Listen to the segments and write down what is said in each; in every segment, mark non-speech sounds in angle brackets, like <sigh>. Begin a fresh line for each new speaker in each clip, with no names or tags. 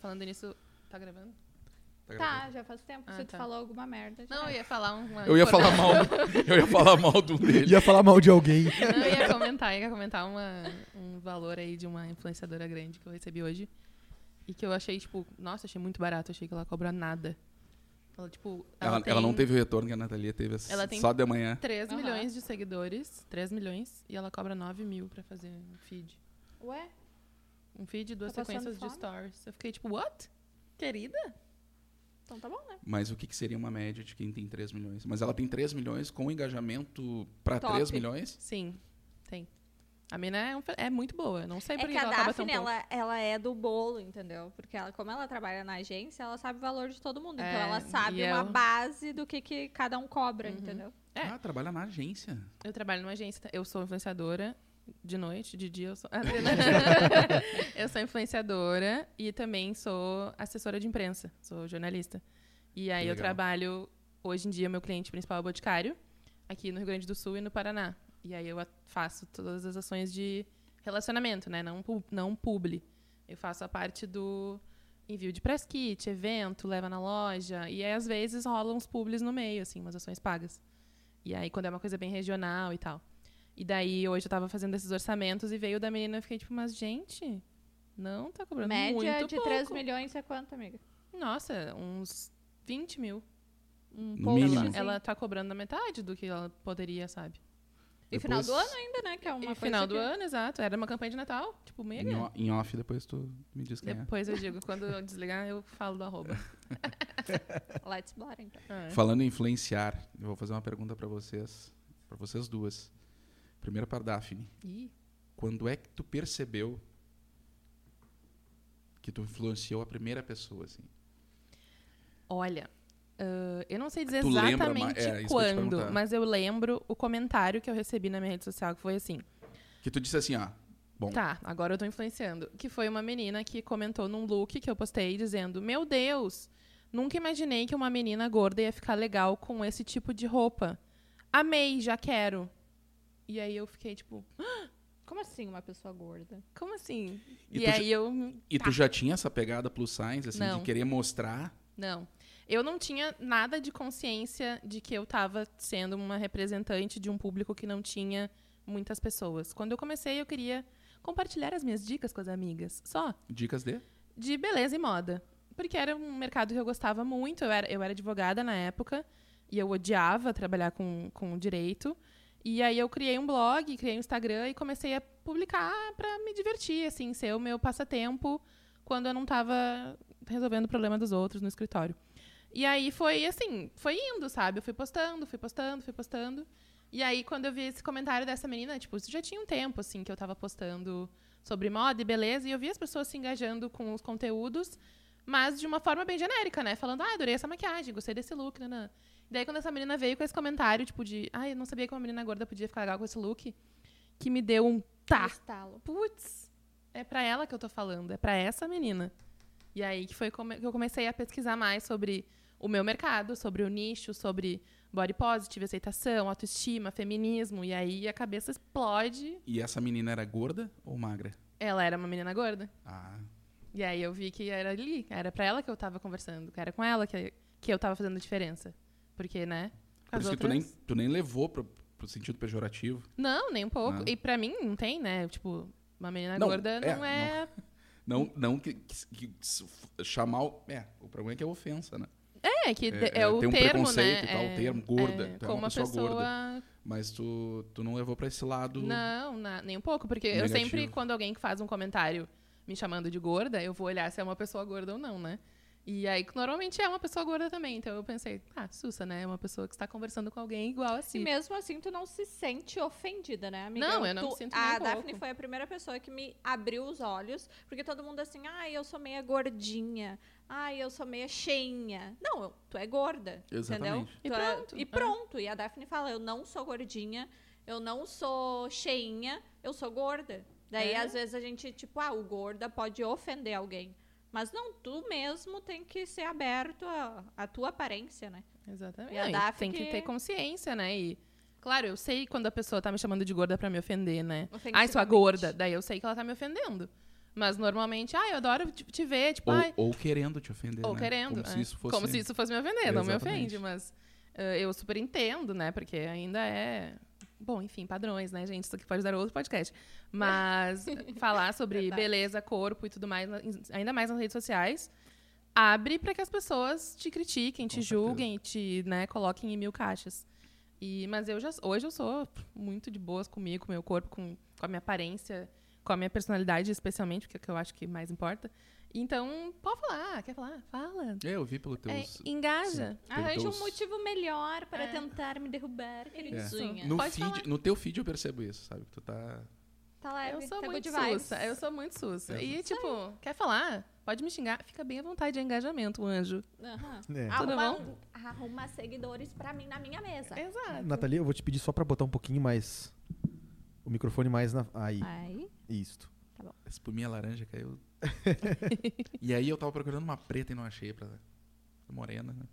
falando nisso. Tá gravando?
Tá, já faz tempo.
Ah,
Se tu
tá.
falou alguma merda. já
Não, eu
era.
ia falar uma.
Eu ia
informa-
falar mal, eu ia falar mal de um deles.
Ia falar mal de alguém.
<laughs> Não, eu ia comentar, eu ia comentar uma, um valor aí de uma influenciadora grande que eu recebi hoje. E que eu achei, tipo, nossa, achei muito barato, achei que ela cobra nada. Ela, tipo. Ela,
Ela, ela não
tem
teve o retorno que a Natalia teve assim,
Ela tem-
só de manhã.
3
Aham.
milhões de seguidores, 3 milhões, e ela cobra 9 mil pra fazer um feed.
Ué?
Um feed e duas
Tá passando
sequências de
fome?
stories. Eu fiquei tipo, what? Querida?
Então tá bom, né?
Mas o que, que seria uma média de quem tem 3 milhões? Mas ela tem 3 milhões com engajamento pra
Top.
3 milhões?
Sim, tem. A mina é, um fe- é muito boa. Não sei
É
por que
que
que
a
ela cobra tão
Daphne,
pouco.
ela, ela é do bolo, entendeu? Porque ela, como ela trabalha na agência, ela sabe o valor de todo mundo. então
É,
ela sabe
e
uma
eu-
base do que, que cada um cobra, entendeu?
É.
Ah, trabalha na agência.
Eu trabalho numa agência, tá? eu sou influenciadora de noite, de dia eu sou. <laughs> ah, eu sou influenciadora e também sou assessora de imprensa, sou jornalista. E aí
Que
eu
legal.
trabalho, hoje em dia, meu cliente principal é o Boticário, aqui no Rio Grande do Sul e no Paraná. E aí eu a- faço todas as ações de relacionamento, né? Não, pu- não publi. Eu faço a parte do envio de press kit, evento, leva na loja. E aí, às vezes, rolam uns publis no meio, assim, umas ações pagas. E aí, quando é uma coisa bem regional e tal. E daí, hoje eu tava fazendo esses orçamentos e veio da menina e eu fiquei tipo, mas gente, não tá cobrando muito
Média de
pouco.
3 milhões é quanto, amiga?
Nossa, uns 20 mil.
Um
No
pouco,
mínimo.
assim.
Ela tá cobrando a metade do que ela poderia, sabe?
E final do
Depois-
ano ainda, né? Que é uma
e
coisa
final do
que-
ano, exato. Era uma campanha de Natal, tipo, mega.
Em, o- em off, depois tu me diz quem é.
Depois eu digo, quando eu desligar, eu falo do arroba.
Let's blur, então.
é.
É.
Falando em influenciar, eu vou fazer uma pergunta pra vocês, pra vocês duas. Primeiro pra Daphne.
Ih,
Quando é que tu percebeu que tu influenciou a primeira pessoa, assim?
olha, ah, eu não sei dizer
Tu lembra, ma-
exatamente
é, isso que eu ia te
quando,
perguntar.
mas eu lembro o comentário que eu recebi na minha rede social, que foi assim,
Que tu disse assim, ah, bom,
Tá, agora eu tô influenciando. Que foi uma menina que comentou num look que eu postei dizendo: Meu Deus, nunca imaginei que uma menina gorda ia ficar legal com esse tipo de roupa. Amei, já quero. E aí eu fiquei tipo,
Como assim uma pessoa gorda?
como assim?
E
E,
tu já-
aí eu.
e
tá.
tu já tinha essa pegada plus size, assim,
Não.
de querer mostrar
Não. Eu não tinha nada de consciência de que eu estava sendo uma representante de um público que não tinha muitas pessoas. Quando eu comecei, eu queria compartilhar as minhas dicas com as amigas. Só.
dicas de...
de beleza e moda. Porque era um mercado que eu gostava muito, eu era, eu era advogada na época e eu odiava trabalhar com, com direito. E aí eu criei um blog, criei um Instagram e comecei a publicar para me divertir, assim, ser o meu passatempo quando eu não estava resolvendo o problema dos outros no escritório. E aí foi assim, foi indo, sabe? Eu fui postando, fui postando, fui postando. E aí quando eu vi esse comentário dessa menina, tipo, isso já tinha um tempo assim que eu tava postando sobre moda e beleza, e eu vi as pessoas se engajando com os conteúdos, mas de uma forma bem genérica, né? Falando: "Ah, adorei essa maquiagem, gostei desse look", nanã. E daí quando essa menina veio com esse comentário, tipo de: "Ai, eu não sabia que uma menina gorda podia ficar legal com esse look", que me deu um tá
Estalo.
putz, é pra ela que eu tô falando, é pra essa menina. E aí que foi come- que eu comecei a pesquisar mais sobre o meu mercado, sobre o nicho, sobre body positive, aceitação, autoestima, feminismo. E aí a cabeça explode.
E essa menina era gorda ou magra?
Ela era uma menina gorda.
Ah,
E aí eu vi que era ali, era pra ela que eu tava conversando, que era com ela que, que eu tava fazendo a diferença. Porque, né?
por
as
isso que tu
outras-
nem, tu nem levou pro, pro sentido pejorativo.
Não, nem um pouco.
Não.
E pra mim não tem, né? Tipo, uma menina
Ah. Não,
gorda
é,
não é
Não, não que, que- que s- f- chamar o... É, o problema é que é ofensa, né?
É, que
É,
é,
é,
o
tem um
termo, né?
preconceito e tal, o
é,
termo, gorda,
É,
tu é
como
uma
a
pessoa
pessoa...
Mas tu, tu não levou pra esse lado...
Não, na- nem um pouco. Porque eu
Negativo.
sempre, quando alguém que faz um comentário me chamando de gorda, eu vou olhar se é uma pessoa gorda ou não, né? E aí, normalmente é uma pessoa gorda também. Então eu pensei, ah, Sussa, né? É uma pessoa que está conversando com alguém igual a
E
si.
mesmo assim, tu não se sente ofendida, né, amiga?
Não, eu não
Tu-
me sinto nem
A
um
Daphne
pouco.
foi a primeira pessoa que me abriu os olhos, porque todo mundo assim, ai, eu sou meia gordinha, ai, eu sou meia cheinha. Não, eu- tu é gorda,
Exatamente.
entendeu?
E
Tu é-
pronto.
e pronto. E a Daphne fala, eu não sou gordinha, eu não sou cheinha, eu sou gorda. Daí,
É.
às vezes, a gente, tipo, ah, o gorda pode ofender alguém. Mas não, tu mesmo tem que ser aberto à- à tua aparência, né?
Exatamente.
E a
Não, e
Daf
tem que...
que-
ter consciência, né? E, claro, eu sei quando a pessoa tá me chamando de gorda pra me ofender, né?
Ofensivamente.
Ai, sua gorda. Daí eu sei que ela tá me ofendendo. Mas normalmente, ah, eu adoro te, te ver, tipo,
Ou,
ai,
ou querendo te ofender,
ou
né?
querendo.
Como se
é.
isso fosse...
Como se isso fosse me ofender, não me
Exatamente.
ofende, mas eh, eu super entendo, né? Porque ainda é. Bom, enfim, padrões, né, gente? Isso aqui pode dar outro podcast. Mas eh, falar sobre
Verdade.
beleza, corpo e tudo mais, na- ainda mais nas redes sociais, abre para que as pessoas te critiquem, te
Com certeza.
julguem, te né, coloquem em mil caixas. E, mas eu já, hoje eu sou pff, muito de boas comigo, com o meu corpo, com, com a minha aparência, com a minha personalidade, especialmente, porque é o que eu acho que mais importa. Então, pode falar, quer falar? Fala.
É, eu vi pelo
É,
teus...
engaja.
Arranja
teus-
um motivo melhor para
É.
tentar me derrubar, queridinha.
No,
Pode falar.
feed, no teu feed eu percebo isso, sabe? Que tu tá...
Tá leve,
Eu sou
tá
muito
good vibes.
sussa. Eu sou muito sussa.
Eu
E, tipo, quer falar? Pode me xingar. Fica bem à vontade de engajamento, anjo.
Aham.
<laughs> É.
Tudo
Arruma,
bom?
um- arruma seguidores pra mim na minha mesa.
Ah,
Exato.
Nathalie, eu vou te pedir só pra botar um pouquinho mais. O microfone mais na. Aí.
Ah.
Aí,
Isto.
A espuminha laranja
<laughs>
caiu. e aí eu tava procurando uma preta e não achei pra... Morena, né?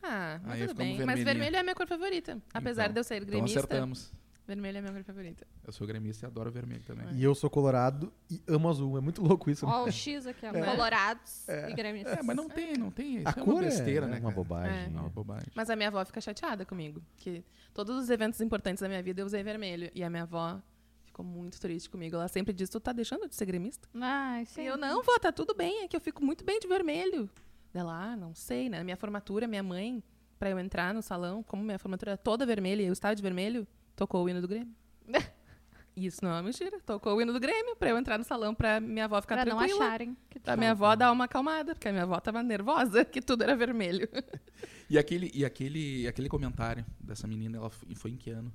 Ah, mas
Aí
tudo
ficamos
bem. Mas
vermelhinha.
vermelho é a minha cor favorita. Apesar
Então,
de eu ser
Então
gremista,
acertamos.
vermelho é a minha cor favorita.
Eu sou gremista e adoro vermelho também.
E eu sou colorado e amo azul. É muito louco isso. né?
ó, o X aqui, ó.
É.
Colorados e gremistas.
É, mas não tem, não tem. Isso
A
é
cor
uma besteira,
é
né?
uma
cara?
bobagem.
É.
É uma
né?
bobagem.
Mas a minha avó fica chateada comigo. Que todos os eventos importantes da minha vida eu usei vermelho. E a minha avó ficou muito triste comigo. Ela sempre diz: Tu tá deixando de ser gremista?
Ai, sim.
E eu, não, vó, tá tudo bem, é que eu fico muito bem de vermelho. Dela, ah, não sei, né? Na minha formatura, minha mãe, pra eu entrar no salão, como minha formatura era toda vermelha e eu estava de vermelho, tocou o hino do
<laughs>
Grêmio. Isso não é uma mentira. Tocou o hino do Grêmio pra eu entrar no salão, pra minha avó ficar
Pra não
tranquila. Tá
acharem que tu
Pra minha avó dar uma acalmada, porque a minha avó tava nervosa, <laughs> que tudo era
<laughs>
vermelho.
E aquele, e aquele, aquele comentário dessa menina, ela f- foi em que ano?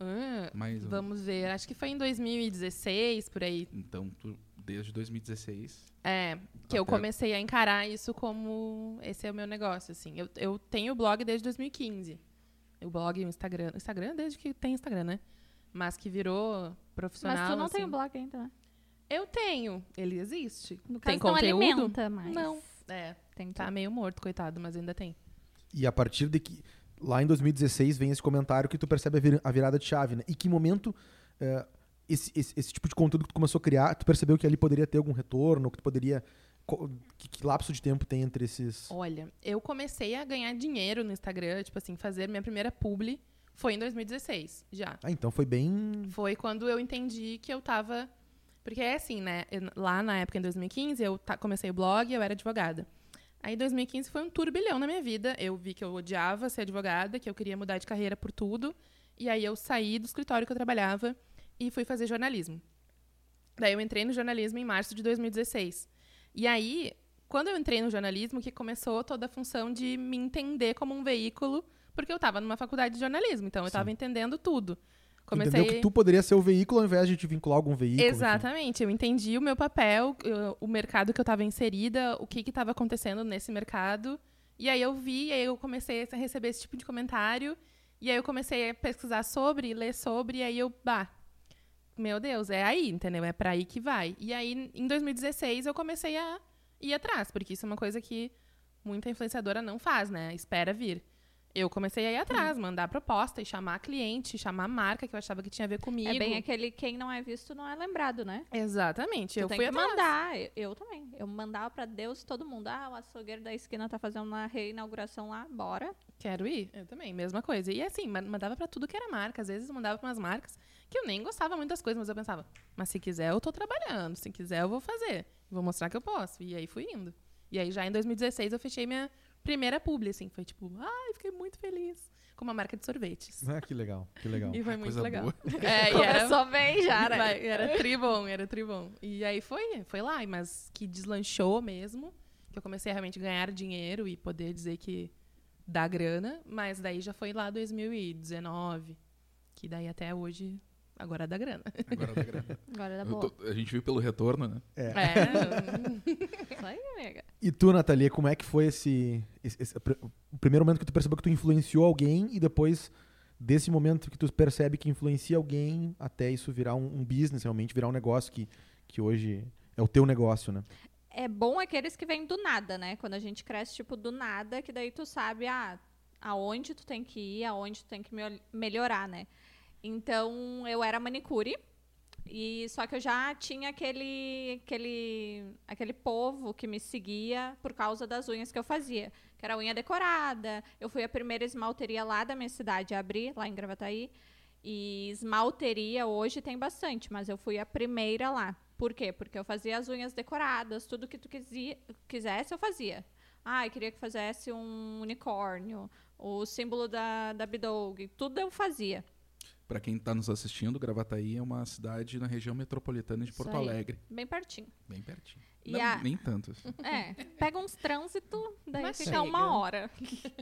Ah,
Mais um. ou-
vamos ver, acho que foi em 2016, por aí.
Então, tu, desde 2016.
<laughs>
É, que eu
Até-
comecei a encarar isso como esse é o meu negócio, assim. Eu, eu tenho blog desde 2015. O blog e o Instagram. Instagram desde que tem Instagram, né? Mas que virou profissional.
Mas tu não
assim.
tem um blog ainda, né?
Eu tenho. Ele existe.
No
tem
caso, não
conteúdo?
alimenta mais.
Não. É,
Tem
tá meio morto, coitado, mas ainda tem.
E a partir de que. Lá em 2016 vem esse comentário que tu percebe a, vir- a virada de chave, né? E que momento eh, esse, esse- esse tipo de conteúdo que tu começou a criar, tu percebeu que ali poderia ter algum retorno, que tu poderia. co- Que, que lapso de tempo tem entre esses.
Olha, eu comecei a ganhar dinheiro no Instagram, tipo assim, fazer minha primeira publi foi em 2016, já.
Ah, então foi bem.
Foi quando eu entendi que eu tava. Porque é assim, né? Eu- Lá na época, em 2015, eu ta- comecei o blog, eu era advogada. Aí 2015 foi um turbilhão na minha vida. Eu vi que eu odiava ser advogada, que eu queria mudar de carreira por tudo. E aí eu saí do escritório que eu trabalhava e fui fazer jornalismo. Daí eu entrei no jornalismo em março de 2016. E aí, quando eu entrei no jornalismo, que começou toda a função de me entender como um veículo, porque eu estava numa faculdade de jornalismo, então eu estava entendendo tudo. Comecei
Entendeu que tu poderia ser o veículo ao invés de te vincular a algum veículo. assim. enfim.
Exatamente, eu entendi o meu papel, eu- o mercado que eu estava inserida, o que estava acontecendo nesse mercado. E aí eu vi, e aí eu comecei a receber esse tipo de comentário, e aí eu comecei a pesquisar sobre, ler sobre, e aí eu, bah, meu Deus, é aí, entendeu? É para aí que vai. E aí, em 2016, eu comecei a ir atrás, porque isso é uma coisa que muita influenciadora não faz, né? Espera vir. Eu comecei a ir atrás, mandar proposta e chamar cliente, chamar marca que eu achava que tinha a ver comigo.
É bem aquele quem não é visto não é lembrado, né?
Exatamente.
Tu
eu
tem
fui
que
atrás.
mandar. Eu, eu também. Eu mandava pra Deus e todo mundo. Ah, o açougueiro da esquina tá fazendo uma reinauguração lá, bora.
Quero ir? Eu também, mesma coisa. E assim, ma- mandava pra tudo que era marca. Às vezes eu mandava pra umas marcas que eu nem gostava muito das coisas, mas eu pensava, mas se quiser eu tô trabalhando, se quiser eu vou fazer. Vou mostrar que eu posso. E aí fui indo. E aí já em 2016 eu fechei minha primeira publi, assim. Foi tipo, ai, fiquei muito feliz. Com uma marca de sorvetes.
Ah, que legal, que legal.
E foi muito
Coisa
legal.
boa.
É, e era
Começou bem já, né?
Vai, era tribom, era tribom. E aí foi, foi lá, mas que deslanchou mesmo, que eu comecei a realmente ganhar dinheiro e poder dizer que dá grana, mas daí já foi lá 2019, que daí até hoje agora dá grana. <laughs>
Agora tá grande.
Agora dá
Eu
boa.
tô- a gente viu pelo retorno, né?
É,
Isso aí, amiga.
E tu, Nathalie, como é que foi esse, esse- esse- pr- o primeiro momento que tu percebeu que tu influenciou alguém e depois desse momento que tu percebe que influencia alguém até isso virar um, um business realmente, virar um negócio que, que hoje é o teu negócio, né?
É bom aqueles que vêm do nada, né? Quando a gente cresce, tipo, do nada, que daí tu sabe ah, aonde tu tem que ir, aonde tu tem que mel- melhorar, né? Então, eu era manicure. E só que eu já tinha aquele aquele aquele povo que me seguia por causa das unhas que eu fazia, que era unha decorada. Eu fui a primeira esmalteria lá da minha cidade a abrir, lá em Gravataí. E esmalteria hoje tem bastante, mas eu fui a primeira lá. Por quê? Porque eu fazia as unhas decoradas, tudo que tu quisi- quisesse eu fazia. Ah, eu queria que fizesse um unicórnio, o símbolo da, da Bidoug, tudo eu fazia.
Pra quem tá nos assistindo, Gravataí é uma cidade na região metropolitana de
Isso
Porto
aí.
Alegre.
Bem pertinho.
Bem pertinho.
E
Não,
a-
Nem
<laughs>
tanto. assim.
É, pega uns trânsito, daí
Mas
fica
chega.
uma hora. <laughs>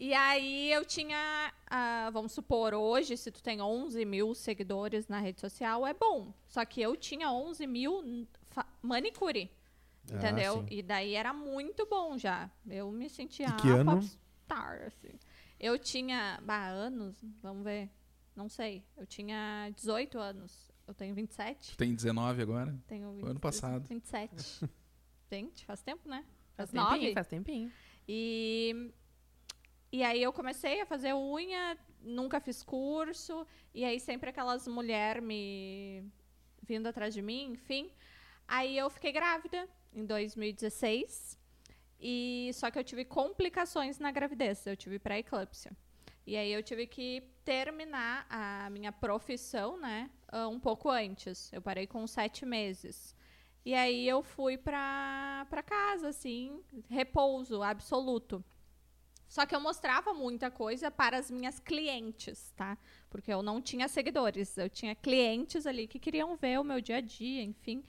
E aí eu tinha, ah, vamos supor, hoje, se tu tem 11 mil seguidores na rede social, é bom. Só que eu tinha 11 mil n- fa- manicure,
Ah,
entendeu?
sim.
e daí era muito bom já. Eu me sentia
E que
a
ano?
popstar, assim. Eu tinha, bah, anos, vamos ver, não sei. Eu tinha 18 anos, eu tenho 27.
Tu tem 19 agora?
Tenho
Foi ano passado.
<laughs>
27. Gente, faz tempo, né?
Faz
Faz
tempinho,
nove?
faz tempinho.
E, e aí eu comecei a fazer unha, nunca fiz curso, e aí sempre aquelas mulheres me vindo atrás de mim, enfim. Aí eu fiquei grávida em 2016. E só que eu tive complicações na gravidez, eu tive pré-eclâmpsia. E aí eu tive que terminar a minha profissão, né, ah, um pouco antes. Eu parei com sete meses. E aí eu fui pra, pra casa, assim, repouso absoluto. Só que eu mostrava muita coisa para as minhas clientes, tá? Porque eu não tinha seguidores, eu tinha clientes ali que queriam ver o meu dia a dia, enfim.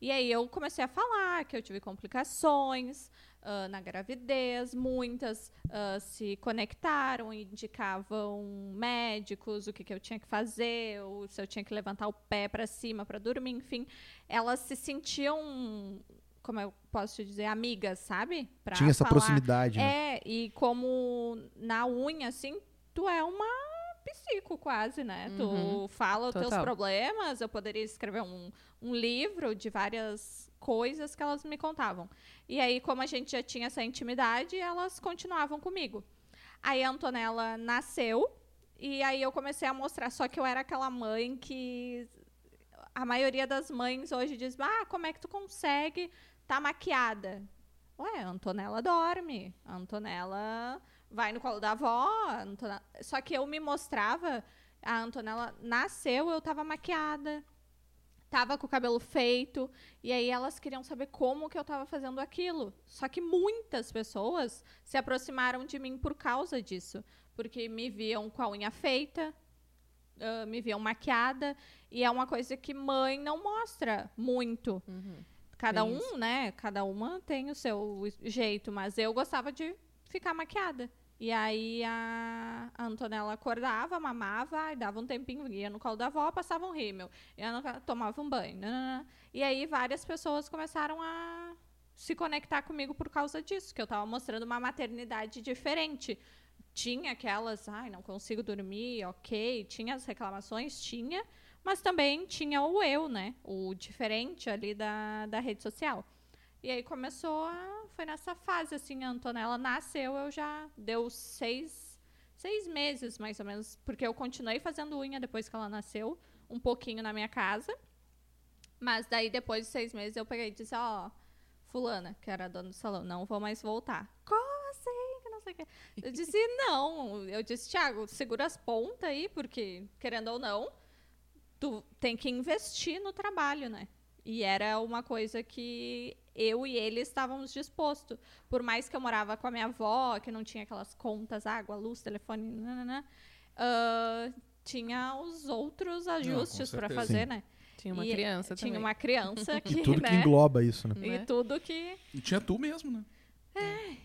E aí eu comecei a falar que eu tive complicações ah, na gravidez, muitas ah, se conectaram, indicavam médicos, o que, que eu tinha que fazer, ou se eu tinha que levantar o pé para cima para dormir, enfim. Elas se sentiam, como eu posso te dizer, amigas, sabe? Pra
Tinha essa
falar.
proximidade, né?
É, e como na unha, assim, tu é uma psico quase, né?
Uhum.
Tu fala os teus
Total.
problemas, eu poderia escrever um, um livro de várias coisas que elas me contavam. E aí, como a gente já tinha essa intimidade, elas continuavam comigo. Aí a Antonella nasceu, e aí eu comecei a mostrar, só que eu era aquela mãe que... A maioria das mães hoje diz, ah, como é que tu consegue tá maquiada? Ué, a Antonella dorme. A Antonella vai no colo da avó. a Antone- Só que eu me mostrava, a Antonella nasceu, eu tava maquiada. Tava com o cabelo feito. E aí elas queriam saber como que eu tava fazendo aquilo. Só que muitas pessoas se aproximaram de mim por causa disso. Porque me viam com a unha feita, ah, me viam maquiada. E é uma coisa que mãe não mostra muito. Cada
Tem
um, né? Cada uma tem o seu jeito, mas eu gostava de ficar maquiada. E aí a a Antonella acordava, mamava, e dava um tempinho, ia no colo da avó, passava um rímel. E ela tomava um banho. nananã. E aí várias pessoas começaram a se conectar comigo por causa disso, que eu tava mostrando uma maternidade diferente. Tinha aquelas, ai, não consigo dormir, ok. Tinha as reclamações, tinha. Mas também tinha o eu, né? O diferente ali da, da rede social. E aí começou a. Foi nessa fase, assim, a Antonella nasceu, eu já deu seis, seis meses, mais ou menos, porque eu continuei fazendo unha depois que ela nasceu, um pouquinho na minha casa. Mas daí, depois de seis meses, eu peguei e disse, ó, fulana, que era a dona do salão, não vou mais voltar. Como assim? Que não sei o quê. Eu disse, não. Eu disse, Thiago, segura as pontas aí, porque, querendo ou não, tu tem que investir no trabalho, né? E era uma coisa que eu e ele estávamos dispostos. Por mais que eu morava com a minha avó, que não tinha aquelas contas, água, luz, telefone, nananã, ah, tinha os outros ajustes para
certeza.
fazer,
Sim.
né?
Tinha uma
E
criança
Tinha
também.
uma criança que,
E tudo que
né?
engloba isso, né?
né?
E tudo que.
E tinha tu mesmo, né?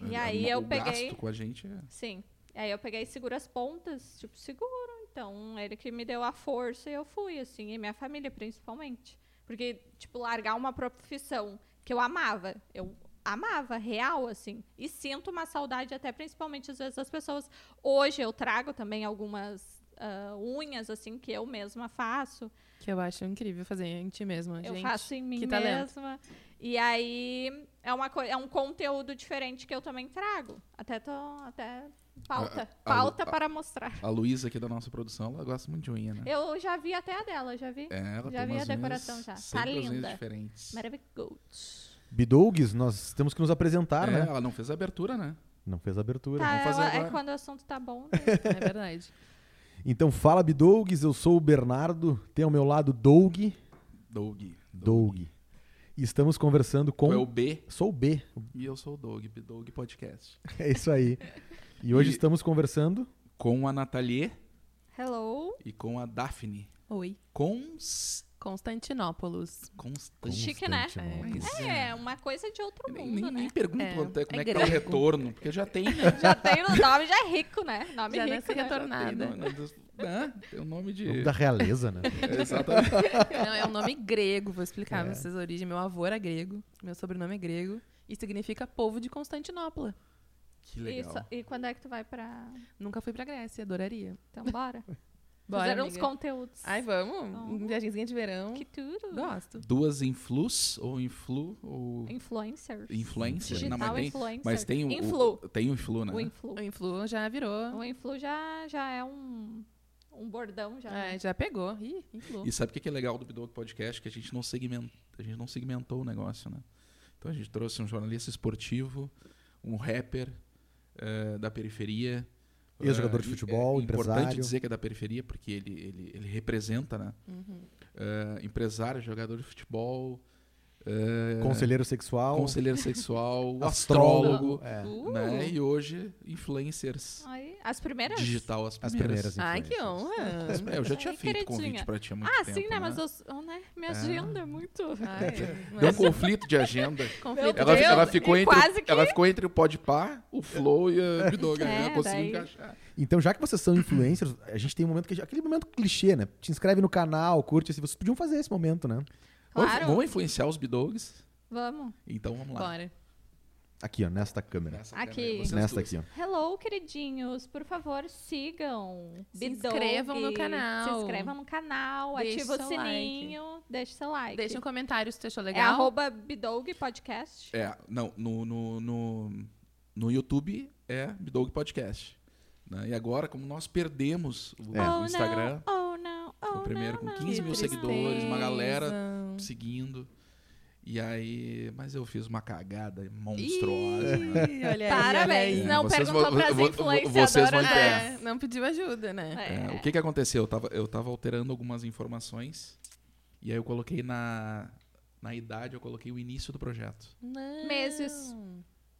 e
É,
aí
o-
eu
o
peguei-
gasto com a gente é...
Sim. Aí eu peguei e segura as pontas, tipo, seguro. Então, ele que me deu a força e eu fui, assim, e minha família principalmente. Porque, tipo, largar uma profissão que eu amava, eu amava, real, assim. E sinto uma saudade até, principalmente, às vezes, das pessoas. Hoje eu trago também algumas ah, unhas, assim, que eu mesma faço.
Que eu acho incrível fazer em ti mesma,
Eu
gente.
faço em mim
que talento.
mesma. E aí é uma coi- é um conteúdo diferente que eu também trago. Até tô até Pauta.
A- a-
Pauta
a-
para mostrar.
A Luísa aqui da nossa produção, ela gosta muito de unha, né?
Eu já vi até a dela, já vi.
É, ela tem
Já vi a
umas unhas
decoração já. Tá
sempre umas unhas
linda.
diferentes.
Maravilhoso.
Bidougues, nós temos que nos apresentar,
É,
né?
Ela não fez a abertura, né?
Não fez a abertura.
Tá,
fazer
ela- é
agora.
quando o assunto tá bom.
<laughs>
né?
É verdade.
Então fala, Bidougues, eu sou o Bernardo, tem ao meu lado Doug.
Doug.
Doug. E estamos conversando com.
Tu é o B
Sou o B, <laughs>
e eu sou o Doug, Doug Podcast.
é isso aí. E hoje
E-
estamos conversando.
Com a Nathalie
Hello.
e com a Daphne.
Oi.
Cons...
Constantinópolis.
Constante.
Chique, né?
Constantinópolis.
É, uma coisa de outro
Nem,
mundo,
nem- nem
né?
pergunto
É,
quanto é, como
é
é, que tá o
grego.
retorno, porque já tem, né?
Já tem o nome, já é rico, né? Nome
Já
rico,
nasci
né?
retornada.
Tem, nome- né? Tem o nome de...
Nome da realeza, né?
É, Exatamente.
Não, é um nome grego, vou explicar
É.
pra vocês a origem. Meu avô era grego, meu sobrenome é grego e significa povo de Constantinopla.
Que
Isso.
legal.
E quando é que tu vai pra...
Nunca fui pra Grécia, adoraria.
Então, bora.
<laughs> Bora,
Fizeram uns
amiga.
conteúdos.
Ai, vamos?
Vamos.
Viagemzinha de verão.
que tudo.
Gosto.
Duas influs ou influ ou...
Influencers.
Influencer. Não,
Digital
mas tem,
influencer.
mas tem o...
Influ.
o- Tem o influ, né?
O influ.
O Influ já virou.
O influ já, já é um, um bordão, já. né?
É, já pegou. Ih, Influ.
E sabe o que que é legal do Bidoc Podcast? Que a gente não segmentou, a gente não segmentou o negócio, né? Então a gente trouxe um jornalista esportivo, um rapper eh, da periferia. Eh,
Ex-jogador de futebol,
é Importante
empresário.
dizer que é da periferia, porque ele, ele, ele representa, né?
Uhum.
Eh, empresário, jogador de futebol, eh,
Conselheiro sexual.
conselheiro sexual,
<laughs> Astrólogo.
astrólogo,
É.
Uh,
né? E hoje, influencers
Aí, as primeiras?
digital, as
As
primeiras.
primeiras.
Ai, que
influências.
<laughs>
honra.
É, eu já tinha
Ai,
feito convite
queridinha.
pra ti há muito
Ah,
tempo,
sim, né?
né?
Mas eu, sou- né?
É.
minha agenda é muito...
Ai, não
Deu
é
um conflito
<laughs>
de agenda.
conflito.
Ela,
Deus,
ela ficou
e
entre,
É quase que-
ela ficou entre o Podpah, o Flow e a Bidoga. né?
É,
ela conseguiu
daí-
encaixar.
Então, já que vocês são influencers, a gente tem um momento que. Aquele momento clichê, né? Te inscreve no canal, curte. Assim, vocês podiam fazer esse momento, né?
Claro.
Vamos, vamos influenciar os Bidogs?
<laughs> Vamos.
Então vamos lá.
Bora.
Aqui, ó, nesta câmera.
Nessa
Aqui.
câmera, vocês
Nesta
duas.
aqui, ó.
Hello, queridinhos. Por favor, sigam.
Se
Bidogue.
inscrevam no canal.
Se inscrevam no canal.
Deixe
ativa o
seu
sininho. Deixa seu like.
Deixa um comentário se tu achou
É
legal.
arroba Bidogue Podcast.
É, não, no, no, no, no YouTube é Bidog Podcast. né? E agora, como nós perdemos o,
É.
o
Oh,
Instagram,
Não, oh, não, oh,
o primeiro
não,
com
não.
15 mil
tristeza.
seguidores, uma galera seguindo. E aí, mas eu fiz uma cagada monstruosa. né?
Ih, olha aí,
Parabéns.
olha aí.
Não
É,
um
vocês
perguntou
vão-
pras
vo- vo-
influenciadoras.
Vocês vão
É,
entender.
não pediu ajuda, né?
É,
É.
o que que aconteceu? Eu tava, eu tava alterando algumas informações e aí eu coloquei na, na idade, eu coloquei o início do projeto.
Não.
Meses.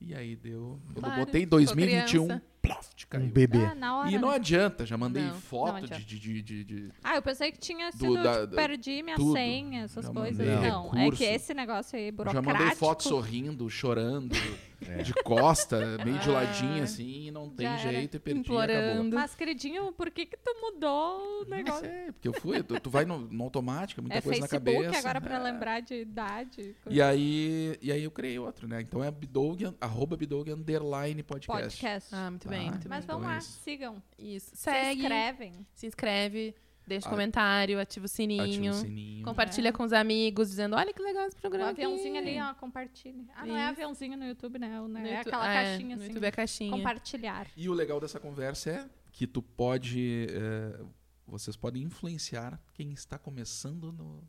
E aí deu... Eu
Claro,
botei 2021,
criança.
ploft,
Um
caiu.
bebê.
Ah, na hora.
E não
né?
adianta, já mandei
Não, não
foto
adianta.
de, de, de, de-
Ah, eu pensei que tinha sido,
da-
tipo,
da-
perdi minha
tudo.
senha, essas
Já
coisas.
mandei
não, é
recurso.
que esse negócio aí,
Já
burocrático. É.
mandei foto sorrindo, chorando,
<laughs>
de costa, meio de ladinho assim, e não tem
Ah. Já era.
jeito, e perdi, acabou.
Implorando.
Mas, queridinho, por que que tu mudou o
Não
negócio?
sei, É, porque eu fui, tu, tu vai no, no automático, muita
é
coisa
Facebook
na cabeça.
agora pra
é.
lembrar de idade.
E aí, e aí eu criei outro, né? Então é Bidog, arroba Bidog underline podcast.
podcast.
Ah, muito bem,
Ah,
muito bem.
Mas
então
vamos
é
lá,
isso.
sigam.
Isso.
Se
Segue,
inscrevem.
se inscreve, deixa
Ah,
um comentário, ativa o sininho.
Ativa o sininho.
Compartilha com os amigos, dizendo, olha que legal esse
O
programa aqui.
É. Um aviãozinho ali, ó, compartilhe. Ah, não é
Isso.
aviãozinho no YouTube, né? O-
No
né? É
YouTube-
aquela
ah,
caixinha
No
assim.
YouTube é a caixinha.
Compartilhar.
E o legal dessa conversa é que tu pode. eh, vocês podem influenciar quem está começando no,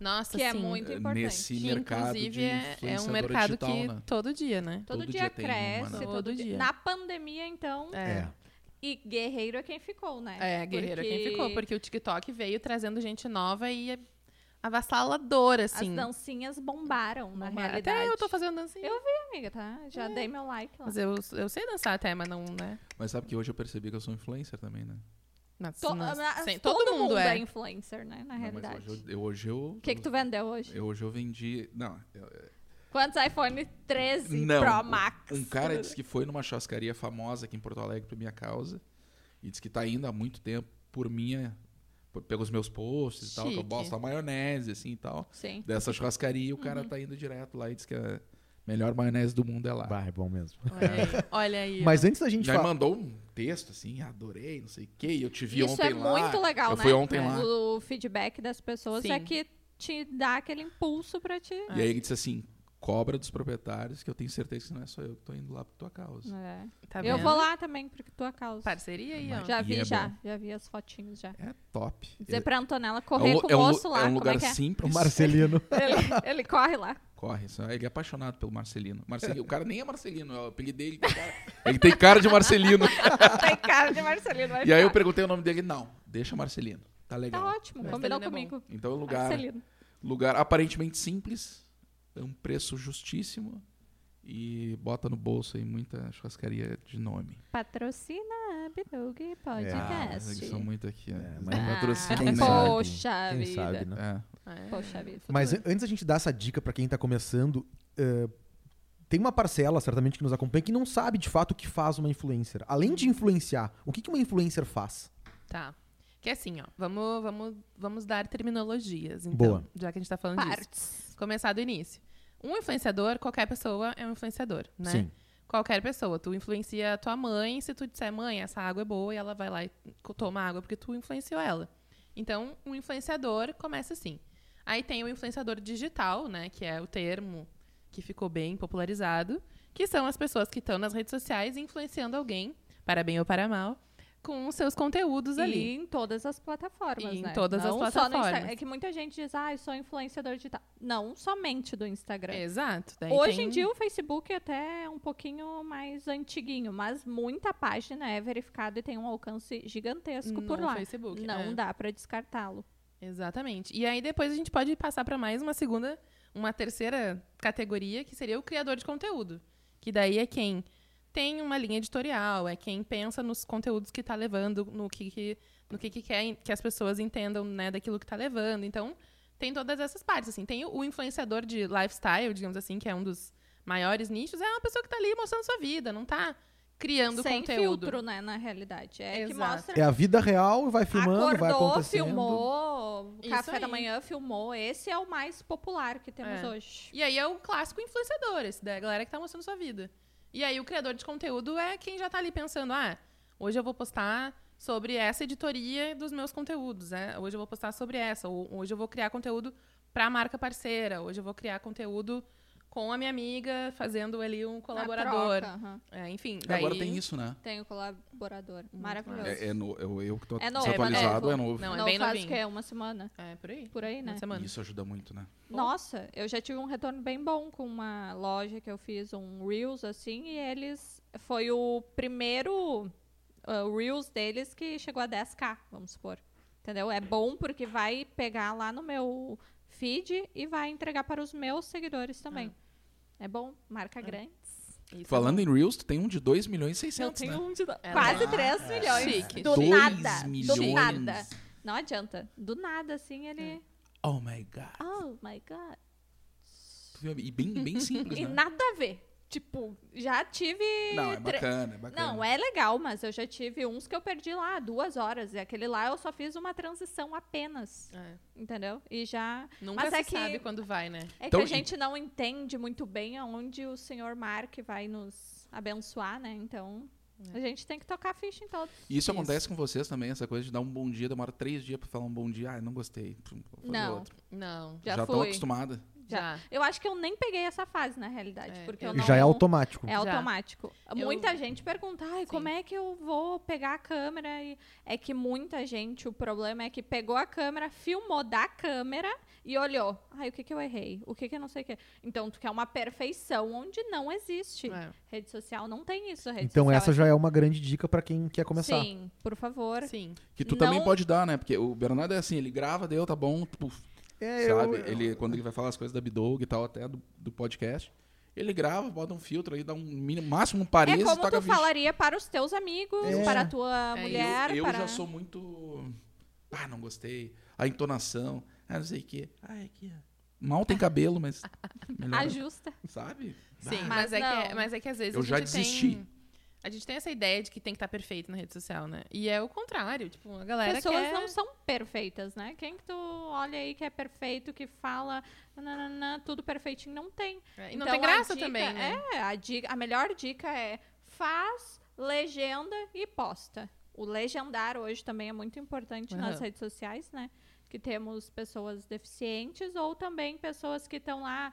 Nossa,
Que é
sim.
muito
eh,
importante.
nesse
Que,
mercado
inclusive
de
é- é, um
influenciadora
mercado
digital,
que
né?
todo dia, né?
Todo,
Todo
dia,
dia tem uma, né?
cresce. todo,
Todo
dia.
dia.
Na pandemia, então.
É.
E guerreiro é quem ficou, né?
É, guerreira
Porque
quem ficou, porque o TikTok veio trazendo gente nova e é avassaladora,
As
assim.
dancinhas bombaram,
Uma-
na realidade.
Até eu tô fazendo dancinha.
Eu amiga, tá? Já dei meu like lá.
Mas eu, eu sei dançar até, mas não, né?
Mas sabe que hoje eu percebi que eu sou influencer também, né?
Mas,
To-
não-
ah,
sem-
todo,
todo
mundo é
é.
influencer, né? Na
Não, mas
realidade.
hoje eu. eu- Hoje eu
O que, que tu vendeu hoje?
eu- hoje eu vendi. Não, eu-
Quantos iPhone 13
Não,
Pro Max?
Um cara disse que foi numa churrascaria famosa aqui em Porto Alegre por minha causa e disse que tá indo há muito tempo por minha por- pelos meus posts e tal, que eu
Chique.
bosto a maionese assim e tal.
Sim.
Dessa churrascaria, o
Uhum.
cara tá indo direto lá e diz que a melhor maionese do mundo é
tá.
lá.
Vai, é bom mesmo.
Olha aí.
É.
<laughs> Olha aí. ó.
Mas antes da gente
Já me
falar.
mandou um texto assim, adorei, não sei o quê, e eu te vi
Isso
ontem
é
lá.
muito legal,
eu
né?
fui ontem
É.
lá.
O feedback das pessoas é
Sim.
que te dá aquele impulso pra te.
É. E aí ele disse assim: cobra dos proprietários, que eu tenho certeza que não é só eu que tô indo lá por tua causa.
É.
Tá
eu
vendo?
vou lá também, porque tua causa.
Parceria aí, ó.
Mas-
Já
E
vi,
é
já.
bom.
Já vi as fotinhos já.
É top.
Dizer
Ele-
pra Antonella
é um
correr
lu-
com
é
o
um lu-
moço lá,
é um
como
lugar
é que é?
O
simples.
<laughs>
Marcelino.
Ele, ele corre lá.
Corre, só- ele é apaixonado pelo Marcelino. Marcelino. O cara nem é Marcelino, eu apelidei ele. tem cara- Ele tem cara de Marcelino.
Tem cara de Marcelino, vai
E aí eu
ficar.
perguntei o nome dele, não, deixa Marcelino. Tá
É Tá
legal.
ótimo,
Mas
combinou
ele é bom.
comigo.
Então é um lugar,
Marcelino.
lugar aparentemente simples, é um preço justíssimo e bota no bolso aí muita churrascaria de nome.
Patrocina a Bidug
Ah, mas
Podcast. Ah,
eles são muito aqui, né?
É,
Eles
mas-
não patrocinam,
quem
né?
sabe?
Poxa
Quem
vida.
sabe, né?
É.
É.
Poxa vida.
Mas
futuro.
an- antes a gente dar essa dica pra quem tá começando, eh, tem uma parcela, certamente, que nos acompanha que não sabe de fato o que faz uma influencer. Além de influenciar, o que, que uma influencer faz?
Tá. Que é assim, ó. Vamos, vamos, vamos dar terminologias, então.
Boa.
Já que a gente tá falando disso.
Partes.
Começar do início. Um influenciador, qualquer pessoa é um influenciador, né?
Sim.
Qualquer pessoa. Tu influencia a tua mãe, se tu disser, mãe, essa água é boa, e ela vai lá e co- toma água porque tu influenciou ela. Então, um influenciador começa assim. Aí tem o influenciador digital, né? Que é o termo que ficou bem popularizado, que são as pessoas que estão nas redes sociais influenciando alguém, para bem ou para mal, com os seus conteúdos ali.
E em todas as plataformas,
E em
né?
todas as
Não Só no
plataformas.
Instagram. É que muita gente diz, ah, eu sou influenciador digital. Não somente do Instagram.
Exato. Daí
Hoje
tem-
em dia o Facebook é até um pouquinho mais antiguinho, mas muita página é verificada e tem um alcance gigantesco por
No
lá.
Facebook,
Não
é.
dá pra descartá-lo.
Exatamente. E aí depois a gente pode passar para mais uma segunda, uma terceira categoria, que seria o criador de conteúdo. Que daí é quem tem uma linha editorial, é quem pensa nos conteúdos que está levando, no que, que- no que, que quer que as pessoas entendam né, daquilo que está levando. Então, tem todas essas partes. assim Tem o- o influenciador de lifestyle, digamos assim, que é um dos maiores nichos, é uma pessoa que está ali mostrando sua vida, não está criando
Sem
conteúdo.
filtro, né, na realidade. É que
Exato.
mostra
É a vida real, vai filmando, vai
Acordou,
acontecendo.
filmou,
Isso
café da
aí.
manhã filmou. Esse é o mais popular que temos
É.
hoje.
E aí é o clássico influenciador, esse da galera que tá mostrando sua vida. E aí o criador de conteúdo é quem já tá ali pensando, ah, hoje eu vou postar sobre essa editoria dos meus conteúdos, né? Hoje eu vou postar sobre essa, ou hoje eu vou criar conteúdo para a marca parceira, hoje eu vou criar conteúdo com a minha amiga, fazendo ali um
A
colaborador.
troca, aham.
É, enfim, daí...
Agora tem isso, né?
Tem o colaborador. Maravilhoso.
É, é no- eu, eu que tô
É novo.
desatualizado,
É,
é novo.
Não, é
Não
bem
faz
novinho.
o que é uma semana.
É, por aí.
Por aí, né?
Uma semana.
Isso ajuda muito, né?
Nossa, eu já tive um retorno bem bom com uma loja que eu fiz um Reels assim e eles foi o primeiro ah, Reels deles que chegou a 10k, vamos supor. Entendeu? É bom porque vai pegar lá no meu feed e vai entregar para os meus seguidores também.
Ah.
É bom, marca grandes.
Isso é
Falando
bom.
em Reels, tu tem um de 2 milhões e 600, né?
um de
É
quase
lá.
3 milhões.
Chique.
Do
Dois
nada, do
milhões.
nada. Não adianta. Do nada assim ele,
Oh my god.
oh my god.
Tu viu? E bem,
<laughs>
bem simples,
E
né?
nada a ver. Tipo, já tive.
Não, é
tre-
bacana, é bacana.
Não, é legal, mas eu já tive uns que eu perdi lá duas horas. E aquele lá eu só fiz uma transição apenas.
É.
Entendeu? E já.
Nunca
Mas
se
é que-
sabe quando vai, né?
É
Então,
que
e-
a gente não entende muito bem aonde o senhor Mark vai nos abençoar, né? Então.
É.
A gente tem que tocar a ficha em todos.
E isso acontece com vocês também, essa coisa de dar um bom dia, demora três dias pra falar um bom dia. Ah, não gostei. Pum, vou fazer
Não,
outro.
Não,
Já,
Já estão
fui.
acostumada.
já.
Eu acho que eu nem peguei essa fase, na realidade.
É,
porque
eu-
eu
E
não...
já é automático.
É
Já.
automático.
Eu-
Muita gente pergunta, Ai, como é que eu vou pegar a câmera? E é que muita gente, o problema é que pegou a câmera, filmou da câmera e olhou. Ai, o que, que eu errei? O que, que eu não sei o que? Então, tu quer uma perfeição onde não existe.
É.
Rede social não tem isso. Rede
Então
social
essa
é-
já é uma grande dica pra quem quer começar.
Sim, por favor.
Sim.
Que tu
Não-
também pode dar, né? Porque o Bernardo é assim, ele grava, deu, tá bom, puf,
É, eu-
sabe? Ele, quando ele vai falar as coisas da Bidog e tal, até do, do podcast, ele grava, bota um filtro aí, dá um mínimo, máximo um
É
parês e
como
toca
tu
ficha.
falaria para os teus amigos,
É.
para a tua
É, eu-
mulher.
eu eu
para...
já sou muito. Ah, não gostei. A entonação. Ah, não sei o quê. Ah, é aqui. ó. Mal tem cabelo,
<laughs>
mas. Melhor,
Ajusta.
sabe?
Sim,
Ah,
mas,
Mas
é que,
não.
mas é que às vezes
Eu
a
já
gente
desisti.
tem... A gente tem essa ideia de que tem que estar perfeito na rede social, né? E é o contrário, tipo, a galera
pessoas
quer...
não são perfeitas, né? Quem que tu olha aí que é perfeito, que fala nananã, tudo perfeitinho, não tem.
É, E não tem
Então, a
graça
dica-
também, né?
É, a, dica, a melhor dica é faz legenda e posta. O legendar hoje também é muito importante nas
Aham.
redes sociais, né? Que temos pessoas deficientes ou também pessoas que estão lá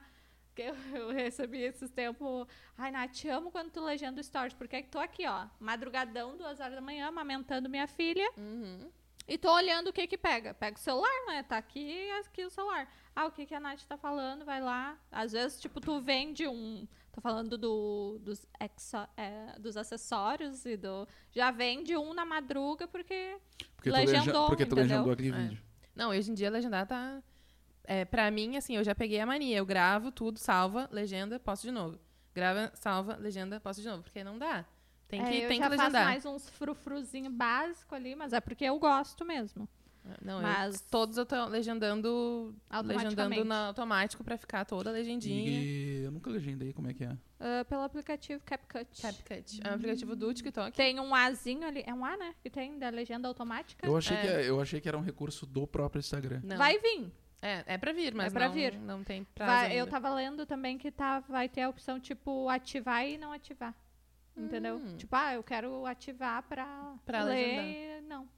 Que eu, <laughs> eu recebi esses tempos. Ai, Nath, te amo quando tu legenda stories, porque é que tô aqui, ó, madrugadão, duas horas da manhã, amamentando minha filha.
Uhum.
E tô olhando o que que pega. Pega o celular, né? Tá aqui, aqui o celular. Ah, o que que a Nath tá falando, vai lá. Às vezes, tipo, tu vende um... Tô falando do, dos, exo- é, dos acessórios e do... Já vende um na madruga, porque...
Porque tu,
Legendou,
leja- porque tu
entendeu?
legendou aquele
É.
vídeo.
Não, hoje em dia legendar tá. É, pra mim, assim, eu já peguei a mania. Eu gravo tudo, salva, legenda, posto de novo. Grava, salva, legenda, posto de novo. Porque não dá. Tem que,
é, eu
tem
já
que legendar.
faço mais uns frufruzinho básico ali, mas é porque eu gosto mesmo.
Não, eu-
mas-
todos eu tô legendando,
Automaticamente.
legendando na, automático pra ficar toda legendinha.
E eu nunca legendei como é que é.
Ah, pelo aplicativo CapCut.
CapCut. É um aplicativo do TikTok.
Tem um Azinho ali. É um A, né? Que tem da legenda automática.
Eu achei,
É.
que, eu achei que era um recurso do próprio Instagram.
Não.
Vai vir.
É, é pra vir, mas
É pra
não,
vir.
não tem prazo
Vai- eu
ainda.
tava lendo também que tá, vai ter a opção, tipo, ativar e não ativar. Entendeu?
Hum.
Tipo, ah, eu quero ativar pra,
Pra
ler.
legendar.
e Não.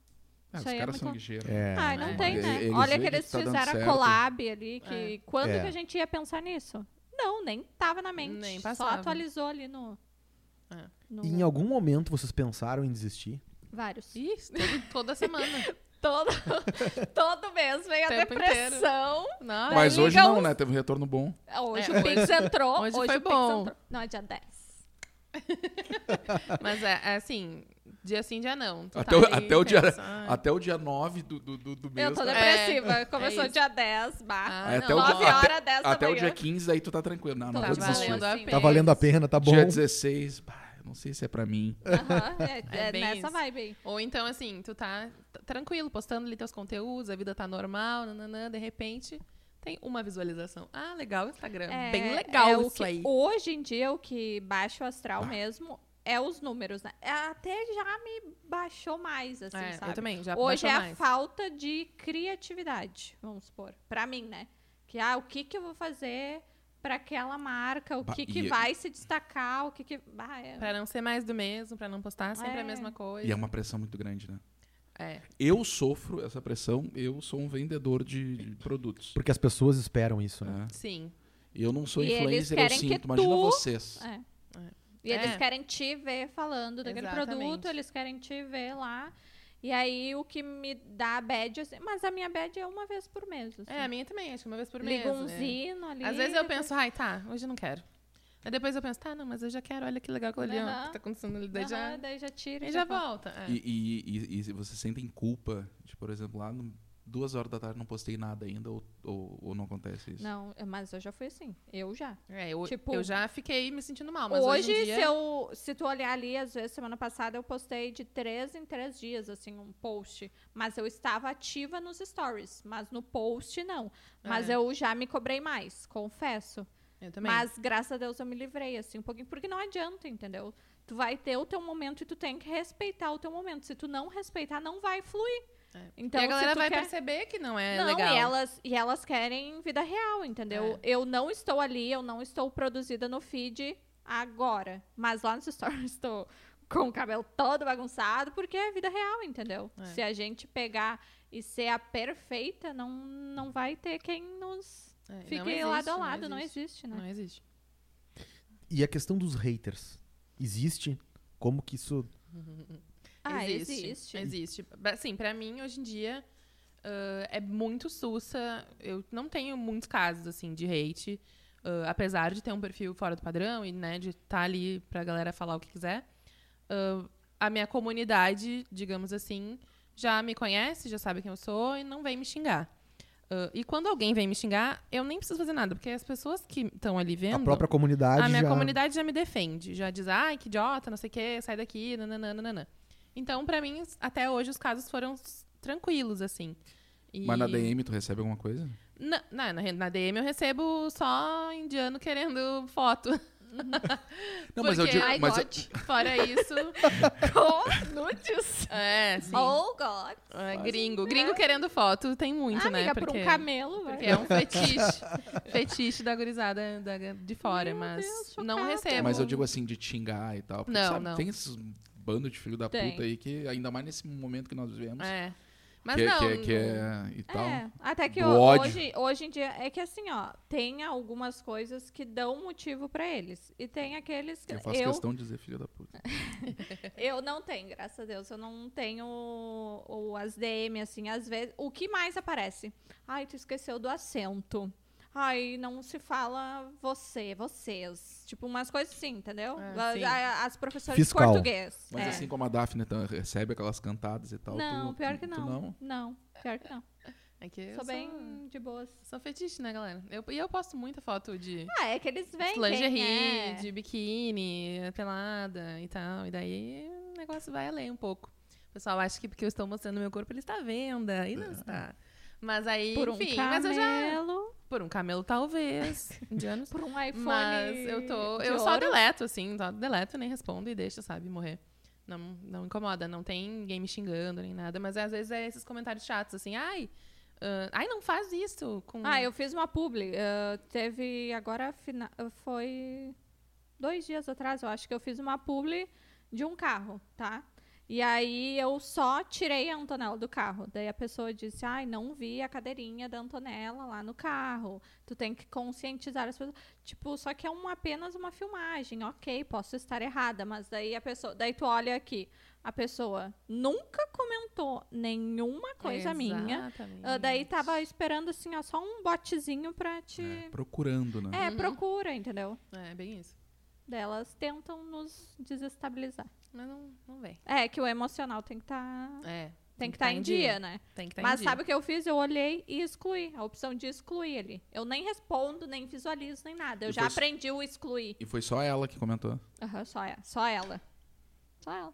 Ah, os
Isso aí é
caras são
muito-
lixeiros.
É.
ah, não
mas-
tem,
Porque
né?
eles
Olha
veem
que
que
eles
tá dando
fizeram a
certo.
collab ali, que
É.
quando
É.
que a gente ia pensar nisso? Não, nem tava na mente.
Nem
só
passava.
atualizou ali no...
É.
no-
E em algum momento vocês pensaram em desistir?
Vários. <laughs>
Ih, todo- toda semana. <laughs>
Todo, todo mês vem a
Tempo
depressão.
Nossa.
Mas
Liga
hoje não,
uns-
né? Teve um retorno bom.
Hoje
É,
o Pix entrou.
hoje
Hoje,
foi
o Pix
bom.
entrou. Não, é dia 10.
Mas é, é assim, dia sim, dia não. Tu tá
Até o-
ali,
até o dia-
pensa, ah,
Até o dia 9 do, do, do, do mês.
Eu tô
tá-
depressiva.
É,
Começou
é isso.
dia 10, bah.
ah,
Aí
não,
é até o
ó,
nove
dia-
horas, 10 da
Até o
manhã.
dia 15, aí tu tá tranquilo. Não, não
Tá
vou desistir.
valendo a
Sim.
pena.
Tá valendo a pena, tá bom?
Dia 16, bah, eu não sei se é pra mim.
Aham,
<laughs>
é,
É
é
bem
nessa
isso.
vibe aí.
Ou então, assim, tu tá t- tranquilo, postando ali teus conteúdos, a vida tá normal, nananã, de repente tem uma visualização. Ah, legal o Instagram.
É,
Bem legal
é o
isso
que-
aí.
Hoje em dia, o que baixa o
Ah.
astral mesmo é os números, né? Até já me baixou mais, assim,
É,
sabe?
eu também, já
Hoje
baixou
é a
mais.
falta de criatividade, vamos supor. Pra mim, né? Que, ah, o que que eu vou fazer pra aquela marca? O
Ba-
que que
e-
vai se destacar? O que que... Bah, é-
Pra não ser mais do mesmo, pra não postar sempre
É.
a mesma
E é
coisa.
uma pressão muito grande, né?
É.
Eu sofro essa pressão, eu sou um vendedor de, de produtos.
Porque as pessoas esperam isso, né?
né?
Sim.
E eu não sou
E eles
influencer, eu
querem que
sinto. Imagina
tu-
vocês.
É. E eles
É.
querem te ver falando daquele
Exatamente.
produto, eles querem te ver lá. E aí o que me dá bad, assim, mas a minha bad é uma vez por mês. Assim.
É, a minha também, acho que uma vez por mês.
Ligo um
né?
zino ali.
Às vezes eu
depois-
penso, ai, tá, hoje eu não quero. Aí depois eu penso, tá, não, mas eu já quero, olha que legal aquilo ali, ó,
Aham.
que tá acontecendo ali, daí
Aham,
já...
daí já tira
E já
volta.
volta. é.
E, e, e, e vocês sentem culpa de, por exemplo, lá no, duas horas da tarde não postei nada ainda ou, ou, ou não acontece isso?
Não, mas eu já fui assim. Eu já.
É, eu,
Tipo-
eu já fiquei me sentindo mal, Ah, mas
hoje,
hoje, em dia...
se, eu, se tu olhar ali, às vezes, semana passada, eu postei de três em três dias, assim, um post. Mas eu estava ativa nos stories, mas no post, não. Mas
É.
eu já me cobrei mais, confesso.
Eu também.
Mas, graças a Deus, eu me livrei, assim, um pouquinho. Porque não adianta, entendeu? Tu vai ter o teu momento e tu tem que respeitar o teu momento. Se tu não respeitar, não vai fluir.
É.
Então,
e a galera
se tu
vai
quer...
perceber que não é
não,
legal. É.
E, elas, e elas querem vida real, entendeu? Eu não estou ali, eu não estou produzida no feed agora. Mas lá nos stories <laughs> estou com o cabelo todo bagunçado, porque é vida real, entendeu?
É.
Se a gente pegar e ser a perfeita, não, não vai ter quem nos
É, não
fique
existe,
lado a lado. Não
existe.
existe, né?
Não existe.
E a questão dos haters? Existe? Como que isso.
Ah,
existe.
existe.
Existe. Ba- Assim, pra mim, hoje em dia, ah, é muito sussa. Eu não tenho muitos casos, assim, de hate. ah, apesar de ter um perfil fora do padrão e, né, de estar ali pra galera falar o que quiser. Ah, a minha comunidade, digamos assim, já me conhece, já sabe quem eu sou e não vem me xingar. Ah, e quando alguém vem me xingar, eu nem preciso fazer nada, porque as pessoas que estão ali vendo.
A própria comunidade.
A minha
já...
comunidade já me defende. Já diz, ai, que idiota, não sei o quê, sai daqui, nananana. Então, pra mim, até hoje, os casos foram s- tranquilos, assim. E-
Mas na DM tu recebe alguma coisa?
Na, na, na- na DM eu recebo só indiano querendo foto.
Não, mas eu
Porque-
digo.
Ai,
mas é eu-
God.
Fora isso, <laughs>
Com nudes.
é, sim.
Oh, God.
é, gringo. Gringo querendo foto tem muito,
ah,
né?
amiga, por
porque,
um camelo, vai.
porque é um fetiche. fetiche da gurizada da- de fora,
Meu
mas
Deus,
não
chocada.
recebo.
Mas eu digo assim, de te xingar e tal. Porque,
Não,
sabe,
não.
Tem esses bando de filho da
Tem.
puta aí que, ainda mais nesse momento que nós vivemos,
É. Mas
que, é-
não.
que, é- que é e tal.
É, até que
Do
ho-
ódio.
hoje, hoje em dia é que assim, ó, tem algumas coisas que dão motivo pra eles e tem aqueles que
Eu faço
eu,
questão de dizer filha da puta.
eu não tenho, graças a Deus, eu não tenho o, as DM assim, às vezes, o que mais aparece? Ai, tu esqueceu do acento. Ai, não se fala você, vocês. Tipo, umas coisas assim, entendeu?
Ah, sim.
A- a- As professoras
Fiscal.
de português.
Mas
é.
assim como a Daphne tá- recebe aquelas cantadas e tal.
não,
tu-
pior
tu-
que
tu
não.
não.
Não, pior que não.
É que eu
Sou
sou
bem de boas.
Sou fetiche, né, galera? Eu, e eu posto muita foto de
Ah, é que eles vêm.
lingerie,
quem é.
de biquíni, pelada e tal. E daí o negócio vai além um pouco. O pessoal acha que porque eu estou mostrando meu corpo, ele está à venda. E não está. Mas aí,
Por um
enfim, mas eu já.
camelo,
Por um camelo, talvez. de anos.
por um <laughs> iPhone.
Mas eu tô.
de
Eu só
ouro.
deleto, assim, só deleto, nem respondo e deixo, sabe, morrer. Não, não incomoda, não tem ninguém me xingando nem nada, mas às vezes é esses comentários chatos, assim, ai, ah, ai, não faz isso com.
Ah, eu fiz uma publi. eh, teve agora. fina- Foi dois dias atrás, eu acho que eu fiz uma publi de um carro, tá? E aí eu só tirei a Antonella do carro. Daí a pessoa disse: "Ai, não vi a cadeirinha da Antonella lá no carro. Tu tem que conscientizar as pessoas". Tipo, só que é uma, apenas uma filmagem. OK, posso estar errada, mas daí a pessoa, daí tu olha aqui, a pessoa nunca comentou nenhuma coisa minha. Ah, daí tava esperando assim, ó, só um botezinho pra te.
É, procurando, né?
É, procura, entendeu?
É, bem isso.
Daí Elas tentam nos desestabilizar.
Mas não, não vem.
É que o emocional tem que estar.
É.
Tem que estar em dia, né?
Tem que estar em
Mas
dia.
sabe o que eu fiz? Eu olhei e excluí. A opção de excluir ali. Eu nem respondo, nem visualizo, nem nada. Eu
E
já
foi-
aprendi o excluir.
E foi só ela que comentou.
Aham, só, é, só ela. Só ela.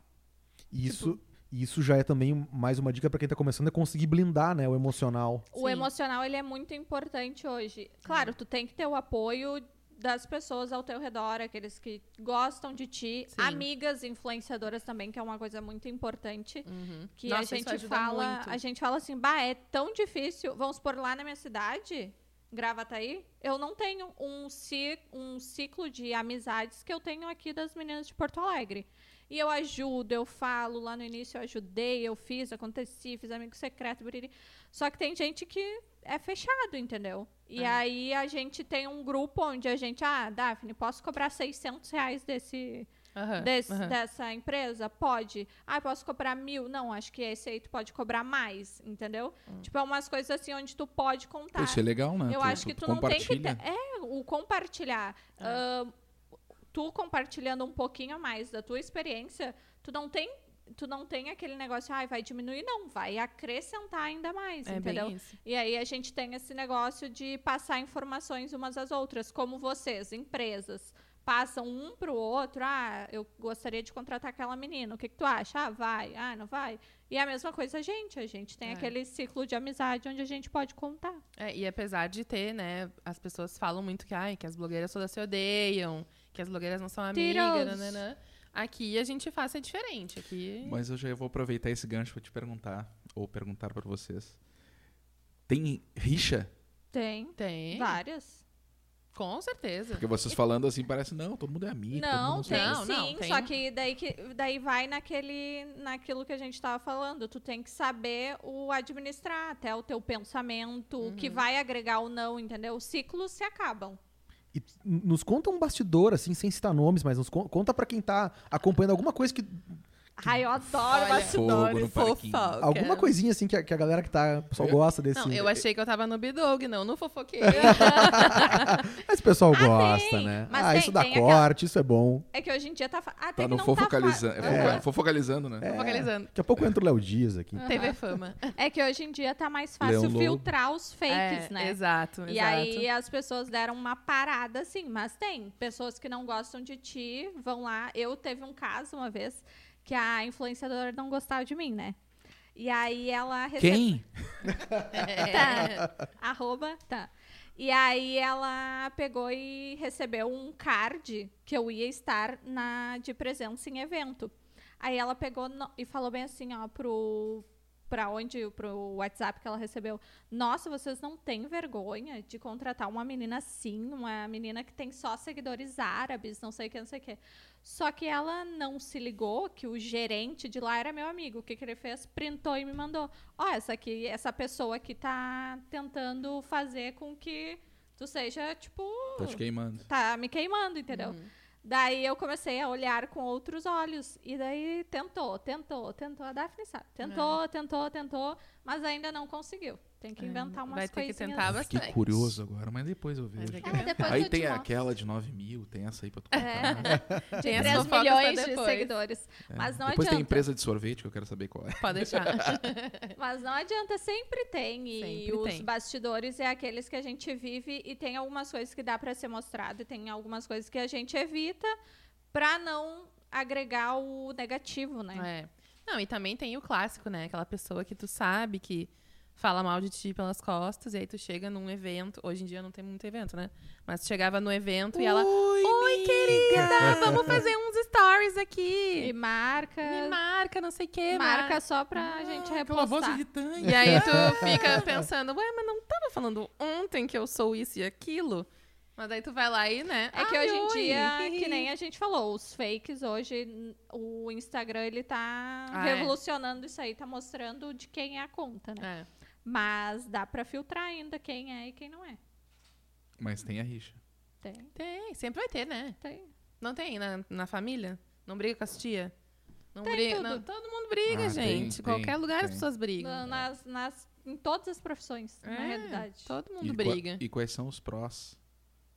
Tipo
E isso, e isso já é também mais uma dica pra quem tá começando, é conseguir blindar, né, o emocional.
O
Sim.
emocional ele é muito importante hoje. Claro, tu tem que ter o apoio das pessoas ao teu redor, aqueles que gostam de ti,
Sim.
amigas influenciadoras também, que é uma coisa muito importante,
Uhum.
que
Nossa,
a
isso
gente
ajuda
fala,
muito.
a gente fala assim, bah, é tão difícil, vamos por lá na minha cidade, Gravataí, eu não tenho um, ci- um ciclo de amizades que eu tenho aqui das meninas de Porto Alegre. E eu ajudo, eu falo, lá no início eu ajudei, eu fiz, aconteci, fiz amigo secreto, biriri. Só que tem gente que é fechado, entendeu? E
É.
aí a gente tem um grupo onde a gente, ah, Daphne, posso cobrar 600 reais desse,
Aham,
desse-
aham.
dessa empresa? Pode. Ah, posso cobrar mil? Não, acho que esse aí tu pode cobrar mais, entendeu?
Hum.
Tipo, é umas coisas assim onde tu pode
Pô,
contar.
Isso é legal, né?
Eu acho que tu não tem que
compartilha.
ter. É, o compartilhar.
É.
Ahn, tu compartilhando um pouquinho mais da tua experiência, tu não tem. Tu não tem aquele negócio, ai, vai diminuir, não, vai acrescentar ainda mais,
É
entendeu?
bem isso.
E aí a gente tem esse negócio de passar informações umas às outras, como vocês, empresas, passam um pro outro, ah, eu gostaria de contratar aquela menina, o que, que tu acha? Ah, vai, ah, não vai. E a mesma coisa a gente, a gente tem
É.
aquele ciclo de amizade onde a gente pode contar.
É, e apesar de ter, né, as pessoas falam muito que, ai, que as blogueiras todas se odeiam, que as blogueiras não são amigas,
Tiros.
nananã. Aqui a gente faz é diferente. Aqui.
Mas eu já vou aproveitar esse gancho para te perguntar, ou perguntar para vocês. Tem rixa?
Tem.
Tem.
Várias.
Com certeza.
Porque vocês falando assim parece, não, todo mundo é amigo. todo
Não,
mundo
tem
sei o quê."
Não,
sim,
não, tem.
só que daí, que daí vai naquele, naquilo que a gente tava falando. Tu tem que saber o administrar, até o teu pensamento, o
Uhum.
que vai agregar ou não, entendeu? Os ciclos se acabam.
E n- nos conta um bastidor, assim, sem citar nomes, mas nos con- conta pra quem tá acompanhando alguma coisa que.
Ai, eu adoro
Olha,
Fogo no
bastidores.
parquinho.
Alguma coisinha assim que a, que a galera que tá. Pessoal
Eu-
gosta desse.
assim,
Não,
né?
eu achei que eu tava no Bidog, não, no fofoqueiro.
Mas o pessoal
Ah,
gosta,
tem,
né?
mas
ah,
tem-
isso dá
tem aquela-
corte, isso é bom.
É que hoje em dia tá. fa- Até
Tá
que
no
não
fofocalizando.
Tá
<laughs>
fa-
é
Aham.
fofo- fofocalizando, né?
Focalizando.
É, Daqui a pouco entra o Léo Dias aqui.
TV Fama.
É que hoje em dia tá mais fácil
Leão Lobo.
filtrar os fakes,
É,
né?
Exato,
E
exato.
aí as pessoas deram uma parada, assim, mas tem pessoas que não gostam de ti, vão lá. Eu teve um caso uma vez que a influenciadora não gostava de mim, né? E aí ela
É.
recebeu.
Quem?
é, Tá. Arroba, tá. E aí ela pegou e recebeu um card que eu ia estar na de presença em evento. Aí ela pegou no- e falou bem assim, ó, pro pra onde, pro WhatsApp que ela recebeu. Nossa, vocês não têm vergonha de contratar uma menina assim, uma menina que tem só seguidores árabes, não sei o que, não sei o que. Só que ela não se ligou que o gerente de lá era meu amigo. O que, que ele fez? Printou e me mandou. Ó, essa aqui, essa pessoa aqui tá tentando fazer com que tu seja, tipo,
Tá te queimando.
tá me queimando, entendeu?
Uhum.
Daí eu comecei a olhar com outros olhos. E daí tentou, tentou, tentou. A Daphne sabe. Tentou,
É.
tentou, tentou, mas ainda não conseguiu. Tem que inventar umas
Vai ter que
coisinhas.
tentar Tá bastante.
Fiquei curioso agora, mas depois eu
Mas
vejo.
é que-
É, depois
Aí
eu
tem
te mostro.
aquela de 9 mil, tem essa aí pra tu
É.
comprar.
De
Tem as
3
fofocas
milhões
pra
de
depois.
seguidores. Mas não
É. Depois tem
adianta.
empresa de sorvete que eu quero saber qual é.
Pode deixar.
<laughs> Mas não adianta, sempre tem. E
Sempre
os
tem.
bastidores é aqueles que a gente vive e tem algumas coisas que dá para ser mostrado e tem algumas coisas que a gente evita para não agregar o negativo, né?
É. Não, e também tem o clássico, né? Aquela pessoa que tu sabe que fala mal de ti pelas costas, e aí tu chega num evento. Hoje em dia não tem muito evento, né? Mas tu chegava no evento e ela. Oi, querida! Vamos fazer uns stories
<laughs> E
aqui!
marca,
Me marca, Ah, não sei o quê.
marca só pra gente
Aquela voz
repostar.
irritante.
E
<laughs>
aí tu fica pensando, ué, mas não tava falando ontem que eu sou isso e aquilo? Mas daí tu vai lá e, né?
É que
"Ai,
hoje em
oi,
dia, é
hihi".
que nem a gente falou, os fakes hoje, n- o Instagram ele tá
Ah, é.
revolucionando isso aí, tá mostrando de quem é a conta, né?
<laughs> É.
Mas dá pra filtrar ainda quem é e quem não é.
Mas tem a rixa.
Tem,
Tem, sempre vai ter, né?
tem.
Não tem na, na família? Não briga com as tia? Não
Tem
briga.
tudo.
não- todo mundo briga,
Ah, tem,
gente.
tem,
Qualquer lugar as
tem.
pessoas brigam.
Na- Nas, nas, em todas as profissões, na
É,
realidade.
Todo
E
mundo
qua-
briga.
e quais são os prós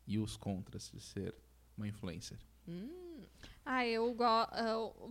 e os contras de ser uma influencer?
Ah, eu gosto.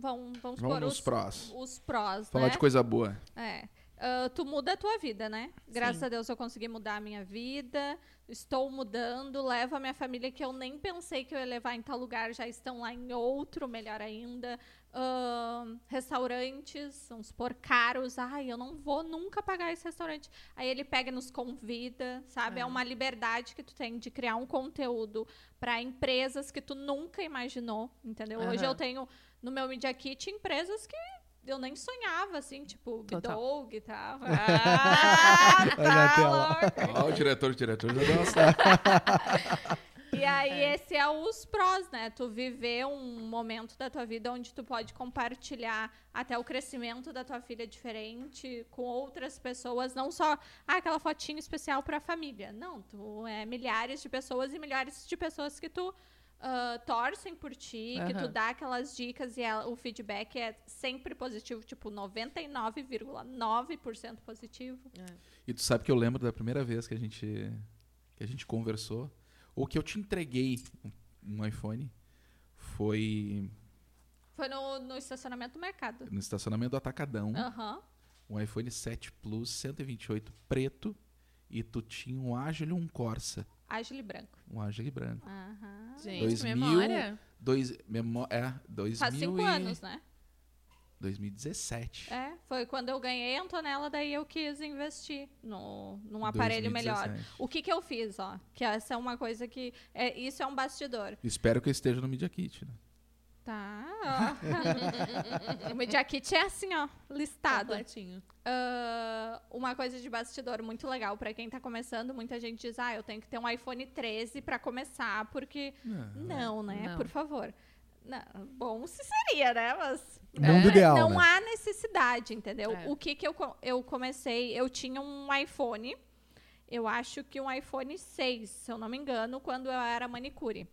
vamos vamos
Vamos
pôr
nos
os,
prós.
os prós,
Falar
né?
de coisa boa.
É. Ah, tu muda a tua vida, né? Graças
Sim.
a Deus eu consegui mudar a minha vida. Estou mudando, levo a minha família que eu nem pensei que eu ia levar em tal lugar, já estão lá em outro, melhor ainda. Ah, restaurantes, vamos supor, caros. Ai, eu não vou nunca pagar esse restaurante. Aí ele pega e nos convida, sabe? É,
É.
uma liberdade que tu tem de criar um conteúdo para empresas que tu nunca imaginou, entendeu? Hoje
Aham.
eu tenho no meu Media Kit empresas que eu nem sonhava, assim, tipo,
Total.
Bidog e
<laughs>
tal. Ah,
Olha a tela.
louco.
Ó, o diretor, o diretor já deu uma
E aí, esse é os prós, né? Tu viver um momento da tua vida onde tu pode compartilhar até o crescimento da tua filha diferente com outras pessoas, não só ah, aquela fotinha especial pra família. Não, tu é milhares de pessoas e milhares de pessoas que tu ah, torcem por ti, que tu
Aham.
dá aquelas dicas e ela- o feedback é sempre positivo, tipo 99,9% positivo.
E tu sabe que eu lembro da primeira vez que a gente que a gente conversou, ou que eu te entreguei um- um iPhone, foi
Foi no, no estacionamento do mercado.
no estacionamento do Atacadão,
Né?
Aham.
um iPhone 7 Plus 128 preto, e tu tinha um Ágil e um Corsa,
Ágil e branco.
um Ágil e branco.
Aham.
Gente,
Dois mil-
memória.
Dois, memo, é, 2000
Faz cinco
e-
anos, né?
2017.
É, foi quando eu ganhei a Antonella, daí eu quis investir no, num um aparelho melhor.
2017.
O que que eu fiz, ó? Que essa é uma coisa que... é, isso é um bastidor.
Espero que eu esteja no Media Kit, né?
Tá, ó. o Media Kit é assim, ó, listado.
Completinho.
Ah, uma coisa de bastidor muito legal pra quem tá começando, muita gente diz: "Ah, eu tenho que ter um iPhone 13 pra começar, porque
Ah, É.
não, né?
Não.
Por favor. Não, bom, se seria, né? Mas
Não do
É.
ideal,
não
né?
há necessidade, entendeu?
É.
O que que eu, co- eu comecei? Eu tinha um iPhone, eu acho que um iPhone 6, se eu não me engano, quando eu era manicure.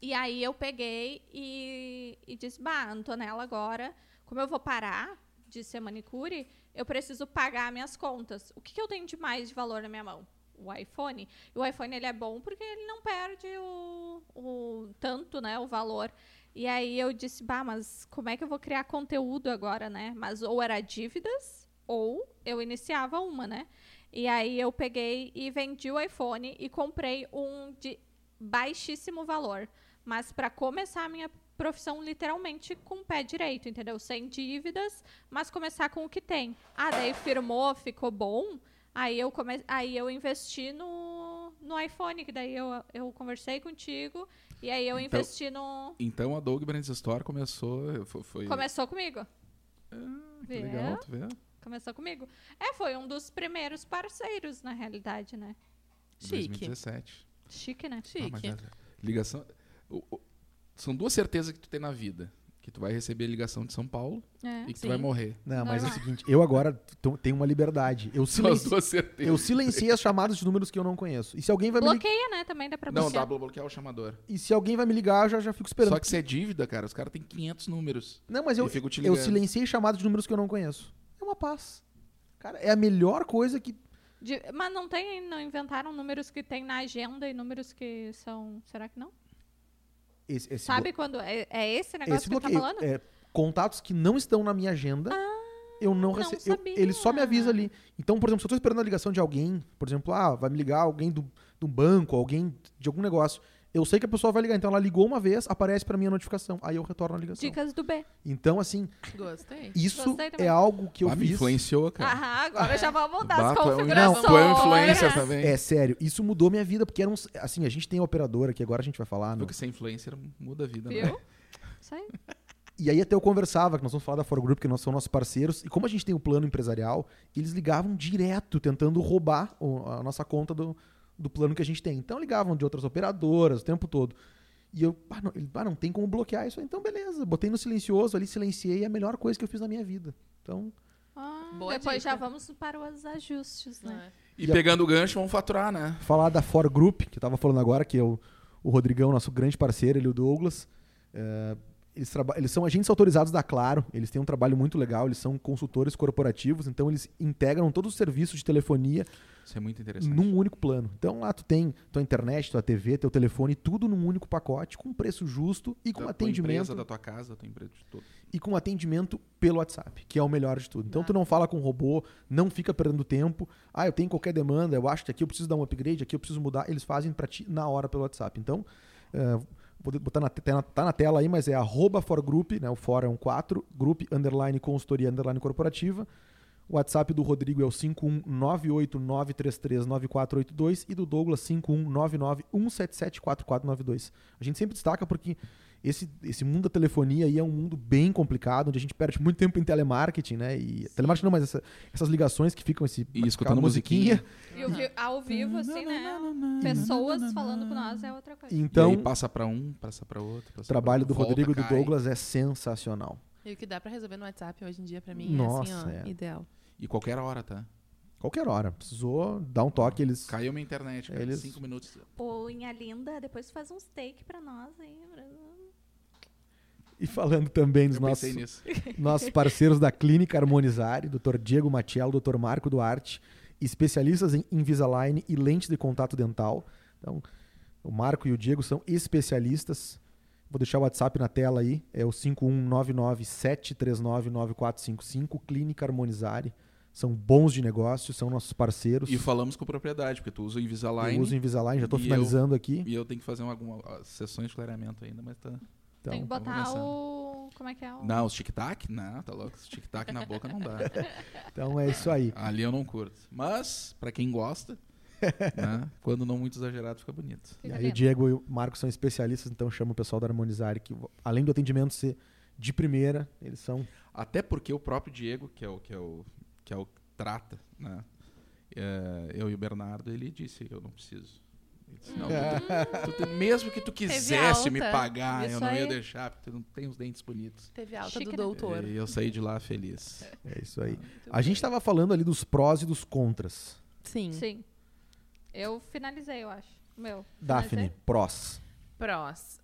E aí eu peguei e, e disse, bah, Antonella, agora, como eu vou parar de ser manicure, eu preciso pagar minhas contas. O que, que eu tenho de mais de valor na minha mão? O iPhone. E o iPhone ele é bom porque ele não perde o, o tanto, né, o valor. E aí eu disse, bah, mas como é que eu vou criar conteúdo agora, né? Mas ou era dívidas ou eu iniciava uma, né? E aí eu peguei e vendi o iPhone e comprei um de baixíssimo valor, mas para começar a minha profissão literalmente com o pé direito, entendeu? Sem dívidas, mas começar com o que tem. Ah, daí firmou, ficou bom. Aí eu come... aí eu investi no, no iPhone, que daí eu, eu conversei contigo e aí eu
Então-
investi no
Então a Doug Brands Store começou, foi, foi
começou comigo.
que Ah, legal, tu vê?
Começou comigo. É, foi um dos primeiros parceiros, na realidade, né?
Chique.
2017.
Chique, né?
Ah, mas
Chique.
a ligação. o- o- são duas certezas que tu tem na vida. Que tu vai receber ligação de São Paulo
É.
e que
Sim.
tu vai morrer.
Não, mas é o
Normal.
seguinte, eu agora to- tenho uma liberdade. Eu
São as
silencio,
duas certezas.
eu silenciei as chamadas de números que eu não conheço. E se alguém vai me ligar,
Bloqueia, né? Também dá pra
Não, dá
bloquear.
pra bloquear é o chamador.
e se alguém vai me ligar, eu já já fico esperando.
Só que se é dívida, cara, os caras têm 500 números.
Não, mas
Eu,
eu
fico te
eu
ligando.
silenciei chamadas de números que eu não conheço. É uma paz. Cara, é a melhor coisa que
De- Mas não tem, não inventaram números que tem na agenda e números que são. Será que não?
esse, esse
Sabe quando. É, é esse
blo-
negócio
esse
que tu tá
bloqueio
falando? Ah,
é contatos que não estão na minha agenda. eu
não
não recebo.
sabia.
Ele só me avisa ali. Então, por exemplo, se eu tô esperando a ligação de alguém, por exemplo, ah, vai me ligar alguém do, do banco, alguém de algum negócio. Eu sei que a pessoa vai ligar, então ela ligou uma vez, aparece pra mim a notificação, aí eu retorno a ligação.
Dicas do B.
Então, assim,
é.
Gostei.
isso
Gostei também.
é algo que eu
Ah, me
fiz.
influenciou, cara.
Aham, agora já vamos mudar
Bah,
as
tu é um-
configurações.
tu é um influencer também.
É sério, isso mudou minha vida, porque era um. Assim, a gente tem a operadora que agora a gente vai falar, né?
Porque ser influencer muda a vida, né?
Viu? Isso aí.
E aí até eu conversava, que nós vamos falar da For Group, que nós são nossos parceiros, e como a gente tem o plano empresarial, eles ligavam direto tentando roubar o- a nossa conta do, do plano que a gente tem. Então ligavam de outras operadoras o tempo todo. E eu, ah não, ele, "Ah, não tem como bloquear isso. aí." Então beleza, botei no silencioso ali, silenciei, é a melhor coisa que eu fiz na minha vida. Então,
Ah,
Boa
depois
dica.
já vamos para os ajustes, né?
É.
E
E a-
pegando o gancho, vamos faturar, né?
falar da For Group, que eu tava falando agora, que é o, o Rodrigão, nosso grande parceiro, ele e o Douglas. É, eles, traba- eles são agentes autorizados da Claro, eles têm um trabalho muito legal, eles são consultores corporativos, então eles integram todos os serviços de telefonia
Isso é muito interessante.
num único plano. Então lá tu tem tua internet, tua TV, teu telefone, tudo num único pacote, com preço justo e com
da tua
um atendimento
empresa, da tua casa, da tua empresa de tudo.
e com atendimento pelo WhatsApp, que é o melhor de tudo. Então tu não fala com robô, não fica perdendo tempo. Ah, eu tenho qualquer demanda, eu acho que aqui eu preciso dar um upgrade, aqui eu preciso mudar. Eles fazem pra ti na hora pelo WhatsApp. Então, eh, vou botar na, te- tá na- tá na tela aí, mas é arroba forgroup, né? O for é um 4, group, underline, consultoria, underline, corporativa. O WhatsApp do Rodrigo é o 51989339482 e do Douglas 51991774492. A gente sempre destaca porque esse, esse mundo da telefonia aí é um mundo bem complicado, onde a gente perde muito tempo em telemarketing, né? E telemarketing não, mas essa- essas ligações que ficam esse
E escutando
aquela
E o vi- ao vivo, assim, né?
<laughs>
Pessoas falando com nós é outra coisa.
Então,
Então,
passa pra um, passa pra outro. Passa
o trabalho do
pra... um, volta,
Rodrigo e do
cai.
Douglas é sensacional.
E o que dá pra resolver no WhatsApp hoje em dia, pra mim, é
Nossa,
assim, ó,
é.
ideal.
E qualquer hora, tá?
Qualquer hora, precisou dar um toque, eles
Caiu minha internet, cara.
Eles-
Cinco minutos.
Pô, Inha Linda, depois faz uns take pra nós, hein?
e falando também dos
Eu pensei
nossos
nisso.
Nossos parceiros da Clínica Harmonizare, Dr. Diego Matiello, Dr. Marco Duarte, especialistas em Invisalign e lentes de contato dental. Então, o Marco e o Diego são especialistas. Vou deixar o WhatsApp na tela aí, é o 51997399455, Clínica Harmonizare. São bons de negócio, são nossos parceiros.
E falamos com propriedade, porque tu usa o Invisalign.
eu uso Invisalign, já estou
E eu-
finalizando aqui.
E eu tenho que fazer algumas sessões de clareamento ainda, mas tá.
Então,
Tem que
vamos
botar
começar.
o. Como é que é? O...
Não, os tic-tac? Não, tá louco. Os tic-tac na boca não
<laughs>
dá.
então é isso aí.
Ali eu não curto. Mas, pra quem gosta, né, quando não muito exagerado, fica bonito.
E
Fica
aí o
lindo.
Diego e o Marcos são especialistas, então chama o pessoal da Harmonizare, que além do atendimento ser de primeira, eles são
Até porque o próprio Diego, que é o que, é o, que, é o que trata, né? é, eu e o Bernardo, ele disse: Eu não preciso. Ele disse, não, tu- tu te- mesmo que tu quisesse me
alta.
pagar, eu
Hum. Isso
não ia
aí.
deixar, porque tu não tem os dentes bonitos.
Teve alta
Chique, né?
do doutor.
E eu saí de lá feliz.
É isso aí.
Ah,
Muito
A gente
tá
bem.
estava falando ali dos prós e dos contras.
Sim.
Sim. Eu finalizei, eu acho. Meu.
Daphne,
finalizei?
prós.
Prós.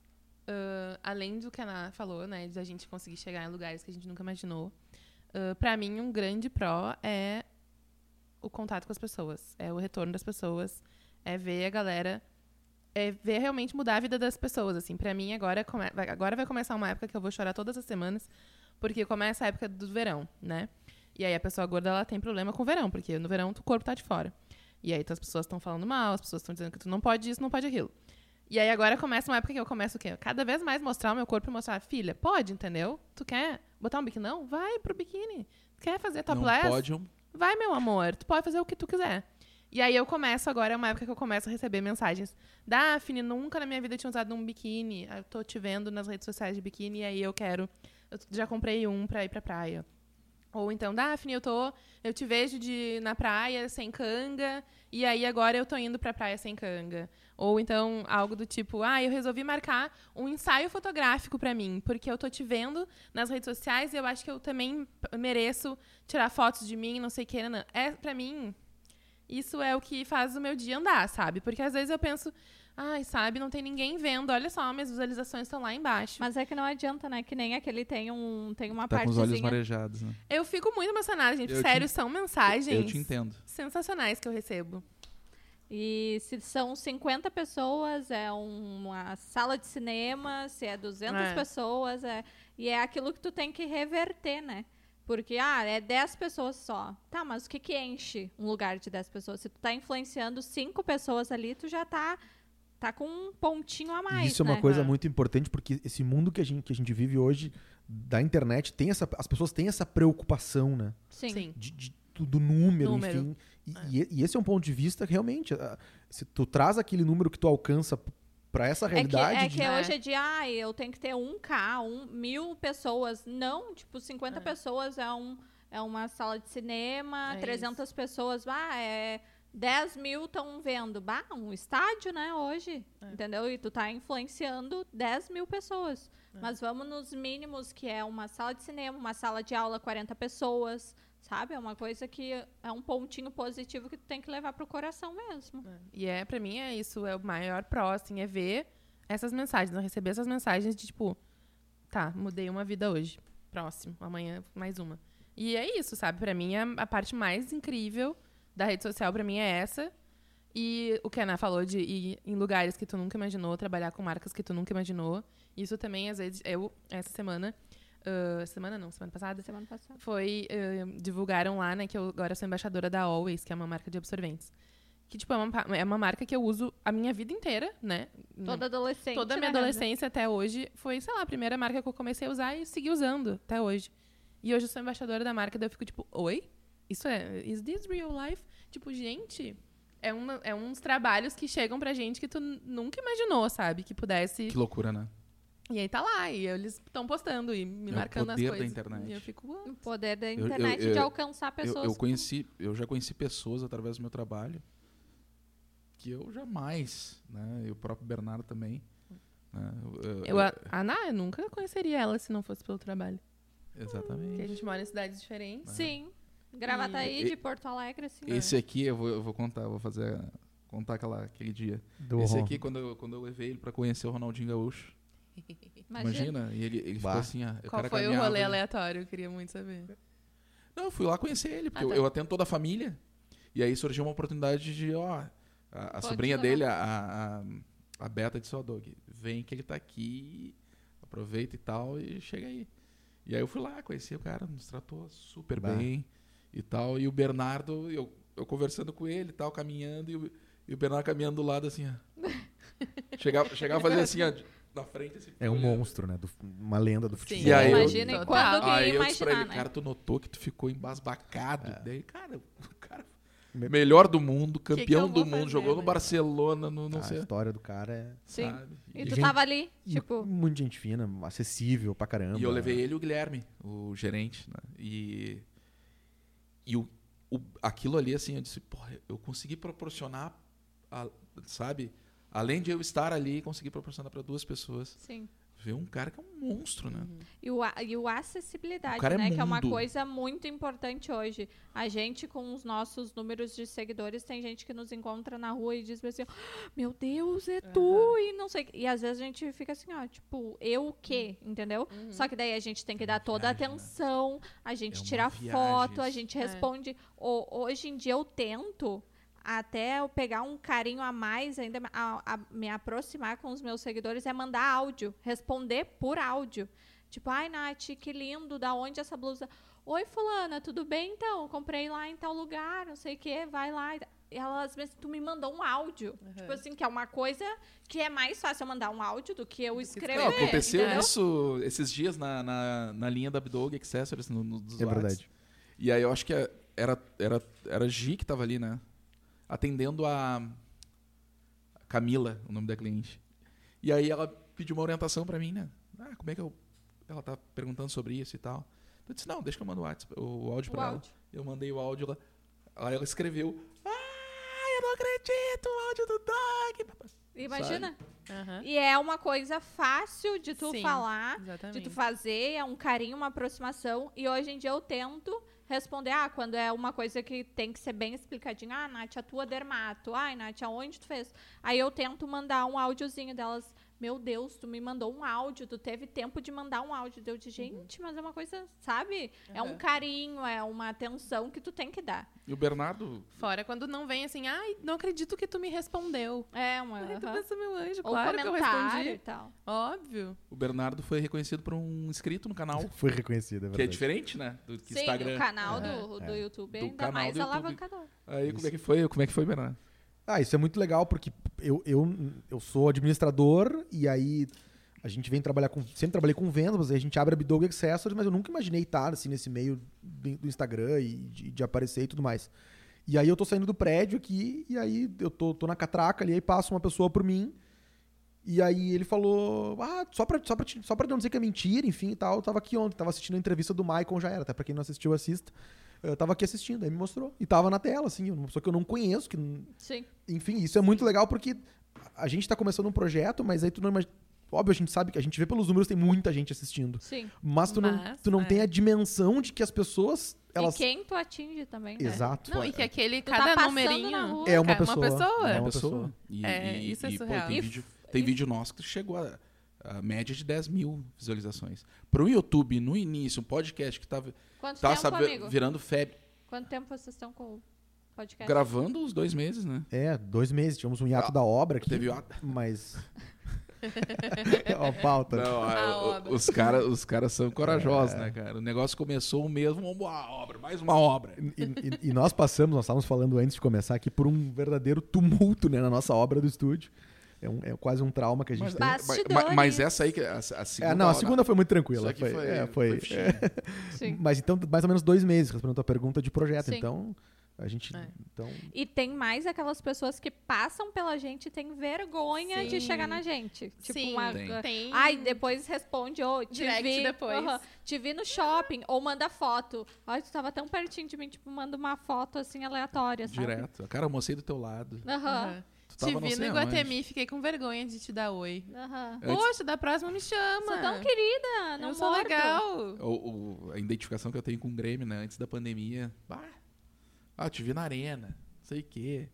Ah, além do que a Ana falou, né, de a gente conseguir chegar em lugares que a gente nunca imaginou, ah, pra mim um grande pró é o contato com as pessoas, é o retorno das pessoas, é ver a galera, é ver realmente mudar a vida das pessoas, assim. Pra mim agora come- vai- agora vai começar uma época que eu vou chorar todas as semanas, porque começa a época do verão, né? E aí a pessoa gorda ela tem problema com o verão, porque no verão o corpo tá de fora. E aí então, as pessoas estão falando mal, as pessoas estão dizendo que tu não pode isso, não pode aquilo. E aí agora começa uma época que eu começo o quê? Cada vez mais mostrar o meu corpo e mostrar, filha, pode, entendeu? Tu quer botar um biquinão? Vai pro biquíni. Tu quer fazer
não
topless?
pode um
Vai, meu amor, tu pode fazer o que tu quiser. E aí eu começo agora, é uma época que eu começo a receber mensagens. Daphne, nunca na minha vida eu tinha usado um biquíni. Eu tô te vendo nas redes sociais de biquíni e aí eu quero. Eu já comprei um pra ir pra praia. Ou então, Daphne, eu tô. Eu te vejo de, na praia sem canga, e aí agora eu tô indo pra praia sem canga. Ou então algo do tipo, ah, eu resolvi marcar um ensaio fotográfico pra mim, porque eu tô te vendo nas redes sociais e eu acho que eu também p- mereço tirar fotos de mim, não sei o que. nanã." É, pra mim, isso é o que faz o meu dia andar, sabe? Porque às vezes eu penso, ai, sabe, não tem ninguém vendo, olha só, minhas visualizações estão lá embaixo.
Mas é que não adianta, né? Que nem aquele tem um. Tem uma
Tá com os olhos
partezinha.
marejados, né?
Eu fico muito emocionada, gente.
Eu te
Sério, são mensagens.
Eu te entendo.
sensacionais que eu recebo.
E se são 50 pessoas, é um- uma sala de cinema, se é 200
É.
pessoas, é... e é aquilo que tu tem que reverter, né? Porque, ah, é 10 pessoas só. Tá, mas o que que enche um lugar de 10 pessoas? Se tu tá influenciando 5 pessoas ali, tu já tá, tá com um pontinho a
E
mais,
isso é uma
né?
coisa
É.
muito importante, porque esse mundo que a gente, que a gente vive hoje da internet, tem essa, as pessoas têm essa preocupação, né?
Sim.
de- de- do- do número,
Número.
enfim. E, e- e esse é um ponto de vista que, realmente. ah, Se tu traz aquele número que tu alcança pra essa
É que,
realidade.
é
de-
que
de-
hoje é de, ah, eu tenho que ter 1K, um, mil pessoas. Não, tipo, 50
É.
pessoas é, um, é uma sala de cinema,
É
300 pessoas, ah, é 10 mil estão vendo. Bah, um estádio, né, hoje,
É.
entendeu? E tu tá influenciando 10 mil pessoas.
É.
Mas vamos nos mínimos, que é uma sala de cinema, uma sala de aula, 40 pessoas, sabe? É uma coisa que é um pontinho positivo que tu tem que levar pro coração mesmo.
E é, pra mim, é isso. É o maior pró, assim, é ver essas mensagens. Eu receber essas mensagens de, tipo, tá, mudei uma vida hoje. Próximo, amanhã mais uma. E é isso, sabe? Pra mim, a, a parte mais incrível da rede social, pra mim, é essa. E o que a Ana falou de ir em lugares que tu nunca imaginou, trabalhar com marcas que tu nunca imaginou. Isso também, às vezes, eu, essa semana... ah, semana não, semana passada.
Semana passada.
foi eh, divulgaram lá, né, que eu agora sou embaixadora da Always, que é uma marca de absorventes. Que tipo é uma, pa- é uma marca que eu uso a minha vida inteira, né?
Toda adolescente.
Toda a
né,
minha
Gabi?
adolescência até hoje foi, sei lá, a primeira marca que eu comecei a usar e segui usando até hoje. E hoje eu sou embaixadora da marca, daí eu fico tipo, oi? Isso é. Is this real life? Tipo, gente, é, uma, é uns trabalhos que chegam pra gente que tu n- nunca imaginou, sabe? Que pudesse.
Que loucura, né?
E aí tá lá, e eles estão postando e me
É o
marcando as
poder da
coisas.
internet.
E eu fico, "Uau."
O poder da
Eu- eu-
internet de
eu-
alcançar
Eu,
pessoas.
eu conheci, eu já conheci pessoas através do meu trabalho que eu jamais, né? E o próprio Bernardo também. né? Eu- eu-
Eu, a, a Ana, eu nunca conheceria ela se não fosse pelo trabalho. Porque a
exatamente.
gente mora em cidades diferentes.
Sim. Gravataí
né? E-
de Porto Alegre, assim.
Esse aqui eu vou, eu vou contar, vou fazer contar aquela aquele dia.
do
Esse
Ron.
aqui quando eu, quando eu levei ele pra conhecer o Ronaldinho Gaúcho. Imagina, e ele, ele ficou
Bah.
assim, ah, o
Qual
cara
foi o
caminhava,
rolê
né?
aleatório? Eu queria muito saber.
Não, eu fui lá conhecer ele, porque
Ah,
eu-
tá.
eu, atendo toda a família. E aí surgiu uma oportunidade de, ó, a, a
Pode
sobrinha
levar.
dele, a, a, a Beta de Dog, vem que ele tá aqui, aproveita e tal, e chega aí. E aí eu fui lá, conheci o cara, nos tratou super
Bah.
bem e tal. E o Bernardo, eu, eu conversando com ele e tal, caminhando, e o, e o Bernardo caminhando do lado assim, ó.
<laughs>
chegava, chegava a fazer assim, ó, de- na frente. Assim,
É um
olhando.
monstro, né? do- uma lenda do futebol.
E aí eu- Ah,
Imagina
Total.
Ah,
quando que
Aí
ia
eu disse pra
imaginar,
ele,
né?
cara, tu notou que tu ficou embasbacado.
É.
Daí, cara, o cara.
Me-
Melhor do mundo,
que
campeão
eu
do
vou
mundo,
fazer,
jogou no
né?
Barcelona, no não
a
sei.
história do cara é.
Sim.
sabe?
E
E,
tu
gente-
tava ali,
Tipo...
tipo,
Muito gente fina, acessível pra caramba.
e eu levei ele e o Guilherme, o gerente, né? E. E o, o- aquilo ali, assim, eu disse, porra, eu consegui proporcionar, a- sabe? Além de eu estar ali, consegui proporcionar para duas pessoas.
sim.
Ver um cara que é um monstro, né?
E o, a- e o acessibilidade,
O cara é
né? que é uma
mundo.
coisa muito importante hoje. A gente, com os nossos números de seguidores, tem gente que nos encontra na rua e diz assim, "Ah, meu Deus, é tu! E não sei. o quê. E às vezes a gente fica assim, ó, tipo, eu o quê? Entendeu? Só que daí a gente tem que
É uma
dar toda a
viagem, né?
atenção, a gente
É uma
tira
viagem
foto, a
isso.
gente responde. Ho- hoje em dia eu tento até eu pegar um carinho a mais, ainda a- a- me aproximar com os meus seguidores, é mandar áudio, responder por áudio. Tipo, ai, Nath, que lindo, da onde essa blusa? Oi, fulana, tudo bem então? Comprei lá em tal lugar, não sei o que, vai lá. E ela, às vezes, tu me mandou um áudio. Tipo assim, que é uma coisa que é mais fácil eu mandar um áudio do que eu
que
escrever.
Eu
Não,
escrever, vi,
aconteceu né?
entendeu?
isso esses dias na, na, na linha da Bdog Accessories no, no, dos
É
Whats.
verdade.
E aí eu acho que é- era, era, era Gi que tava ali, né? Atendendo a a Camila, o nome da cliente. E aí ela pediu uma orientação pra mim, né? Ah, como é que eu... Ela tá perguntando sobre isso e tal. Eu disse, não, deixa que eu mando o, WhatsApp, o áudio
O
pra
áudio.
ela. Eu mandei o áudio lá. Aí ela escreveu. Ah, eu não acredito, o áudio do Dog.
Imagina.
Aham.
E é uma coisa fácil de tu
Sim.
falar, de
Exatamente.
tu fazer, é um carinho, uma aproximação. E hoje em dia eu tento responder, ah, quando é uma coisa que tem que ser bem explicadinha, ah, Nath, a tua dermato, ai, Nath, aonde tu fez? Aí eu tento mandar um áudiozinho delas, meu Deus, tu me mandou um áudio, tu teve tempo de mandar um áudio. Eu disse, gente, mas é uma coisa, sabe? É um
Uhum. Aham.
carinho, é uma atenção que tu tem que dar.
E o Bernardo,
Fora quando não vem assim, ai, não acredito que tu me respondeu.
É uma...
Ai, tu
aham.
pensa, meu anjo,
Ou
claro que eu
comentário e
respondi.
tal.
Óbvio.
o Bernardo foi reconhecido por um inscrito no canal.
Foi reconhecida,
Que
é
é
verdade.
diferente, né? Do que
Sim,
Instagram. É.
o canal do, do YouTube,
Do
ainda
canal
mais
do YouTube.
alavancador.
Aí como é que foi? Como é que foi, Bernardo?
Ah, isso é muito legal, porque eu, eu, eu sou administrador e aí a gente vem trabalhar com. Sempre trabalhei com vendas, mas aí a gente abre a Bidog Accessories, mas eu nunca imaginei estar assim, nesse meio do do Instagram e de, de aparecer e tudo mais. E aí eu tô saindo do prédio aqui, e aí eu tô, tô na catraca ali, aí passa uma pessoa por mim. E aí ele falou, ah, só pra, só, pra, te- só pra não dizer que é mentira, enfim e tal, eu tava aqui ontem, tava assistindo a entrevista do Michael, já era, até pra quem não assistiu, assista. Eu tava aqui assistindo, aí me mostrou. E tava na tela, assim, uma pessoa que eu não conheço, que não-
Sim.
enfim, isso é muito legal porque a gente tá começando um projeto, mas aí tu não imagina. Óbvio, a gente sabe que a gente vê pelos números, tem muita gente assistindo.
Sim.
Mas tu não,
Mas,
tu não
é.
tem a dimensão de que as pessoas. Elas...
E quem tu atinge também, né?
Exato.
Não, e que aquele,
Tu tá
cada
passando na
numerinho
rua,
É uma
cara,
pessoa.
pessoa.
É
Uma
uma
pessoa.
pessoa.
E,
É,
e-
isso é
e, pô,
surreal.
tem
E
vídeo, tem vídeo nosso que chegou a, a média de 10 mil visualizações. Pro YouTube, no início, um podcast que tava,
Quanto
tava
é um
tempo,
sabe,
amigo?
virando febre.
Quanto tempo vocês estão com o podcast?
Gravando os dois meses, né?
É, dois meses, tivemos um hiato
Ah,
da obra aqui.
Teve o ato.
Mas. Ó, pauta.
<laughs>
Não, a-
A
o-
obra.
os caras os caras são corajosos, né, cara? O negócio começou o mesmo, vamos lá, obra, mais uma obra.
E, e- e nós passamos, nós estávamos falando antes de começar aqui, por um verdadeiro tumulto né, na nossa obra do estúdio. É, um- é quase um trauma que a gente
Mas,
tem.
Ah,
mas-
Bastidores.
mas essa aí, que a, a segunda.
É, não, a
obra-
segunda foi muito
isso
tranquila.
aqui foi,
é,
foi
foi,
fichinha.
Sim.
<laughs> Mas então, mais ou menos dois meses, respondendo a tua pergunta de projeto.
Sim.
Então, a gente.
É.
Então,
E tem mais aquelas pessoas que passam pela gente e ttem vergonha de
Sim.
chegar na gente. Tipo,
Sim.
uma...
Tem.
Tem.
Ai, depois responde, ô, te
Direct
vi.
depois.
aham, te vi no shopping, ou manda foto. Ai, tu tava tão pertinho de mim, tipo, manda uma foto assim aleatória, sabe?
Direto. Cara, eu almocei do teu lado.
Aham.
Aham.
Tu
Te
tava não
vi no
sei aonde.
Iguatemi, fiquei com vergonha de te dar oi.
Aham. Ah.
Antes-
Poxa, da próxima me chama.
Sou tão querida, não
Eu sou
mordo.
legal.
O- o- a identificação que eu tenho com o Grêmio, né? Antes da pandemia. Bah, ah, eu te vi na arena. Não sei o quê.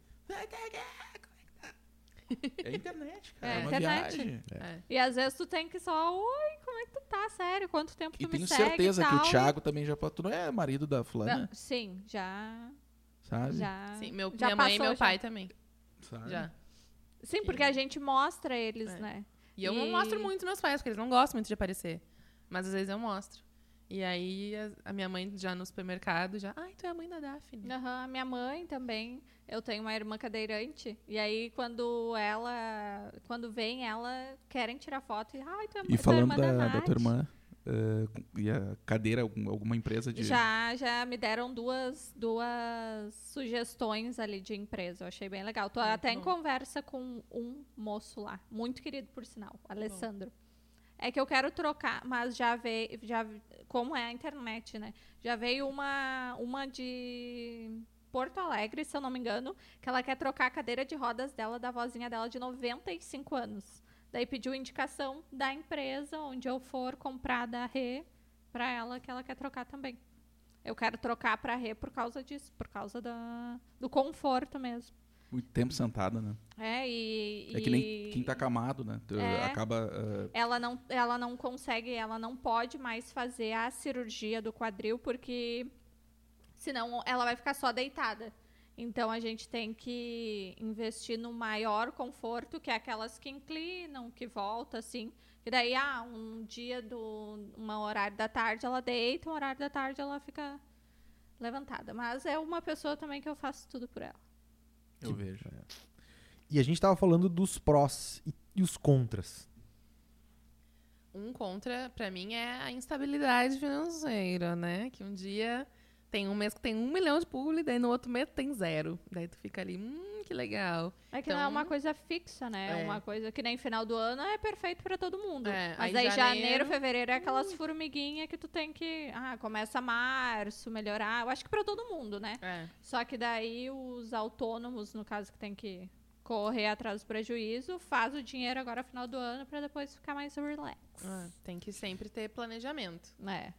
É a internet, cara. É,
<laughs> É,
uma
internet.
viagem.
É.
E às vezes tu tem que só, oi, como é que tu tá? Sério, quanto tempo
E
tu me
tenho
segue
certeza
e
que
tal?
o Thiago também já... Tu não é marido da
Não,
fulana,
sim, já.
sabe?
já
Sim, meu,
Ah. já
minha mãe e
passou,
meu
já.
pai também.
Sabe?
Já.
Sim, porque a gente mostra eles,
É.
né?
E eu não
E-
mostro muito meus pais, porque eles não gostam muito de aparecer. Mas às vezes eu mostro. E aí a, a minha mãe já no supermercado já. Ai, tu é a mãe da Daphne.
Aham, a minha mãe também. Eu tenho uma irmã cadeirante. E aí, quando ela. Quando vem, ela querem tirar foto. E, Ai, tu é
E
tua
falando
irmã
da, da
Nath."
tua irmã, eh, com- e a cadeira, algum- alguma empresa de...
Já, já me deram duas, duas sugestões ali de empresa. Eu achei bem legal. Tô
Muito
até em
bom.
conversa com um moço lá, muito querido por sinal, Alessandro. É que eu quero trocar, mas já veio, já como é a internet, né? Já veio uma uma de Porto Alegre, se eu não me engano, que ela quer trocar a cadeira de rodas dela da vozinha dela de 95 anos. Daí pediu indicação da empresa onde eu for comprar da Rê pra ela que ela quer trocar também. Eu quero trocar pra Rê por causa disso, por causa da, do conforto mesmo.
Muito tempo sentada, né?
É, e.
É que
e-
nem quem tá camado, né? Tu
É.
Acaba... eh,
ela não, ela não consegue, ela não pode mais fazer a cirurgia do quadril, porque senão ela vai ficar só deitada. Então a gente tem que investir no maior conforto, que é aquelas que inclinam, que volta, assim. E daí, ah, um dia do. uma horário da tarde ela deita, um horário da tarde ela fica levantada. Mas é uma pessoa também que eu faço tudo por ela.
eu vejo.
e a gente tava falando dos prós e, e os contras.
Um contra, pra mim, é a instabilidade financeira, né? Que um dia Tem um mês que tem um milhão de publi, daí no outro mês tem zero. Daí tu fica ali, hum, que legal.
É que
Então-
não é uma coisa fixa, né? É
É.
uma coisa que nem final do ano é perfeito pra todo mundo.
É,
Mas aí,
aí
janeiro,
janeiro,
fevereiro é aquelas formiguinhas que tu tem que. Ah, começa março, melhorar. Eu acho que pra todo mundo, né?
É.
Só que daí os autônomos, no caso, que tem que correr atrás do prejuízo, faz o dinheiro agora final do ano pra depois ficar mais relax.
Ah, tem que sempre ter planejamento.
É.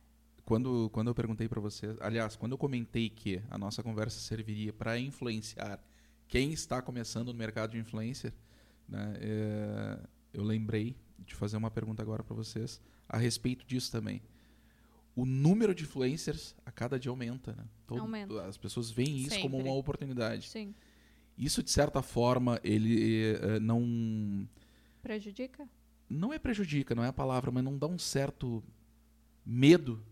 Quando, quando eu perguntei pra vocês, aliás, quando eu comentei que a nossa conversa serviria para influenciar quem está começando no mercado de influencer, né, é, eu lembrei de fazer uma pergunta agora pra vocês a respeito disso também. O número de influencers a cada dia aumenta, né?
Aumenta.
As pessoas veem isso como
Sempre.
uma oportunidade.
Sim.
Isso, de certa forma, ele eh, não
Prejudica?
não é prejudica, não é a palavra, mas não dá um certo medo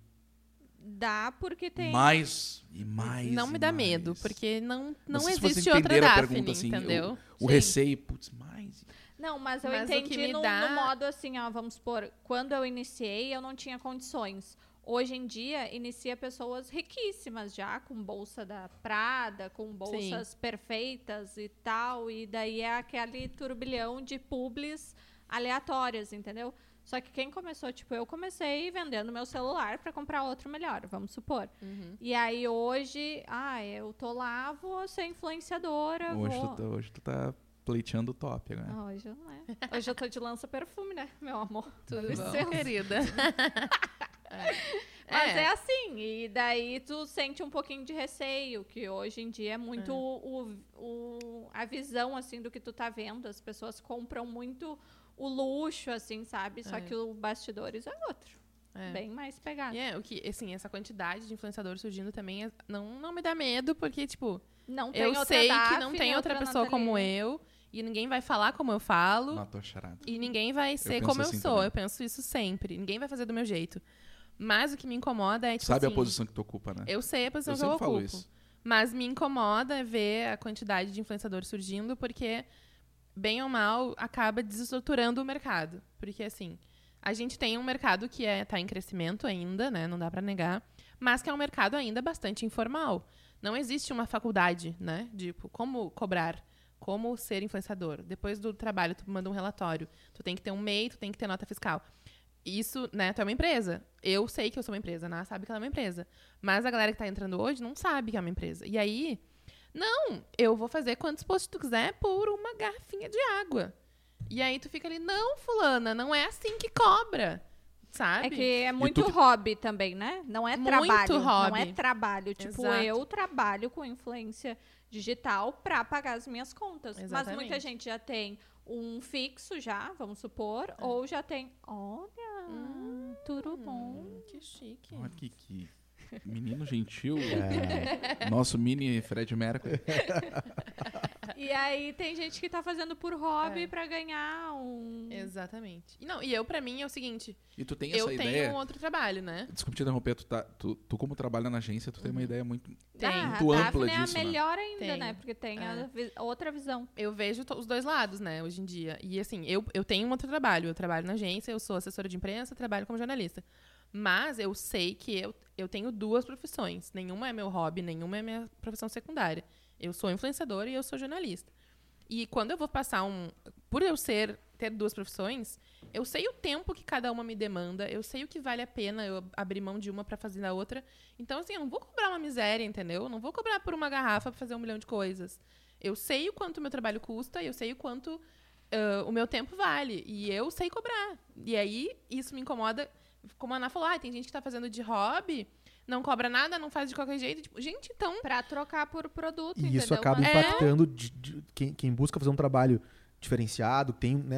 Dá porque tem.
mais e mais.
não
e
me dá
mais.
medo, porque não, não,
sei se vocês
existe outra
entenderam a
Daphne,
pergunta, assim, eu-
entendeu?
O
Sim.
receio, putz, mais.
Não, mas eu
Mas o que
entendi
me
no,
dá-
no modo assim, ó, vamos supor, quando eu iniciei, eu não tinha condições. Hoje em dia, inicia pessoas riquíssimas já, com bolsa da Prada, com bolsas perfeitas e tal, e daí é aquele turbilhão de publis aleatórias, entendeu? Só que quem começou, tipo, eu comecei vendendo meu celular para comprar outro melhor, vamos supor.
Uhum.
E aí hoje, ah, eu tô lá, vou ser influenciadora,
Hoje
vou...
tu, tá- hoje tu tá pleiteando o top agora.
Ah, hoje não é. Hoje eu tô de lança perfume, né, meu amor?
Tudo
licença.
bom, querida.
Mas é. assim, e daí tu sente um pouquinho de receio, que hoje em dia é muito o, o- a visão, assim, do que tu tá vendo. As pessoas compram muito o luxo, assim, sabe? Só
É.
que o bastidores é outro,
é.
bem mais pegado.
E é, o que, assim, essa quantidade de influenciadores surgindo também é- não, não me dá medo, porque, tipo,
Não tem
eu
outra né,
sei que não
Daphne,
tem outra, pessoa como
Nathalie.
eu, e ninguém vai falar como eu falo,
Matou a charada.
e ninguém vai ser
penso
como
assim
eu sou.
também.
Eu penso isso sempre. Ninguém vai fazer do meu jeito. Mas o que me incomoda é, tipo
Sabe a
assim,
posição que tu ocupa, né?
Eu sei a posição
Eu
que eu
sempre falo
ocupo.
isso.
Mas me incomoda ver a quantidade de influenciadores surgindo, porque, bem ou mal, acaba desestruturando o mercado. Porque, assim, a gente tem um mercado que é, tá em crescimento ainda, né? Não dá para negar. Mas que é um mercado ainda bastante informal. Não existe uma faculdade, né? Tipo, como cobrar? Como ser influenciador? Depois do trabalho, tu manda um relatório. Tu tem que ter um MEI, tu tem que ter nota fiscal. Isso, né? Tu é uma empresa. Eu sei que eu sou uma empresa, a Ná sabe que ela é uma empresa. Mas a galera que tá entrando hoje não sabe que é uma empresa. E aí, não, eu vou fazer quantos posts tu quiser por uma garrafinha de água. E aí tu fica ali, não, fulana, não é assim que cobra. Sabe?
É que é muito
tu-
hobby também, né? Não é
Muito
trabalho. Não é
hobby.
trabalho. Tipo,
Exato.
eu trabalho com influência digital pra pagar as minhas contas. Mas muita
Exatamente.
gente já tem um fixo já, vamos supor,
É.
ou já tem, olha, tudo bom.
Hum, que chique.
Olha que, que menino gentil. cara. Nosso mini Fred Mercury.
E aí tem gente que tá fazendo por hobby
É.
pra ganhar um
Exatamente. E não, e eu, pra mim, é o seguinte:
E tu tem essa
eu tenho
ideia.
um outro trabalho, né?
Desculpa te interromper, tu, tá, tu, tu como trabalha na agência, tu tem
Uhum.
uma ideia muito.
Tem.
Ah,
Muito
a
ampla
Daphne
disso,
é
né?
a melhor ainda,
Tem.
né? Porque tem a
É.
vi- outra visão.
eu vejo to- os dois lados, né, hoje em dia. E assim, eu, eu tenho um outro trabalho. Eu trabalho na agência, eu sou assessora de imprensa, trabalho como jornalista. Mas eu sei que eu, eu tenho duas profissões. Nenhuma é meu hobby, nenhuma é minha profissão secundária. Eu sou influenciadora e eu sou jornalista. E quando eu vou passar um. Por eu ser ter duas profissões, eu sei o tempo que cada uma me demanda, eu sei o que vale a pena eu abrir mão de uma para fazer a outra. Então, assim, eu não vou cobrar uma miséria, entendeu? Eu não vou cobrar por uma garrafa para fazer um milhão de coisas. Eu sei o quanto o meu trabalho custa, eu sei o quanto ah, o meu tempo vale. E eu sei cobrar. E aí, isso me incomoda. Como a Ana falou, ah, tem gente que tá fazendo de hobby, não cobra nada, não faz de qualquer jeito. Tipo, gente, então.
Pra trocar por produto,
E
entendeu? É.
isso acaba
Mas-
impactando de- de- quem, quem busca fazer um trabalho diferenciado, tem né,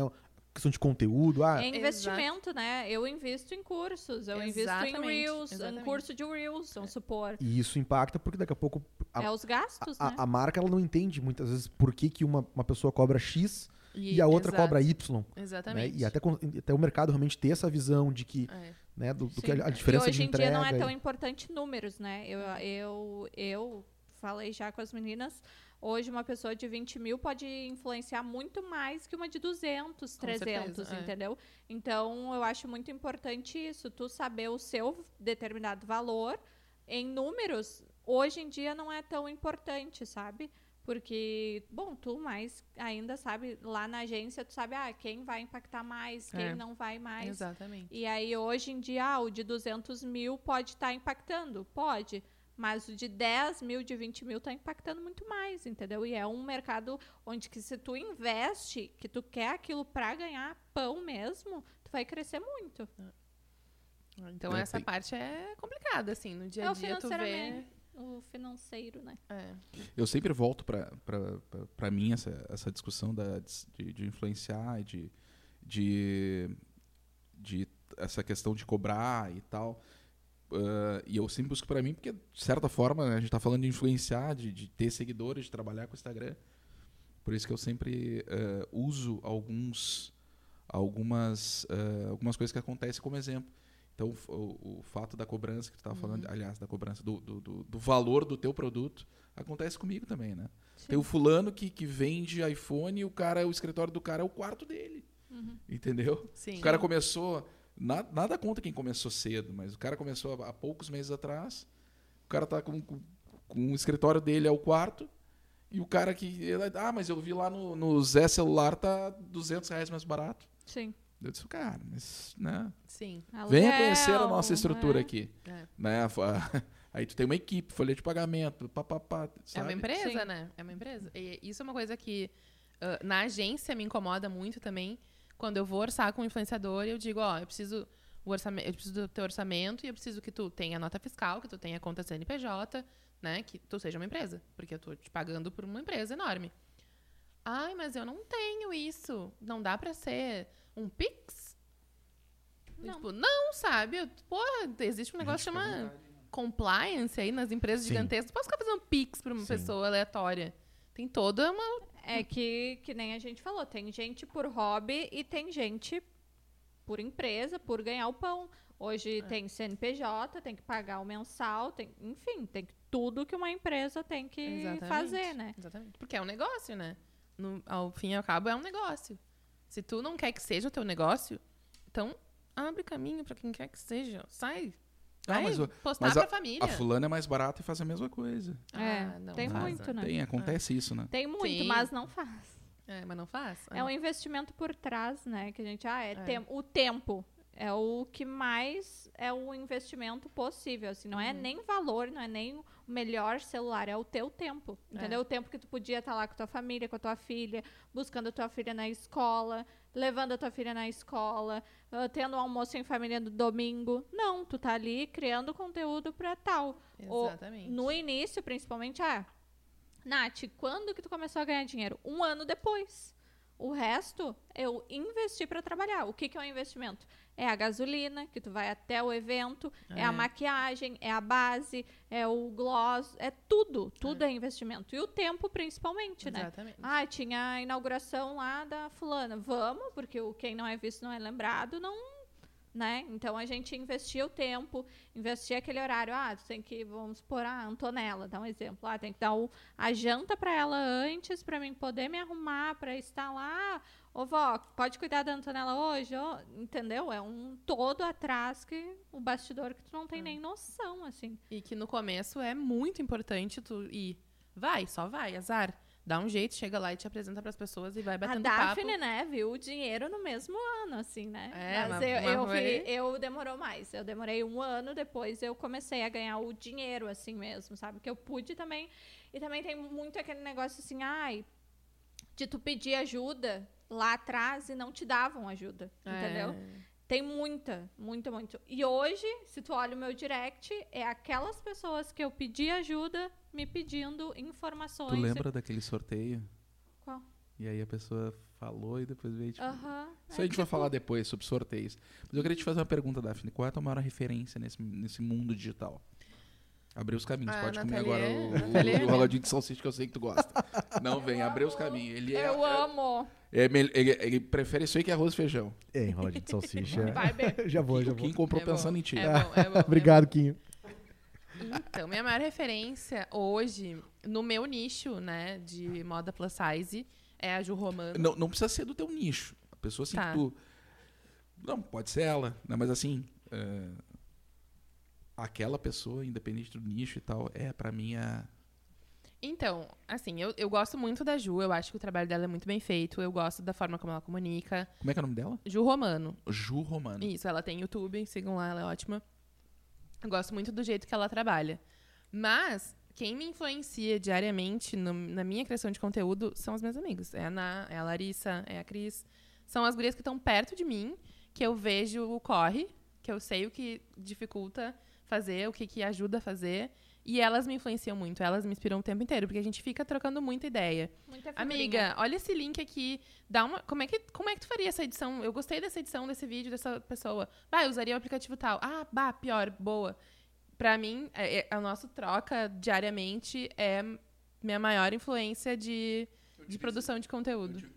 questão de conteúdo. Ah,
É investimento, né? Eu invisto em cursos, eu invisto em
Exatamente,
Reels, em
exatamente.
curso de Reels, vamos supor.
E isso impacta porque daqui a pouco É. a,
é os gastos,
a-
né?
a marca ela não entende muitas vezes por que, que uma, uma pessoa cobra X e, a outra
Exato.
cobra Y. Né?
Exatamente.
E até, con- até o mercado realmente ter essa visão de que
É.
né, do, do
Sim.
que a, a
E
e
diferença
hoje
de
em dia
entrega.
não é tão
e- É.
importante números, né? Eu, eu, eu falei já com as meninas, hoje uma pessoa de 20 mil pode influenciar muito mais que uma de 200,
Com certeza,
300,
é.
entendeu? Então, eu acho muito importante isso, tu saber o seu determinado valor em números hoje em dia não é tão importante, sabe? Porque, bom, tu mais ainda sabe, lá na agência, tu sabe, ah, quem vai impactar mais, quem
É.
não vai mais.
Exatamente.
E aí, hoje em dia, ah, o de 200 mil pode estar impactando? Pode. Mas o de 10 mil, de 20 mil, está impactando muito mais, entendeu? E é um mercado onde que se tu investe, que tu quer aquilo para ganhar pão mesmo, tu vai crescer muito.
Então
Eu
essa
tenho-
parte é complicada, assim, no dia
É
a
o
dia tu vê.
financeiramente. O financeiro, né?
É.
Eu sempre volto pra- pra pra- pra mim essa, essa discussão da, de, de influenciar e de, de, de essa questão de cobrar e tal. Ah, e eu sempre busco pra mim, porque, de certa forma, né, a gente tá falando de influenciar, de, de ter seguidores, de trabalhar com o Instagram. Por isso que eu sempre ah, uso alguns, algumas, ah, algumas coisas que acontecem como exemplo. Então, o, f- o- o fato da cobrança que tu estava falando, aliás, da cobrança, do- do- do, do valor do teu produto, Acontece comigo também, né? Tem o fulano que, que vende iPhone e o cara, o escritório do cara é o quarto dele. Entendeu?
Uhum. Sim.
O cara começou. na- nada contra quem começou cedo, mas o cara começou há, há poucos meses atrás. O cara tá com, com, com o escritório dele é o quarto. E o cara que. ele- Ah, mas eu vi lá no, no Zé Celular tá 200 reais mais barato.
Sim.
Eu disse, cara, mas. Né?
Sim.
Venha
Aluguel,
conhecer a nossa estrutura
né?
aqui.
É.
Né? Fa- <laughs> Aí tu tem uma equipe, folha de pagamento, papapá.
É uma empresa,
Sim.
né? É uma empresa. E isso é uma coisa que ah, na agência me incomoda muito também. Quando eu vou orçar com um influenciador, eu digo, ó, eu preciso o orçamento, eu preciso do teu orçamento e eu preciso que tu tenha nota fiscal, que tu tenha conta CNPJ, né? Que tu seja uma empresa, porque eu tô te pagando por uma empresa enorme. Ai, mas eu não tenho isso. Não dá pra ser um Pix?
Não.
Tipo, não, sabe? Eu- Porra, existe um negócio que chama compliance aí nas empresas
Sim.
gigantescas. Posso ficar fazendo pix pra uma
Sim.
pessoa aleatória? Tem toda uma.
É que, que nem a gente falou, tem gente por hobby e tem gente por empresa, por ganhar o pão. Hoje tem CNPJ, tem que pagar o mensal, tem, enfim, tem que- tudo que uma empresa tem que
Exatamente.
fazer, né?
Exatamente. Porque é um negócio, né? No- ao fim e ao cabo, é um negócio. Se tu não quer que seja o teu negócio, então abre caminho pra quem quer que seja. Sai.
Ah,
Vai
mas o-
postar
mas
pra família.
A fulana é mais barata e faz a mesma coisa.
Ah,
É,
não
tem
faça.
muito, né?
Tem,
É.
acontece isso, né?
Tem muito,
Sim.
mas não faz.
É, mas não faz.
É um investimento por trás, né? Que a gente, ah, é,
É.
tem- o tempo. É o que mais é o investimento possível, assim, não é nem valor, não é nem o melhor celular, é o teu tempo, entendeu? O tempo que tu podia estar lá com a tua família, com a tua filha, buscando a tua filha na escola, levando a tua filha na escola, ah, tendo um almoço em família no domingo. Não, tu tá ali criando conteúdo pra tal. O-
Exatamente.
No início, principalmente, ah, Nath, quando que tu começou a ganhar dinheiro? Um ano depois. O resto eu investi para trabalhar. O que, que é um investimento? É a gasolina, que tu vai até o evento, é.
É.
a maquiagem, é a base, é o gloss, é tudo. Tudo é, investimento. E o tempo, principalmente, né?
Exatamente.
Ah, tinha a inauguração lá da fulana. Vamos, porque o quem não é visto não é lembrado, não, né? Então a gente investia o tempo, investia aquele horário. Ah, tu tem que, vamos supor, a Antonella, dá um exemplo. Ah, tem que dar o- a janta para ela antes para mim poder me arrumar para estar lá. Ô, vó, pode cuidar da Antonella hoje? Ô, entendeu? É um todo atrás que o bastidor que tu não tem nem noção, assim.
E que no começo é muito importante tu ir. Vai, só vai, azar. Dá um jeito, chega lá e te apresenta pras pessoas e vai
A
batendo papo.
Daphne, né, viu o dinheiro no mesmo ano, assim, né?
É,
mas
mas-
eu,
mas
eu,
foi-
vi- eu demorou mais. Eu demorei um ano, depois eu comecei a ganhar o dinheiro, assim mesmo, sabe? Que eu pude também. E também tem muito aquele negócio assim, ai, de tu pedir ajuda lá atrás e não te davam ajuda,
É.
entendeu? Tem muita, muita, muito. E hoje, se tu olha o meu direct, é aquelas pessoas que eu pedi ajuda me pedindo informações.
é.
Tu lembra daquele sorteio?
Qual?
E aí a pessoa falou e depois veio,
Ah,
tipo...
Aham. É
Isso
é
a gente vai falar depois, sobre sorteios. Mas eu queria te fazer uma pergunta, Daphne. Qual é a tua maior referência nesse, nesse mundo digital? Abriu os caminhos.
Ah,
Pode comer agora
Nathalie- é,
o, o,
Nathalie-
o roladinho de salsicha que eu sei que tu gosta. Não, vem, abriu os caminhos. Ele é,
Eu
é-
amo.
é mel- ele, ele prefere isso aí que arroz e feijão.
É, enroladinho de salsicha.
Vai bem.
já vou, já
O
vou.
Kim comprou
É bom,
pensando em ti.
É bom, é bom, é
Obrigado, Kim.
Então, minha maior referência hoje, no meu nicho, né, de moda plus size, é a Ju Romano.
Não, não precisa ser do teu nicho. A pessoa assim
Tá.
que tu. Não, pode ser ela, né? mas assim. é, aquela pessoa, independente do nicho e tal, é pra mim a.
Então, assim, eu, eu gosto muito da Ju, eu acho que o trabalho dela é muito bem feito, eu gosto da forma como ela comunica.
Como é que é o nome dela?
Ju Romano.
Ju Romano.
Isso, ela tem YouTube, sigam lá, ela é ótima. Eu gosto muito do jeito que ela trabalha. Mas quem me influencia diariamente no- na minha criação de conteúdo são os meus amigos. É a Ana, é a Larissa, é a Cris. São as gurias que estão perto de mim, que eu vejo o corre, que eu sei o que dificulta fazer, o que, que ajuda a fazer. E elas me influenciam muito, elas me inspiram o tempo inteiro, porque a gente fica trocando muita ideia.
Muita figurinha.
Amiga, olha esse link aqui. Dá uma. Como é, que, como é que tu faria essa edição? Eu gostei dessa edição, desse vídeo, dessa pessoa. Bah, eu usaria o aplicativo tal. Ah, bah, pior, boa. Pra mim, é- é- a nossa troca diariamente é minha maior influência de, de produção de conteúdo.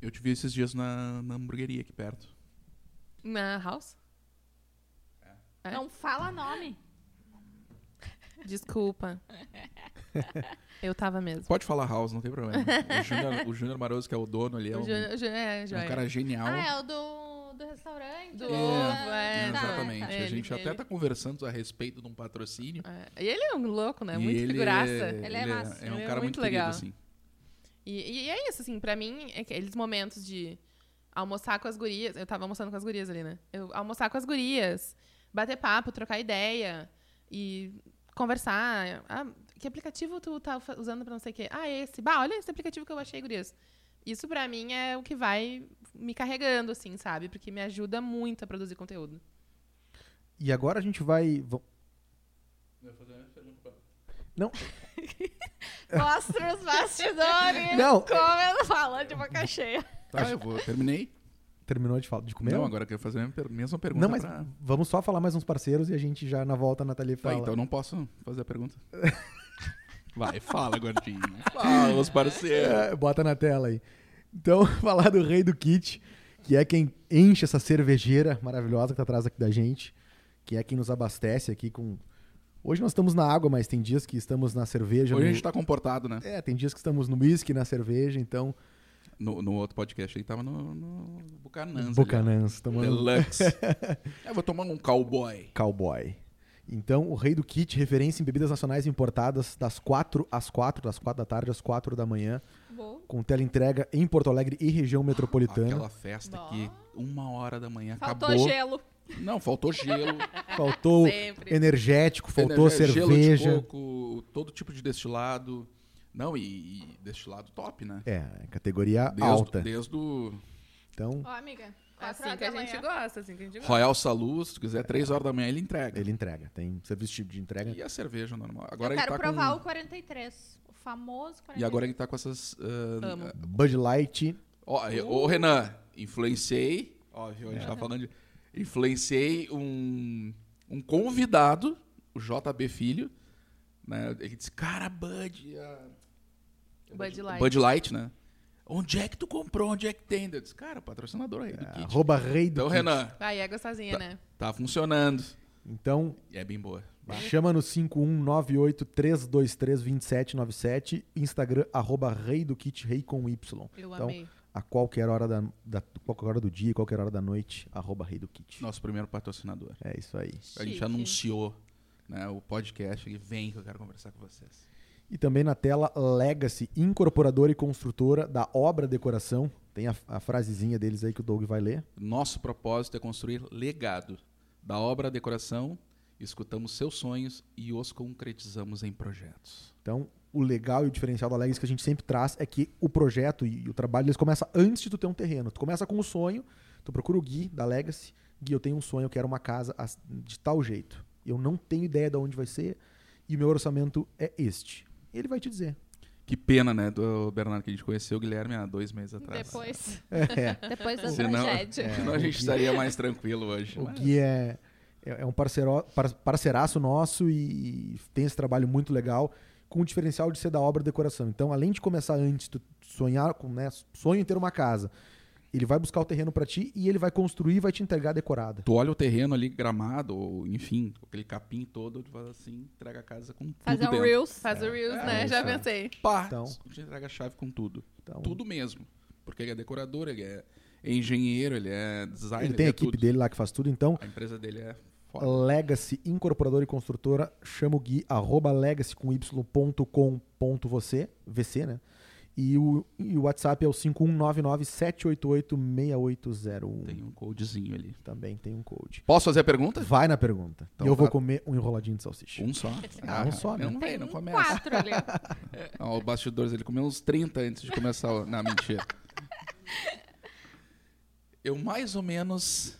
Eu te vi esses dias na, na hamburgueria aqui perto.
Na House? É?
Não fala nome.
Desculpa. eu tava mesmo.
Pode falar House, não tem problema. O Júnior- o Júnior Maroso, que é o dono ali, é um,
O Ju- o Ju- é,
é um
joia.
cara genial.
Ah, é o do, do restaurante.
Do
né?
ovo,
É,
é,
Tá.
exatamente. a
Ele,
gente até
ele.
tá conversando a respeito de um patrocínio.
É, E ele é um louco, né?
E
Muito
ele
figuraça.
É,
Ele é massa.
é um
Ele é
cara
muito
muito, querido,
legal.
assim.
E, e é isso, assim, pra mim, é aqueles momentos de almoçar com as gurias. Eu tava almoçando com as gurias ali, né? Eu almoçar com as gurias, bater papo, trocar ideia e conversar. Ah, que aplicativo tu tá fa- usando pra não sei o quê? Ah, esse. Bah, olha esse aplicativo que eu achei, gurias. Isso pra mim é o que vai me carregando, assim, sabe? Porque me ajuda muito a produzir conteúdo.
E agora a gente vai. va-
Mostra os
É.
bastidores.
Não.
Comendo, falando de boca cheia.
Tá, eu vou. Terminei?
Terminou de falar de comer?
Não, agora eu quero fazer a mesma per- mesma pergunta.
Não, mas
pra-
vamos só falar mais uns parceiros e a gente já na volta a Nathalie
Tá,
fala.
então não posso fazer a pergunta. Vai, fala, gordinho. Fala, os parceiros.
É, bota na tela aí. Então, <laughs> falar do rei do kit, que é quem enche essa cervejeira maravilhosa que tá atrás aqui da gente, que é quem nos abastece aqui com. Hoje nós estamos na água, mas tem dias que estamos na cerveja.
Hoje a
no-
gente tá comportado, né?
É, tem dias que estamos no uísque, na cerveja, então.
No, no outro podcast aí tava no, no Bucanãs.
Bucanãs,
ali, ó.
estamos <laughs>
Deluxe. eu vou tomar um cowboy.
Cowboy. Então, o Rei do Kit, referência em bebidas nacionais importadas das 4 às 4, das 4 da tarde às 4 da manhã,
Bom.
com tela entrega em Porto Alegre e região metropolitana.
Aquela festa
Bom.
que uma hora da manhã
Faltou
acabou.
gelo.
Não, faltou gelo.
Faltou
Sempre.
energético, <laughs> faltou
Energia-
cerveja.
Gelo de coco, todo tipo de destilado. Não, e, e destilado top, né?
É, categoria
Desde,
alta.
Desde o
Então,
Ó, amiga. Quatro
Assim
horas
que a
da
gente
manhã.
gosta, assim que a gente gosta.
Royal Salud, se tu quiser, três horas da manhã ele entrega.
ele entrega. Tem serviço tipo de entrega.
E a cerveja normal. Agora
Eu
ele
quero
tá
provar
com...
o 43. O famoso 43.
E agora ele tá com essas... ah,
Amo.
Bud Light.
Ó, re-
Oh.
ô Renan, influenciei. Ó, viu, a
É.
gente tá falando de. Influenciei um, um convidado, o JB Filho. Né? Ele disse, cara, Bud. ah,
Bud Light.
Bud Light, né? Onde é que tu comprou? Onde é que tem? Eu disse, cara, patrocinador aí do kit.
É, Arroba Rei do
Então,
Kit.
Renan,
Vai, é gostosinha, né?
tá funcionando.
Então,
E é bem boa.
chama no 51983232797, Instagram, arroba Rei do Kit, Rei com Y.
Eu
Então,
amei.
a qualquer hora da, da- qualquer hora do dia, qualquer hora da noite, arroba Rei do Kit.
Nosso primeiro patrocinador.
É isso aí.
A gente
Chique.
anunciou né, o podcast. Ele vem que eu quero conversar com vocês.
E também na tela, Legacy, incorporadora e construtora da obra decoração. Tem a, a frasezinha deles aí que o Doug vai ler.
Nosso propósito é construir legado. Da obra à decoração, escutamos seus sonhos e os concretizamos em projetos.
Então, o legal e o diferencial da Legacy que a gente sempre traz é que o projeto e o trabalho eles começam antes de tu ter um terreno. Tu começa com o sonho, tu procura o Gui da Legacy, Gui, eu tenho um sonho, eu quero uma casa as- de tal jeito. Eu não tenho ideia de onde vai ser e o meu orçamento é este. Ele vai te dizer.
Que pena, né, do Bernardo, que a gente conheceu o Guilherme há dois meses atrás.
Depois.
É.
Depois da
Senão- <laughs> é,
tragédia.
Senão a gente estaria mais tranquilo hoje. né?
O
Mas
Gui é, é é um parceiro, par- parceiraço nosso e tem esse trabalho muito legal, com o diferencial de ser da obra decoração. Então, além de começar antes, tu sonhar com, né, sonho em ter uma casa, ele vai buscar o terreno pra ti e ele vai construir e vai te entregar decorada.
Tu olha o terreno ali, gramado, ou enfim, aquele capim todo, tu faz assim, entrega a casa com tudo
Fazer um
dentro.
Reels.
Faz o Reels,
É,
né?
isso
Já
aí.
pensei.
Pá,
Então.
tu entrega a chave com tudo.
Então,
Tudo mesmo. Porque ele é decorador, ele é engenheiro, ele é designer,
ele tem a
é
equipe
tudo.
dele lá que faz tudo, então
A empresa dele é Foda.
Legacy Incorporadora e Construtora, chama o Gui, arroba legacy com y.com.você, VC, né? E o, e o WhatsApp é o 5199-788-6801.
Tem um codezinho ali.
Também tem um code.
Posso fazer a pergunta?
Vai na pergunta.
Então
e eu vou
tá.
comer um enroladinho de salsicha.
Um
<laughs>
só.
Ah, um só, né?
Não vem,
Tem
não
um
começa. <laughs>
quatro ali.
Não, o bastidores, ele comeu uns 30 antes de começar. o- Não, mentira. Eu mais ou menos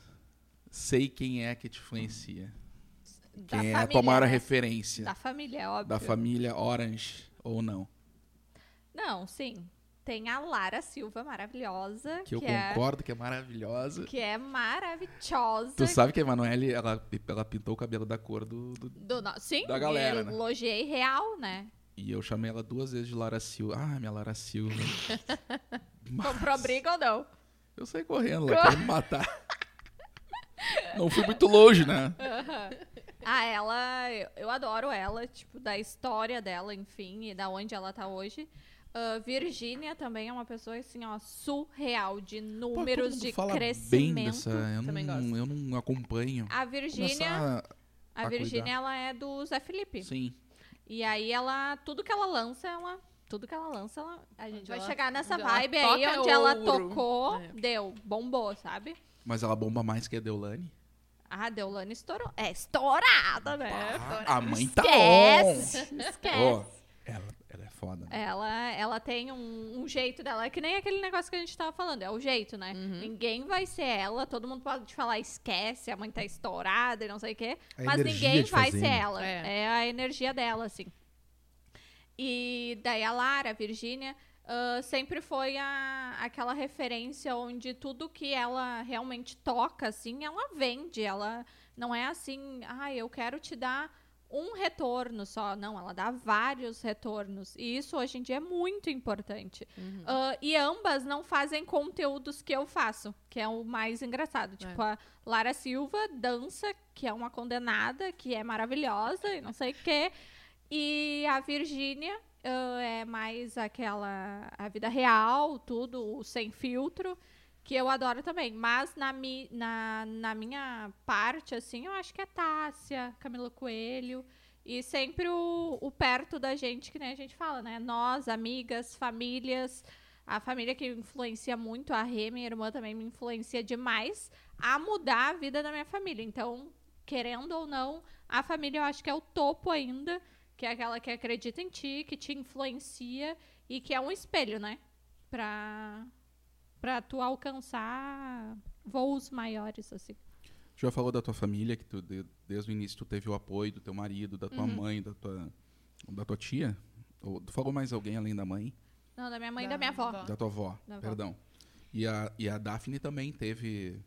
sei quem é que te influencia.
Da
Quem é
família,
tomar a
né?
referência
Da família, é óbvio.
da família Orange ou não.
Não, sim. Tem a Lara Silva maravilhosa,
Que eu
é,
concordo que é maravilhosa.
que é maravilhosa.
Tu sabe que a Emanuele, ela, ela pintou o cabelo da cor do, do-
Do no- Sim,
Da galera,
eu
né?
elogiei real, né?
E eu chamei ela duas vezes de Lara Silva. Ah, minha Lara Silva. Mas
Comprou Então, briga ou não?
Eu saí correndo, ela quer me matar. Não fui muito longe,
<laughs>
né?
Ah, ela. eu- Eu adoro ela, tipo, da história dela, enfim, e da onde ela tá hoje. Ah, Virgínia também é uma pessoa, assim, ó, surreal de
Pô, todo
números
mundo
de
fala
crescimento.
Bem dessa, eu,
Também
não,
gosto.
eu não acompanho.
A Virgínia.
Começar a
A
cuidar.
Virgínia, ela é do Zé Felipe.
Sim.
E aí ela, tudo que ela lança, ela, tudo que ela lança, ela, a gente
Onde
vai
ela-
chegar nessa
onde ela
vibe aí,
toca é
onde ela
ouro.
tocou,
É.
deu, bombou, sabe?
Mas ela bomba mais que a Deolane.
Ah, Deolane estourou. É estourada, né?
Ah, a mãe tá on.
Esquece, esquece.
Ó, ela, ela é foda. né?
Ela, ela tem um, um jeito dela, é que nem aquele negócio que a gente tava falando, é o jeito, né? Ninguém vai ser ela, todo mundo pode te falar, esquece, a mãe tá estourada e não sei o quê,
A
mas
energia
ninguém
de
vai
fazer,
ser
né?
ela. É.
É.
a energia dela, assim. E daí a Lara, a Virgínia, ah, sempre foi a, aquela referência onde tudo que ela realmente toca, assim, ela vende, ela não é assim, ah, eu quero te dar um retorno só. Não, ela dá vários retornos. E isso hoje em dia é muito importante. Ah, e ambas não fazem conteúdos que eu faço, que é o mais engraçado. Tipo, a Lara Silva dança, que é uma condenada, que é maravilhosa e não sei o quê. E a Virgínia ah, é mais aquela. a vida real, tudo sem filtro. Que eu adoro também. Mas na, mi, na, na minha parte, assim, eu acho que é Tássia, Camila Coelho. E sempre o, o perto da gente, que nem a gente fala, né? Nós, amigas, famílias. A família que influencia muito, a Rê, minha irmã, também me influencia demais a mudar a vida da minha família. Então, querendo ou não, a família eu acho que é o topo ainda, que é aquela que acredita em ti, que te influencia e que é um espelho, né? Pra, pra tu alcançar voos maiores, assim.
Tu já falou da tua família, que tu, de- desde o início tu teve o apoio do teu marido, da
Uhum.
tua mãe, da tua, da tua tia? Ou, tu falou mais alguém além da mãe?
Não, da minha mãe e
Da
da minha avó.
avó.
Da tua avó,
Da avó.
perdão. E a, e a Daphne também teve.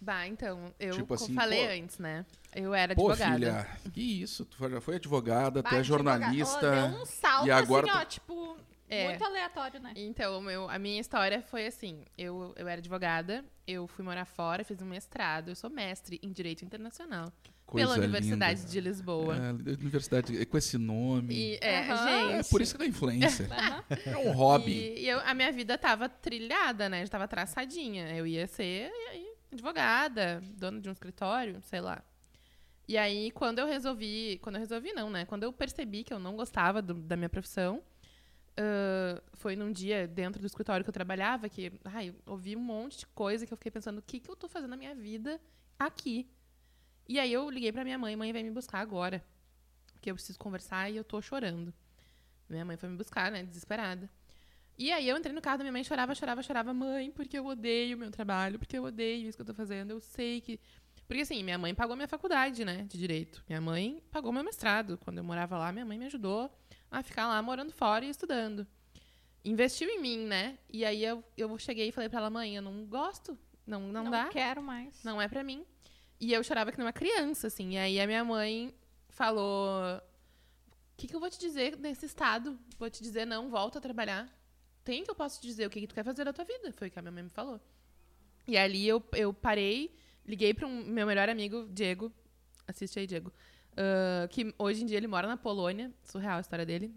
Bah, então, eu
Tipo
co-
assim,
falei
pô.
antes, né? Eu era
Pô,
advogada.
filha, que isso? Tu já foi advogada, tu
Bah,
é jornalista.
advogada. Ó, deu um salto
e agora
assim,
tu-
ó, tipo,
É.
muito aleatório, né?
Então, meu, a minha história foi assim: eu, eu era advogada, eu fui morar fora, fiz um mestrado, eu sou mestre em Direito Internacional
Coisa
pela Universidade
linda.
de Lisboa.
É, universidade com esse nome.
E, é,
Aham.
gente.
É por isso que ela é
<laughs>
influencer.
<laughs> Aham.
é um hobby.
E, e eu- a minha vida tava trilhada, né? Já tava traçadinha. Eu ia ser e aí, advogada, dona de um escritório, sei lá. E aí, quando eu resolvi. Quando eu resolvi, não, né? Quando eu percebi que eu não gostava do- da minha profissão, ãh, foi num dia dentro do escritório que eu trabalhava que ai, eu ouvi um monte de coisa que eu fiquei pensando: o que, que eu tô fazendo na minha vida aqui? E aí eu liguei pra minha mãe: mãe, vai me buscar agora. Porque eu preciso conversar e eu tô chorando. Minha mãe foi me buscar, né? Desesperada. E aí eu entrei no carro da minha mãe, chorava, chorava, chorava, mãe, porque eu odeio o meu trabalho, porque eu odeio isso que eu tô fazendo, eu sei que. Porque assim, minha mãe pagou minha faculdade, né, de direito. Minha mãe pagou meu mestrado. Quando eu morava lá, minha mãe me ajudou a ficar lá morando fora e estudando. Investiu em mim, né? E aí eu, eu cheguei e falei pra ela, mãe, eu não gosto, não, não, dá.
quero mais.
Não é pra mim. E eu chorava que nem uma criança, assim. E aí a minha mãe falou: O que, que eu vou te dizer nesse estado? Vou te dizer, não, volta a trabalhar. Tem que eu posso te dizer o que, que tu quer fazer da tua vida. Foi o que a minha mãe me falou. E ali eu, eu parei, liguei para um meu melhor amigo, Diego. Assiste aí, Diego. Ah, que hoje em dia ele mora na Polônia. Surreal a história dele.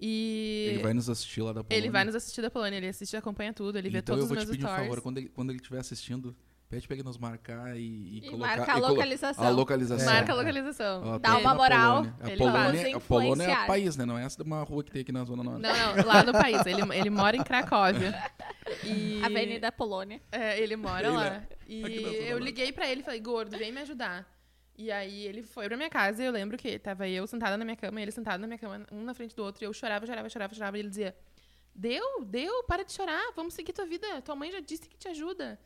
E
Ele vai nos assistir lá da Polônia.
nos assistir da Polônia. Ele assiste, acompanha tudo, ele vê
então
todos
eu vou
os
te
meus
pedir um
stories.
favor, quando ele, quando ele estiver assistindo, Pede pra ele nos marcar e, e
E
colocar.
marca a
e colo-
localização.
a localização.
Marca a localização.
Ela
Dá
tem
uma
na
moral.
Polônia. A
Ele
Polônia, a
faz
Polônia é
influenciar.
país, né? Não é essa de uma rua que tem aqui na Zona Norte.
Não, não, lá no país. Ele, ele mora em Cracóvia. E-
Avenida Polônia.
É, ele mora
Ele
lá.
Aqui na
E
Zona
eu
Leste.
liguei pra ele e falei, gordo, vem me ajudar. E aí ele foi pra minha casa e eu lembro que tava eu sentada na minha cama, ele sentado na minha cama, um na frente do outro, e eu chorava, chorava, chorava, chorava. E ele dizia, deu, deu, para de chorar, vamos seguir tua vida. Tua mãe já disse que te ajuda.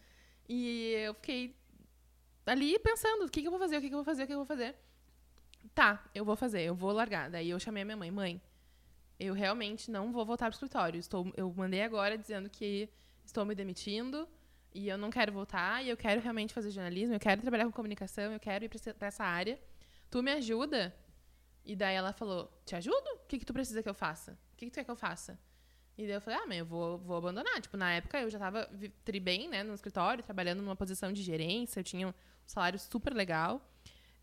E eu fiquei ali pensando, o que, que eu vou fazer, o que, que eu vou fazer, o que, que eu vou fazer. Tá, eu vou fazer, eu vou largar. Daí eu chamei a minha mãe, mãe, eu realmente não vou voltar pro escritório. Estou, eu mandei agora dizendo que estou me demitindo e eu não quero voltar e eu quero realmente fazer jornalismo, eu quero trabalhar com comunicação, eu quero ir pra esse- pra essa área. Tu me ajuda? E daí ela falou: "Te ajudo? O que que tu precisa que eu faça? O que que tu quer que eu faça?" E daí eu falei: "Ah, mãe, eu vou, vou abandonar". Tipo, na época eu já tava vi- tri bem, né, no escritório, trabalhando numa posição de gerência, eu tinha um salário super legal.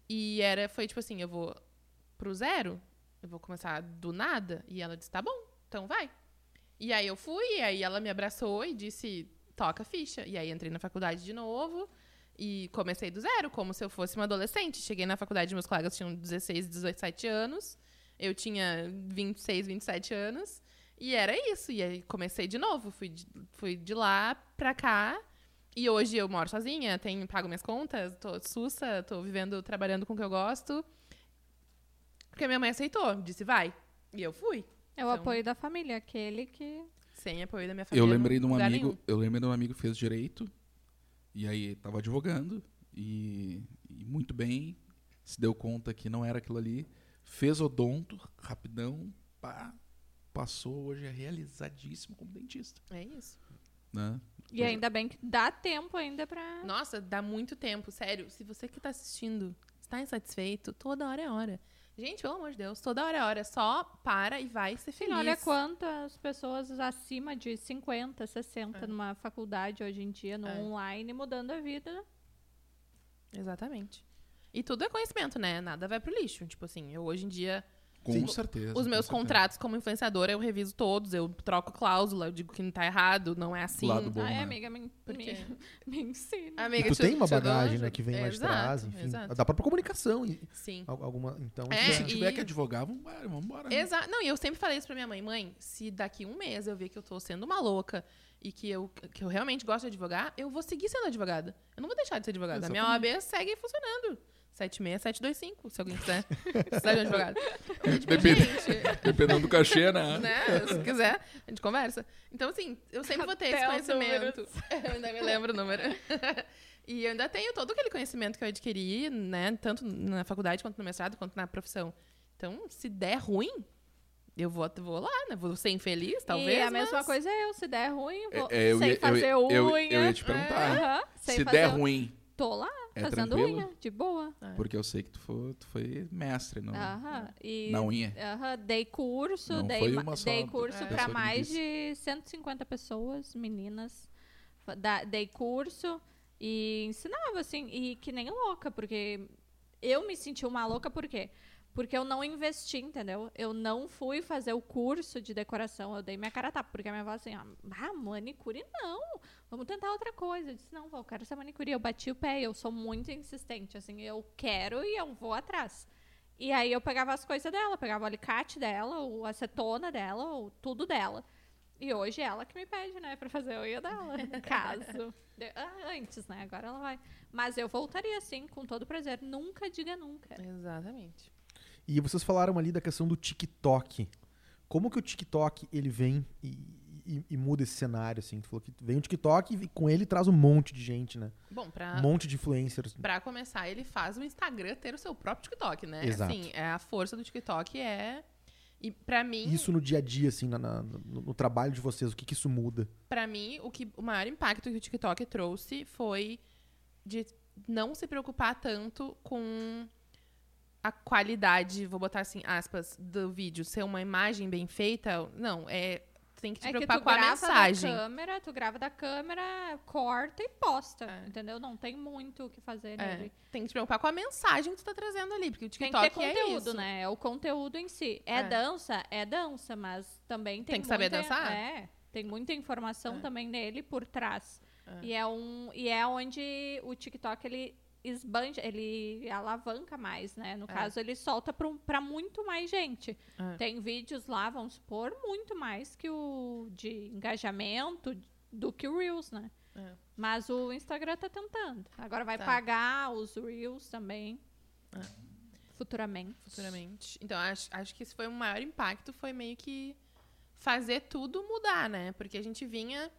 E era foi tipo assim, eu vou pro zero, eu vou começar do nada. E ela disse: "Tá bom, então vai". E aí eu fui, e aí ela me abraçou e disse: toca a ficha. E aí entrei na faculdade de novo e comecei do zero, como se eu fosse uma adolescente. Cheguei na faculdade, meus colegas tinham 16, 17 anos. Eu tinha 26, 27 anos. E era isso. E aí comecei de novo. Fui de, fui de lá pra cá. E hoje eu moro sozinha, tenho, pago minhas contas, tô sussa, tô vivendo, trabalhando com o que eu gosto. Porque minha mãe aceitou, disse vai. E eu fui.
É o
Então-
apoio da família, aquele que.
Sem apoio da minha família.
Eu lembrei de um
lugar
amigo,
nenhum.
eu lembrei de um amigo que fez direito e aí tava advogando e, e muito bem se deu conta que não era aquilo ali, fez odonto rapidão, pá, passou hoje é realizadíssimo como dentista,
É isso.
né?
E ainda bem que dá tempo ainda pra.
Nossa, dá muito tempo, sério. Se você que tá assistindo está insatisfeito, toda hora é hora. Gente, pelo amor de Deus, toda hora é hora. Só para e vai ser
Sim,
feliz.
olha quantas pessoas acima de 50, 60 numa faculdade hoje em dia, no
É.
online, mudando a vida.
Exatamente. E tudo é conhecimento, né? Nada vai pro lixo. Tipo assim, eu hoje em dia,
Com
Sim.
certeza.
os
com
meus
certeza.
é.
contratos como influenciadora, eu reviso todos, eu troco cláusula, eu digo que não tá errado, não é assim.
Lado bom,
Ai,
né?
amiga, me,
Por quê? Ah,
me, <laughs> me ensina.
Amiga,
tu
te-
tem uma
te dou-
bagagem, né, que vem lá de
Exato,
trás, enfim.
Exato.
Da própria comunicação. E,
Sim.
al- alguma, então,
É,
Se
assim,
tiver
e-
que advogar, vamos embora, vamos embora. né?
Exato. Não, e eu sempre falei isso pra minha mãe. Mãe, se daqui um mês eu ver que eu tô sendo uma louca e que eu, que eu realmente gosto de advogar, eu vou seguir sendo advogada. Eu não vou deixar de ser advogada. A minha OAB segue funcionando. 76725, se alguém <laughs> quiser. Precisar de um advogado. E, tipo,
Depende.
gente,
Dependendo do cachê, né?
né? Se quiser, a gente conversa. Então, assim, eu sempre vou ter esse
Até os
conhecimento. Eu ainda me lembro o número. <laughs> E eu ainda tenho todo aquele conhecimento que eu adquiri, né? Tanto na faculdade, quanto no mestrado, quanto na profissão. Então, se der ruim, eu vou, vou lá, né? Vou ser infeliz, talvez.
e a
mas-
mesma coisa é eu, se der ruim, vou
É, é, eu
sem
ia- eu ia-
fazer
eu- eu
unha.
ia te perguntar.
Aham, sem
Se
fazer
der
unha.
ruim,
Tô lá,
é
fazendo
tranquilo?
unha, de boa.
Porque eu sei que tu foi, tu foi mestre não,
Aham. Ah, E
na unha.
Aham, dei curso,
Não
dei,
foi
ma-
uma só
dei
d-
curso
pessoa
pra
que me
mais de 150 pessoas, meninas. Fa- da- dei curso e ensinava, assim, e que nem louca, porque eu me senti uma louca, por quê? Porque eu não investi, entendeu? Eu não fui fazer o curso de decoração, eu dei minha cara a tapa, porque a minha avó assim, ó, ah, manicure não, vamos tentar outra coisa. Eu disse, não, vó, eu quero essa manicure. Eu bati o pé, eu sou muito insistente, assim, eu quero e eu vou atrás. E aí eu pegava as coisas dela, pegava o alicate dela, o acetona dela, o tudo dela. E hoje é ela que me pede, né, pra fazer a
<laughs>
unha dela, caso. De- ah, Antes, né, agora ela vai. Mas eu voltaria, assim, com todo prazer. Nunca diga nunca.
Exatamente.
E vocês falaram ali da questão do TikTok. Como que o TikTok ele vem e, e- e muda esse cenário, assim? Tu falou que vem o TikTok e com ele traz um monte de gente, né?
Bom,
Um
pra,
monte de influencers.
Ah. pra começar, ele faz o Instagram ter o seu próprio TikTok, né?
Exato.
Assim, é, a força do TikTok é. E pra mim,
Isso no dia a dia, assim, na- na- no, no trabalho de vocês, o que, que isso muda?
Pra mim, o, que, o maior impacto que o TikTok trouxe foi de não se preocupar tanto com a qualidade, vou botar assim, aspas, do vídeo, ser uma imagem bem feita. Não, é tem que te
É que tu
preocupar
grava
com a
da
mensagem.
câmera, tu grava da câmera, corta e posta,
É.
entendeu? Não tem muito o que fazer né, nele.
É, tem que te preocupar com a mensagem que tu tá trazendo ali, porque o
Tem
TikTok
que ter conteúdo,
é isso.
né? É o conteúdo em si. É,
É.
dança, é dança, mas também tem
Tem que saber
muita-
dançar?
É, tem muita informação
É.
também nele por trás. E, é um, e é onde o TikTok ele esbanja, ele alavanca mais, né? No
É.
caso, ele solta pra, um- pra muito mais gente.
É.
Tem vídeos lá, vamos supor, muito mais que o de engajamento do que o Reels, né?
É.
Mas o Instagram tá tentando. Agora vai
Tá.
pagar os Reels também.
É.
Futuramente.
futuramente. Então, acho, acho que esse foi o maior impacto, foi meio que fazer tudo mudar, né? Porque a gente vinha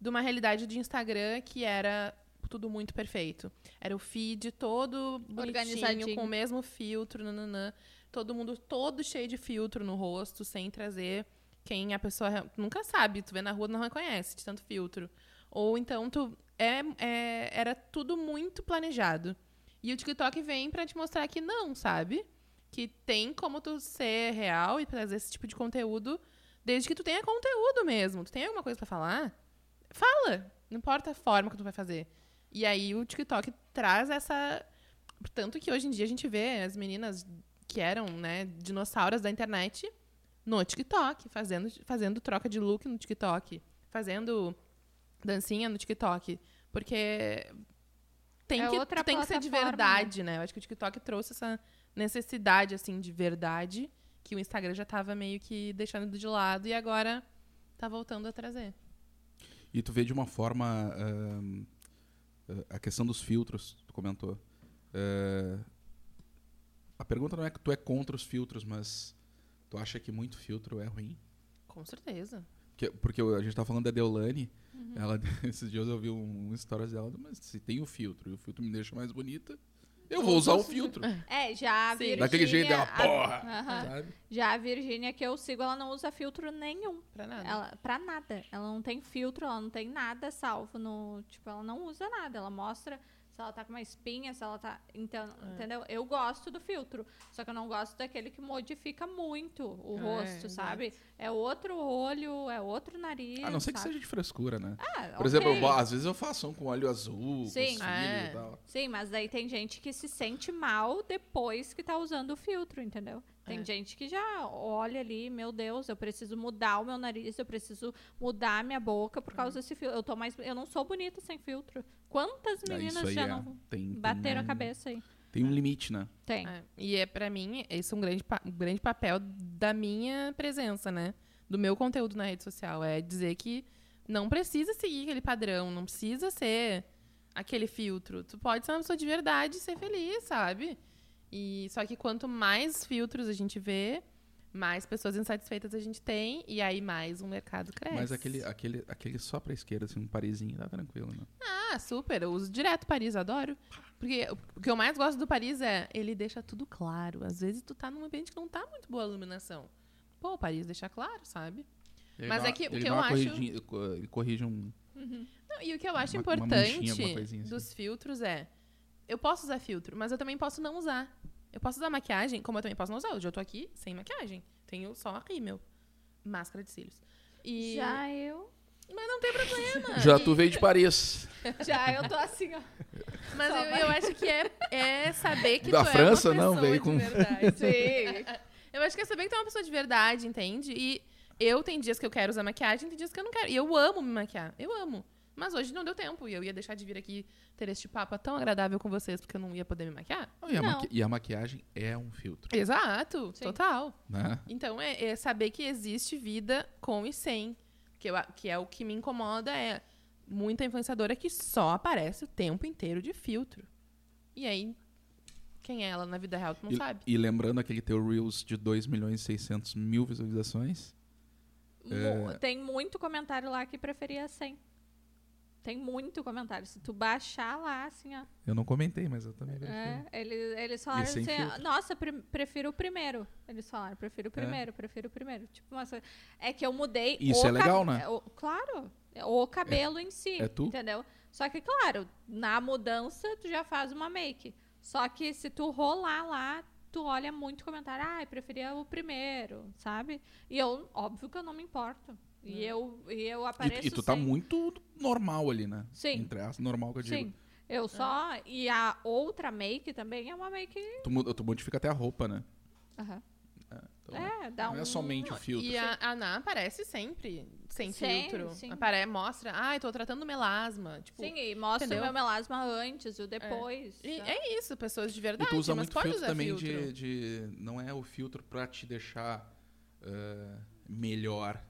de uma realidade de Instagram que era tudo muito perfeito. Era o feed todo bonitinho,
Organizadinho.
com o mesmo filtro, nananã. Todo mundo todo cheio de filtro no rosto, sem trazer quem a pessoa re- nunca sabe. Tu vê na rua, não reconhece de tanto filtro. Ou então tu... é- é- era tudo muito planejado. E o TikTok vem pra te mostrar que não, sabe? Que tem como tu ser real e trazer esse tipo de conteúdo, desde que tu tenha conteúdo mesmo. Tu tem alguma coisa pra falar? Fala! Não importa a forma que tu vai fazer. E aí o TikTok traz essa. Tanto que hoje em dia a gente vê as meninas que eram, né, dinossauras da internet no TikTok, fazendo, fazendo troca de look no TikTok, fazendo dancinha no TikTok. Porque tem,
É
que,
outra
tu tem que ser de
plataforma, né?
verdade, né? Eu acho que o TikTok trouxe essa necessidade, assim, de verdade, que o Instagram já tava meio que deixando de lado e agora tá voltando a trazer.
E tu vê de uma forma ahn, ah, a questão dos filtros, tu comentou. Eh, a pergunta não é que tu é contra os filtros, mas tu acha que muito filtro é ruim?
Com certeza.
Porque, porque a gente tá falando da Deolane,
Uhum.
ela, <laughs> esses dias eu vi um, um stories dela, mas se tem o filtro e o filtro me deixa mais bonita, eu vou usar o
<laughs>
filtro.
É, já a
Sim.
Virgínia...
Daquele jeito dela,
a-
porra!
Aham.
Sabe?
Já a Virgínia que eu sigo, ela não usa filtro nenhum.
Pra nada.
Ela, pra nada. Ela não tem filtro, ela não tem nada salvo no. Tipo, ela não usa nada. Ela mostra se ela tá com uma espinha, se ela tá. Então,
É.
entendeu? Eu gosto do filtro. Só que eu não gosto daquele que modifica muito o
É,
rosto,
exato.
sabe? É outro olho, é outro nariz.
A não ser que
sabe?
seja de frescura, né?
Ah,
Por exemplo, eu- às vezes eu faço um com óleo azul,
Sim.
com cílio
É.
e tal.
Sim, mas daí tem gente que se sente mal depois que tá usando o filtro, entendeu? Tem
É.
gente que já olha ali, meu Deus, eu preciso mudar o meu nariz, eu preciso mudar a minha boca por causa desse filtro. Eu tô mais, eu não sou bonita sem filtro. Quantas
É,
meninas
isso aí
já
é.
não
Tem- tem
bateram a
um-
cabeça aí?
Tem um limite, né?
Tem.
É, E é para mim, esse é um grande, pa- um grande papel da minha presença, né? Do meu conteúdo na rede social. É dizer que não precisa seguir aquele padrão, não precisa ser aquele filtro. Tu pode ser uma pessoa de verdade e ser feliz, sabe? E só que quanto mais filtros a gente vê, mais pessoas insatisfeitas a gente tem, e aí mais o mercado cresce.
Mas aquele, aquele, aquele só pra esquerda, assim, um parezinho, tá tranquilo, né?
Ah, super. Eu uso direto Paris, eu adoro. Porque o que eu mais gosto do Paris é ele deixa tudo claro. Às vezes tu tá num ambiente que não tá muito boa a iluminação. Pô, o Paris deixa claro, sabe?
Ele
Mas
dá-
é que o
ele
que
dá
eu
uma
acho-
corriginha- ele co- Ele corrige um...
Não, e o que eu acho
Uma- uma manchinha,
importante
alguma coisinha assim.
dos filtros é: eu posso usar filtro, mas eu também posso não usar. Eu posso usar maquiagem, como eu também posso não usar. Hoje eu tô aqui sem maquiagem. Tenho só a rímel. Máscara de cílios. E...
Já eu,
Mas não tem problema.
Já
E-
tu veio de Paris.
já eu tô assim, ó.
Mas eu, eu acho que é, é saber que
Da
tu
França,
é uma
não,
pessoa
veio
de
com-
verdade.
<laughs> Sim.
Eu acho que é saber que tu é uma pessoa de verdade, entende? E eu tem dias que eu quero usar maquiagem, tem dias que eu não quero. E eu amo me maquiar. Eu amo. Mas hoje não deu tempo. E eu ia deixar de vir aqui ter este papo é tão agradável com vocês, porque eu não ia poder me maquiar.
Não, e, a
Não.
maqui- e a maquiagem é um filtro,
Exato.
Sim.
Total.
né?
Então, é, é saber que existe vida com e sem. Que, eu a- que é o que me incomoda é muita influenciadora que só aparece o tempo inteiro de filtro. E aí, quem é ela na vida real, tu não
e,
sabe.
e lembrando aquele teu Reels de 2 milhões e 600 mil visualizações.
Mu-
É.
Tem muito comentário lá que preferia sem. Tem muito comentário. Se tu baixar lá, assim, ó.
Eu não comentei, mas eu também verifiquei.
É, eles, eles falaram
Uhum. sem
assim,
filtro. É.
nossa, pre- prefiro o primeiro. Eles falaram, prefiro o primeiro, prefiro o primeiro. Tipo, nossa, é que eu mudei.
Isso
o
é legal,
cab-
né?
o- claro, é o cabelo em si,
é tu?
entendeu? Só que, claro, na mudança tu já faz uma make. Só que se tu rolar lá, tu olha muito comentário, ah, eu preferia o primeiro, sabe? E eu, óbvio que eu não me importo. E, eu, e eu
É. E,
apareço
e tu tá
sem.
muito normal ali, né?
Sim.
Entre as normal que eu digo.
Sim, eu só... E a outra make também é uma make...
Tu, mu- tu modifica até a roupa, né?
Aham.
Então,
É, dá
não
um.
é somente o filtro.
E a a Ana aparece sempre sem
Sim,
filtro.
sim.
Apare mostra, ai, tô tratando melasma. Tipo,
Sim, e mostra
entendeu?
o meu melasma antes e o depois. Tá.
e
sabe?
é isso, pessoas de verdade.
e tu usa
mas
muito
pode
filtro
usar
também
filtro.
De, de- Não é o filtro pra te deixar ah, melhor.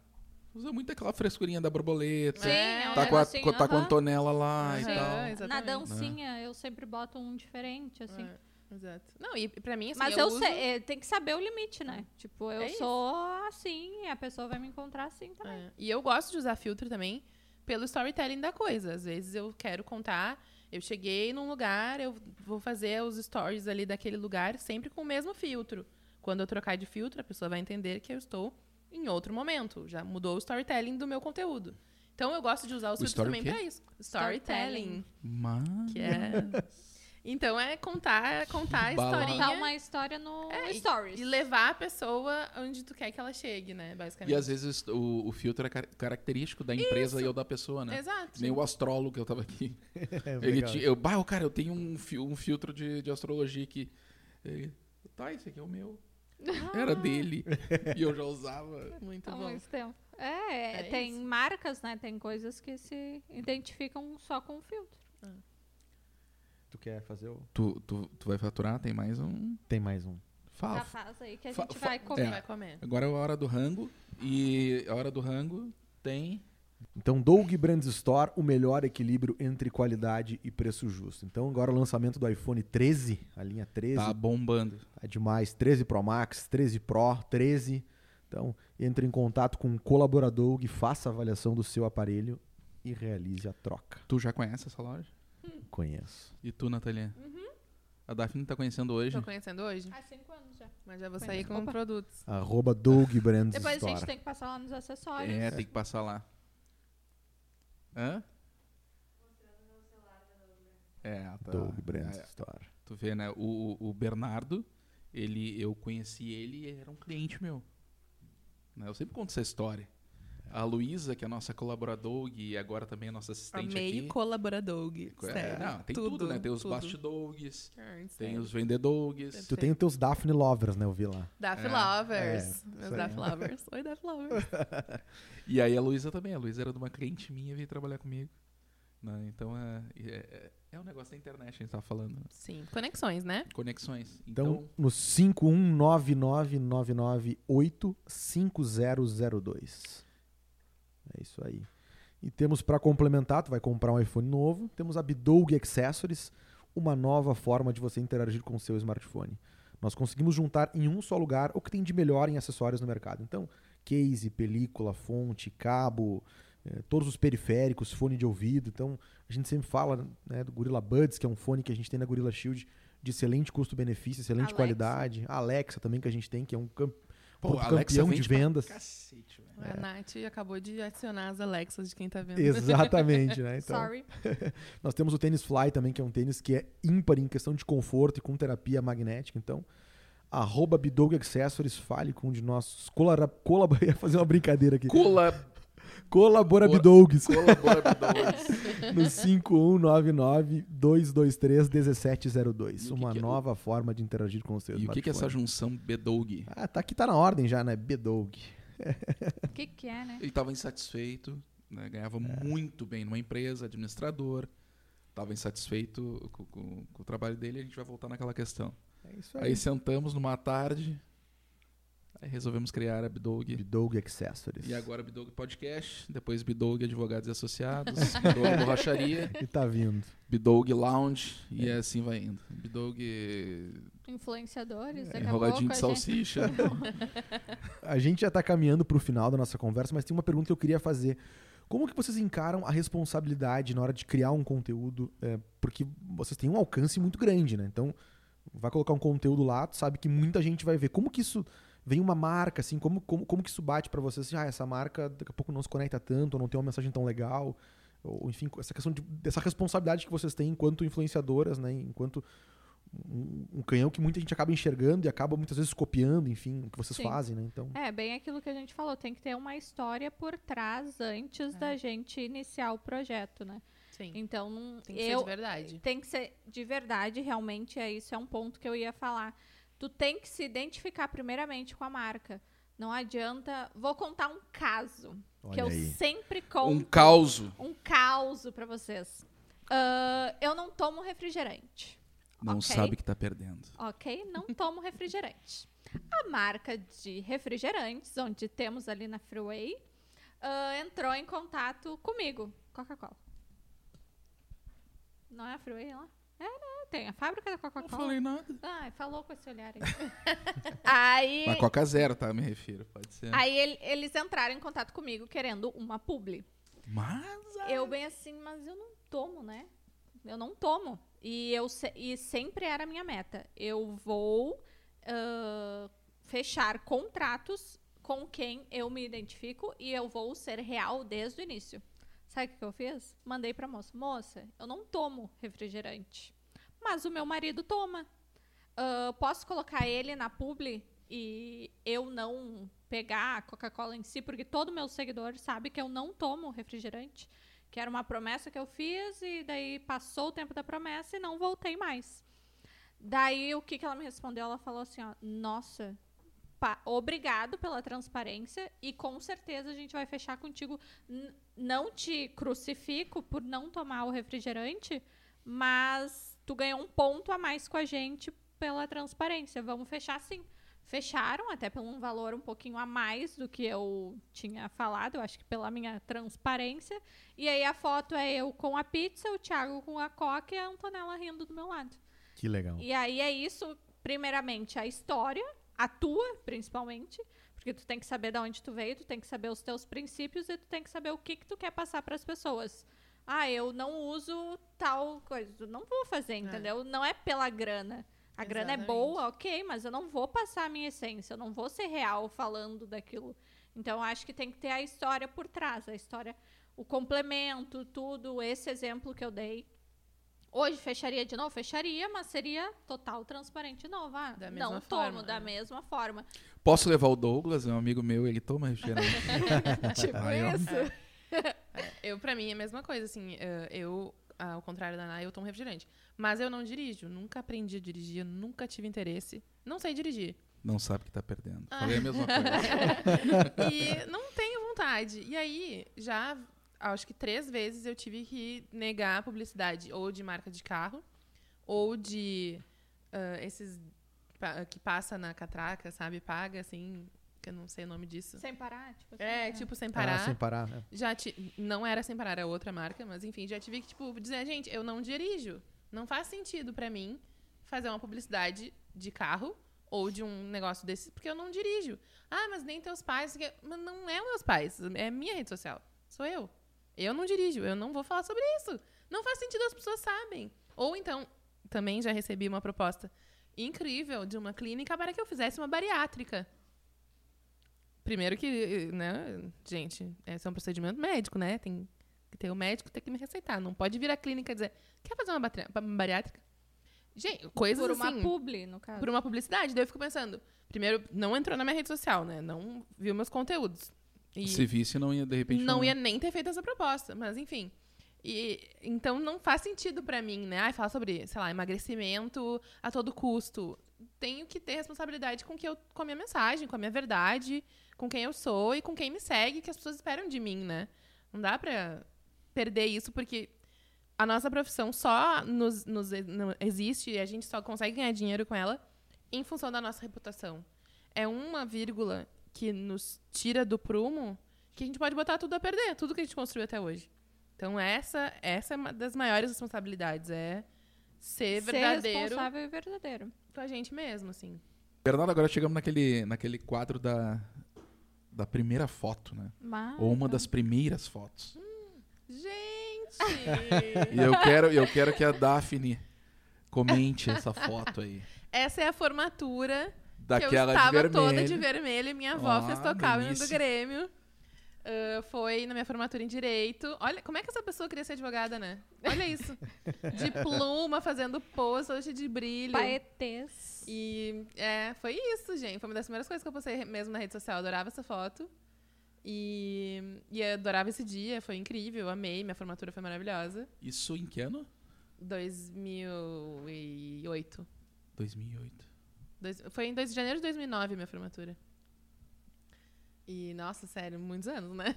Usa muito aquela frescurinha da borboleta.
Sim, é um
Tá, com a,
negocinho,
co- tá com É. a
aham.
Antonella lá e
assim, Aham,
tal.
exatamente.
Na dancinha eu sempre boto um diferente, assim.
É, exato. Não, e pra mim, assim,
Mas
eu,
eu,
uso...
sei, é, tem que saber o limite, né? Tipo, eu
É isso.
sou assim, a pessoa vai me encontrar assim também.
É, E eu gosto de usar filtro também pelo storytelling da coisa. Às vezes eu quero contar, eu cheguei num lugar, eu vou fazer os stories ali daquele lugar sempre com o mesmo filtro. Quando eu trocar de filtro, a pessoa vai entender que eu estou em outro momento. Já mudou o storytelling do meu conteúdo. Então eu gosto de usar os
O
filtros
story
também
o quê?
pra isso. Storytelling,
Mas...
que é
<laughs>
Então é contar, contar a
Bala.
historinha
Contar Então, uma história no
É,
Stories.
e levar a pessoa onde tu quer que ela chegue, né, basicamente.
E às vezes o, o filtro é car- característico da empresa e ou da pessoa, né?
Exato.
Nem o astrólogo que eu tava aqui.
<laughs> É,
Ele
legal.
ti- eu, bah, ô, cara, eu tenho um, fi- um filtro de, de astrologia que. Ele, tá, esse aqui é o meu.
Ah.
Era dele. e eu já usava.
Muito
Há
bom.
muito tempo. É,
É
tem
isso.
marcas, né? Tem coisas que se identificam só com o filtro.
Tu quer fazer o...
Tu, tu, tu vai faturar? Tem mais um.
Tem mais um.
Fala.
Já
Tá
faz aí que a
Ah, fa-
gente
fa-
vai
Você
comer.
vai comer.
Agora é a hora do rango. E a hora do rango tem.
Então, Doug Brands Store, o melhor equilíbrio entre qualidade e preço justo. Então, agora o lançamento do iPhone 13, a linha 13,
Tá bombando.
Tá demais. 13 Pro Max, 13 Pro, 13. Então, entre em contato com um colaborador que faça a avaliação do seu aparelho e realize a troca.
Tu já conhece essa loja?
Conheço.
E tu, Natalia? A Daphne tá conhecendo hoje.
Uhum. Tô conhecendo
é.
hoje,
Há cinco anos já.
mas já vou
Conheço.
sair com um
Opa.
produtos.
Arroba Doug Brands
Depois a gente
Store.
tem que passar lá nos acessórios.
É, tem que passar lá. Hã? É, tá.
Doug Brands
É,
Store.
tu vê, né? O, o- o Bernardo, ele, eu conheci ele e era um cliente meu. Né, Eu sempre conto essa história. A Luísa, que é a nossa colaboradora e agora também a nossa assistente
Amei
aqui.
colaborador.
É,
sério.
não, tem tudo, né? Tem os
tudo.
bastidogs,
É,
tem
sério.
os vendedores.
Perfeito.
Tu tem os teus Daphne Lovers, né? Eu vi lá.
Daff
É,
Lovers.
é,
Meus
isso aí.
Daff Lovers. Oi, Daff Lovers.
E aí a Luísa também. A Luísa era de uma cliente minha e veio trabalhar comigo. Né, Então é, é, é um negócio da internet, a gente tava falando. né?
<laughs> Sim, conexões, né?
Conexões. Então,
Então, no 51999985002. É isso aí. E temos para complementar, tu vai comprar um iPhone novo, temos a Bidoug Accessories, uma nova forma de você interagir com o seu smartphone. Nós conseguimos juntar em um só lugar o que tem de melhor em acessórios no mercado. Então, case, película, fonte, cabo, eh, todos os periféricos, fone de ouvido. Então, a gente sempre fala né, do Gorilla Buds, que é um fone que a gente tem na Gorilla Shield de excelente custo-benefício, excelente
Alexa.
qualidade. A Alexa também que a gente tem, que é um cam-
Pô,
produto
a Alexa
campeão de
vende pra
vendas.
cacete, velho.
A Nath acabou de adicionar as Alexas de quem tá vendo.
<laughs> Exatamente,
<laughs>
né? Então,
Sorry.
Nós temos o tênis Fly também, que é um tênis que é ímpar em questão de conforto e com terapia magnética. Então, arroba Bidoug Accessories, fale com um de nossos colabora... <laughs> colab ia fazer uma brincadeira aqui.
Cola,
Colabora
Cora-
Bidougs <laughs>
colaboradores.
no
E
5199-223-1702.
o que
Uma
que é o-
nova forma de interagir com os seus
e o que, que é essa
smartphones.
junção Bedoug?
Ah, tá aqui, tá na ordem já, né? Bidoug.
O que, que é, né?
Ele estava insatisfeito, né? ganhava
É.
muito bem numa empresa, administrador, estava insatisfeito com, com- com o trabalho dele, a gente vai voltar naquela questão.
É isso aí.
Tá Aí sentamos numa tarde, aí resolvemos criar a Bedoug.
Bidoug Accessories.
E agora Bedoug Podcast, depois Bedoug Advogados e Associados, <laughs> Bedoug Borracharia,
E tá vindo.
Bedoug Lounge, e assim vai indo. Bedoug
Influenciadores, daqui a pouco
É, Enroladinho
a
de
gente... <laughs>
Salsicha.
A gente já tá caminhando pro final da nossa conversa, mas tem uma pergunta que eu queria fazer. Como que vocês encaram a responsabilidade na hora de criar um conteúdo? é, porque vocês têm um alcance muito grande, né? Então, vai colocar um conteúdo lá, tu sabe que muita gente vai ver. Como que isso vem uma marca, assim? Como, como, como que isso bate pra vocês? Assim, ah, essa marca daqui a pouco não se conecta tanto, ou não tem uma mensagem tão legal. Ou, enfim, essa questão de- dessa responsabilidade que vocês têm enquanto influenciadoras, né? Enquanto um, um canhão que muita gente acaba enxergando e acaba muitas vezes copiando, enfim, o que vocês
Sim.
fazem, né? Então...
É, bem aquilo que a gente falou, tem que ter uma história por trás antes da gente iniciar o projeto, né?
É. Sim.
Então, não-
Tem que ser
eu
de verdade.
tem que ser de verdade, realmente é isso é um ponto que eu ia falar. Tu tem que se identificar primeiramente com a marca. Não adianta. Vou contar um caso que é
Olha
eu
aí.
sempre
Um
conto.
caos.
Um caos pra vocês. Ah, eu não tomo refrigerante.
Não
Ok.
sabe que tá perdendo.
Ok, não tomo refrigerante. A marca de refrigerantes, onde temos ali na Freeway, ah, entrou em contato comigo, Coca-Cola. Não é a Freeway lá? É, né? Tem a fábrica da
Não
Coca-Cola.
falei nada.
Ai, falou com esse olhar aí. aí
Mas Coca Zero, tá? Me refiro. Pode ser.
aí ele- eles entraram em contato comigo querendo uma publi.
Mas.
Eu bem assim, mas eu não tomo, né? Eu não tomo. E, eu se- e sempre era a minha meta. Eu vou ah, fechar contratos com quem eu me identifico e eu vou ser real desde o início. Sabe o que eu fiz? Mandei pra moça. Moça, eu não tomo refrigerante. Mas o meu marido toma. Ah, posso colocar ele na publi e eu não pegar a Coca-Cola em si, porque todo meu seguidor sabe que eu não tomo refrigerante, que era uma promessa que eu fiz e daí passou o tempo da promessa e não voltei mais. Daí o que, que ela me respondeu? Ela falou assim, ó, nossa, pa- obrigado pela transparência e com certeza a gente vai fechar contigo. N- não te crucifico por não tomar o refrigerante, mas tu ganhou um ponto a mais com a gente pela transparência. Vamos fechar sim. Fecharam até por um valor um pouquinho a mais do que eu tinha falado, eu acho que pela minha transparência. E aí a foto é eu com a pizza, o Thiago com a coca e a Antonella rindo do meu lado.
Que legal.
E aí é isso, primeiramente, a história, a tua, principalmente, porque tu tem que saber de onde tu veio, tu tem que saber os teus princípios e tu tem que saber o que, que tu quer passar para as pessoas. Ah, eu não uso tal coisa, eu não vou fazer, entendeu? Não é pela grana. A grana é
Exatamente.
boa, ok, mas eu não vou passar a minha essência, eu não vou ser real falando daquilo. Então, eu acho que tem que ter a história por trás, a história, o complemento, tudo, esse exemplo que eu dei. Hoje fecharia de novo? Fecharia, mas seria total transparente de novo. Ah,
Da
não
mesma
tomo,
forma,
da
é.
<laughs>
mesma forma.
Posso levar o Douglas, é um amigo meu, ele toma refrigerante.
tipo
Aí, ó.
isso.
Eu, pra mim, é a mesma coisa, assim, eh, eu, ao contrário da Ana, eu tomo refrigerante. Mas eu não dirijo, nunca aprendi a dirigir, nunca tive interesse, não sei dirigir.
Não sabe que tá perdendo.
Ah.
Falei a mesma
<laughs>
coisa.
E não tenho vontade. E aí, já acho que três vezes eu tive que negar a publicidade ou de marca de carro, ou de ah, esses pa- que passa na catraca, sabe? Paga, assim, que eu não sei o nome disso.
Sem parar, tipo assim.
É,
né?
tipo, sem
Ah,
parar.
sem parar. né?
Já ti- Não era sem parar, era outra marca, mas enfim, já tive que, tipo, dizer, gente, eu não dirijo. Não faz sentido pra mim fazer uma publicidade de carro ou de um negócio desse, porque eu não dirijo. Ah, mas nem teus pais. que- Mas não é meus pais, é minha rede social. Sou eu. Eu não dirijo, eu não vou falar sobre isso. Não faz sentido, as pessoas sabem. Ou então, também já recebi uma proposta incrível de uma clínica para que eu fizesse uma bariátrica. Primeiro que, né, gente, esse é um procedimento médico, né? Tem que ter o médico tem que me receitar. Não pode vir à clínica e dizer, quer fazer uma batri- ba- bariátrica? Gente, coisas
Por uma
assim,
publi, no caso.
por uma publicidade. Daí eu fico pensando, primeiro, não entrou na minha rede social, né? Não viu meus conteúdos. E
Se visse, não ia, de repente.
não ia nem ter feito essa proposta, mas enfim. E, então não faz sentido pra mim, né? Ai, falar sobre, sei lá, emagrecimento a todo custo. Tenho que ter responsabilidade com, que eu, com a minha mensagem, com a minha verdade, com quem eu sou e com quem me segue, que as pessoas esperam de mim, né? Não dá pra perder isso, porque a nossa profissão só nos, nos e- não existe e a gente só consegue ganhar dinheiro com ela em função da nossa reputação. É uma vírgula que nos tira do prumo que a gente pode botar tudo a perder, tudo que a gente construiu até hoje. Então essa, essa é uma das maiores responsabilidades, é ser
Ser
verdadeiro
responsável e verdadeiro.
com a gente mesmo, assim.
Bernardo, agora chegamos naquele, naquele quadro da, da primeira foto, né?
Mas,
Ou uma das primeiras fotos.
Gente!
E eu quero, eu quero que a Daphne comente essa foto aí.
essa é a formatura que eu
Daquela
estava
de vermelho.
toda de vermelho e minha avó
Ó,
fez tocar o hino do
delícia.
Grêmio. Ah, foi na minha formatura em Direito. Olha, como é que essa pessoa queria ser advogada, né? Olha
<laughs>
isso. De pluma, fazendo pose, hoje de brilho.
Paetês.
E é, foi isso, gente. Foi uma das primeiras coisas que eu postei mesmo na rede social. Eu adorava essa foto. E, e eu adorava esse dia, foi incrível, eu amei, minha formatura foi maravilhosa.
Isso em que ano?
2008.
2008.
Dois- foi em 2 de janeiro de 2009 minha formatura. E, nossa, sério, muitos anos, né?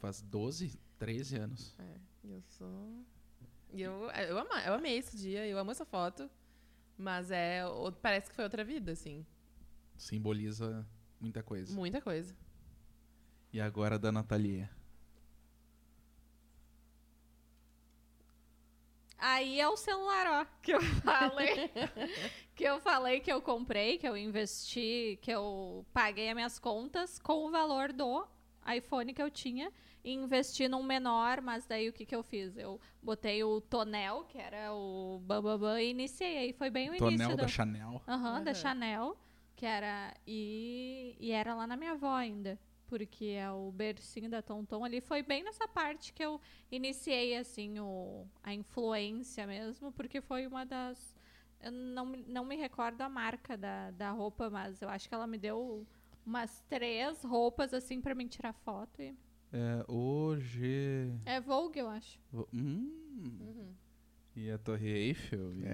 Faz 12, 13 anos.
E Eu sou. E eu, eu, ama, eu amei esse dia, eu amo essa foto. Mas é. o- Parece que foi outra vida, assim.
Simboliza muita coisa.
Muita coisa.
E agora da Natalia.
Aí é o celular, ó, que eu <laughs> falei. que eu falei que eu comprei, que eu investi, que eu paguei as minhas contas com o valor do iPhone que eu tinha e investi num menor, mas daí o que que eu fiz? Eu botei o tonel, que era o bababã, e iniciei. Aí foi bem o
Tonel
início
da
do-
Chanel.
Aham, da
Aham.
Chanel, que era. E, e era lá na minha avó ainda. Porque é o bercinho da Tonton ali. Foi bem nessa parte que eu iniciei, assim, o, a influência mesmo, porque foi uma das. Eu não, me- não me recordo a marca da, da roupa, mas eu acho que ela me deu umas três roupas, assim, pra me tirar foto. E...
É, hoje.
É Vogue, eu acho.
Hum.
Uhum.
E a Torre Eiffel. e-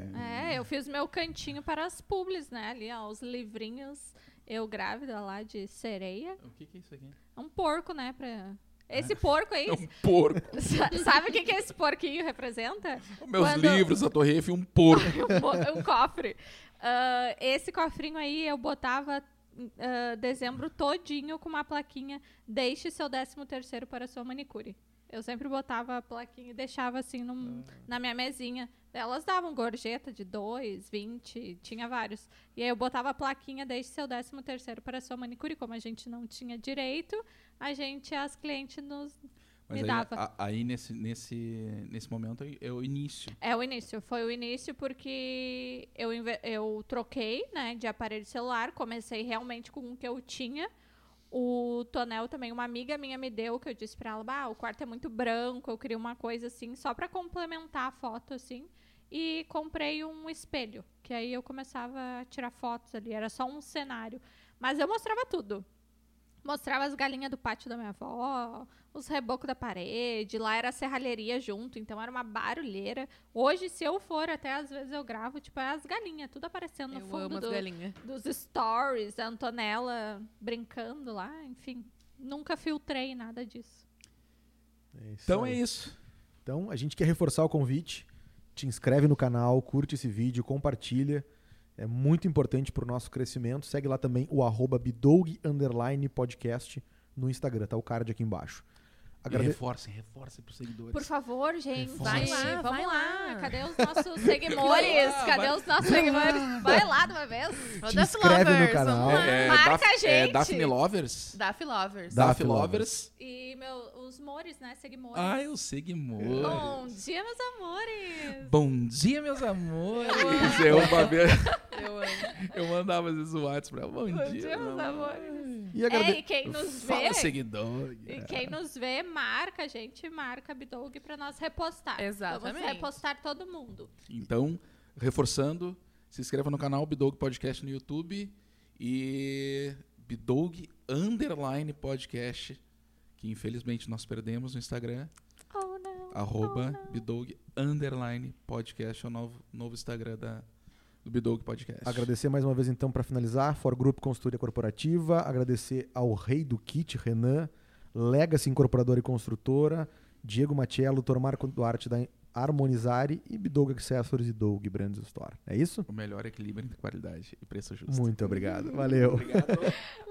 É, eu fiz meu cantinho para as publis, né? Ali, ó, os livrinhos. Eu grávida lá de sereia.
O que, que é isso aqui?
É um porco, né? Pra... Esse porco aí,
É um porco.
sa- sabe o que, que esse porquinho representa?
Meus
Quando-
livros, a Torre Eiffel, um
<laughs>
porco.
Um, mo- um cofre. Ah, esse cofrinho aí eu botava ah, dezembro todinho com uma plaquinha Deixe seu 13 terceiro para sua manicure. Eu sempre botava a plaquinha e deixava assim num-
Ah.
na minha mesinha. Elas davam gorjeta de 2, 20, tinha vários. E aí eu botava a plaquinha Deixe seu 13 terceiro para sua manicure. Como a gente não tinha direito, a gente, as clientes nos
Mas
Me
aí,
dava.
a- aí nesse, nesse, nesse momento aí é o início.
É o início, foi o início porque eu, inve- eu troquei, né, de aparelho celular, comecei realmente com o que eu tinha. O tonel também, uma amiga minha me deu, que eu disse pra ela, bah, o quarto é muito branco, eu queria uma coisa assim, só pra complementar a foto, assim. E comprei um espelho, que aí eu começava a tirar fotos ali, era só um cenário. Mas eu mostrava tudo. Mostrava as galinhas do pátio da minha avó, os rebocos da parede, lá era a serralheria junto, então era uma barulheira. Hoje, se eu for, até às vezes eu gravo, tipo, é as galinhas, tudo aparecendo no
Eu amo
fundo
as
do-
galinhas.
dos stories, a Antonella brincando lá, enfim. Nunca filtrei nada disso.
Então
aí.
é isso.
Então, a gente quer reforçar o convite. Te inscreve no canal, curte esse vídeo, compartilha. É muito importante para o nosso crescimento. Segue lá também o arroba bidoug underline podcast no Instagram. Tá o card aqui embaixo.
E
Agrade...
reforcem, reforcem pros seguidores.
Por favor, gente,
Vai
lá,
vamos
vai
lá.
lá.
Cadê os nossos seguidores?
Vai lá,
Cadê
vai-
os nossos seguidores? Vai lá de uma vez.
Ô,
Te
Duff
inscreve no
Lovers,
canal.
vamos lá.
É,
Marca
Daph-
a gente.
É Daphne Lovers?
Daff Lovers.
Daf-
Daphne Lovers.
E meu, os mores, né? Seguimores.
Ai, os seguimores.
Bom dia, meus amores.
Bom dia, meus amores. <laughs> Eu, uma vez,
Eu amo.
eu mandava às vezes o WhatsApp pra ela. Bom,
Bom
dia,
dia, meus
meu
amores.
E
É,
agrade...
e quem nos
Fala,
vê,
seguidor.
E quem nos vê, marca a gente, marca a Bidog pra nós repostar. Vamos
Exatamente.
repostar todo mundo.
Então, reforçando, se inscreva no canal Bidog Podcast no YouTube e Bidog Underline Podcast, que infelizmente nós perdemos no Instagram,
Oh, não.
arroba Bidog Underline Podcast, é o novo, novo Instagram da, do Bidog Podcast.
Agradecer mais uma vez, então, para finalizar, For Group Consultoria Corporativa. Agradecer ao Rei do Kit, Renan, Legacy Incorporadora e Construtora, Diego Matiello, Dr. Marco Duarte da Harmonizare e Bidoug Accessories e Doug Brands Store. É isso?
O melhor equilíbrio entre qualidade e preço justo.
Muito obrigado. Valeu.
Obrigado.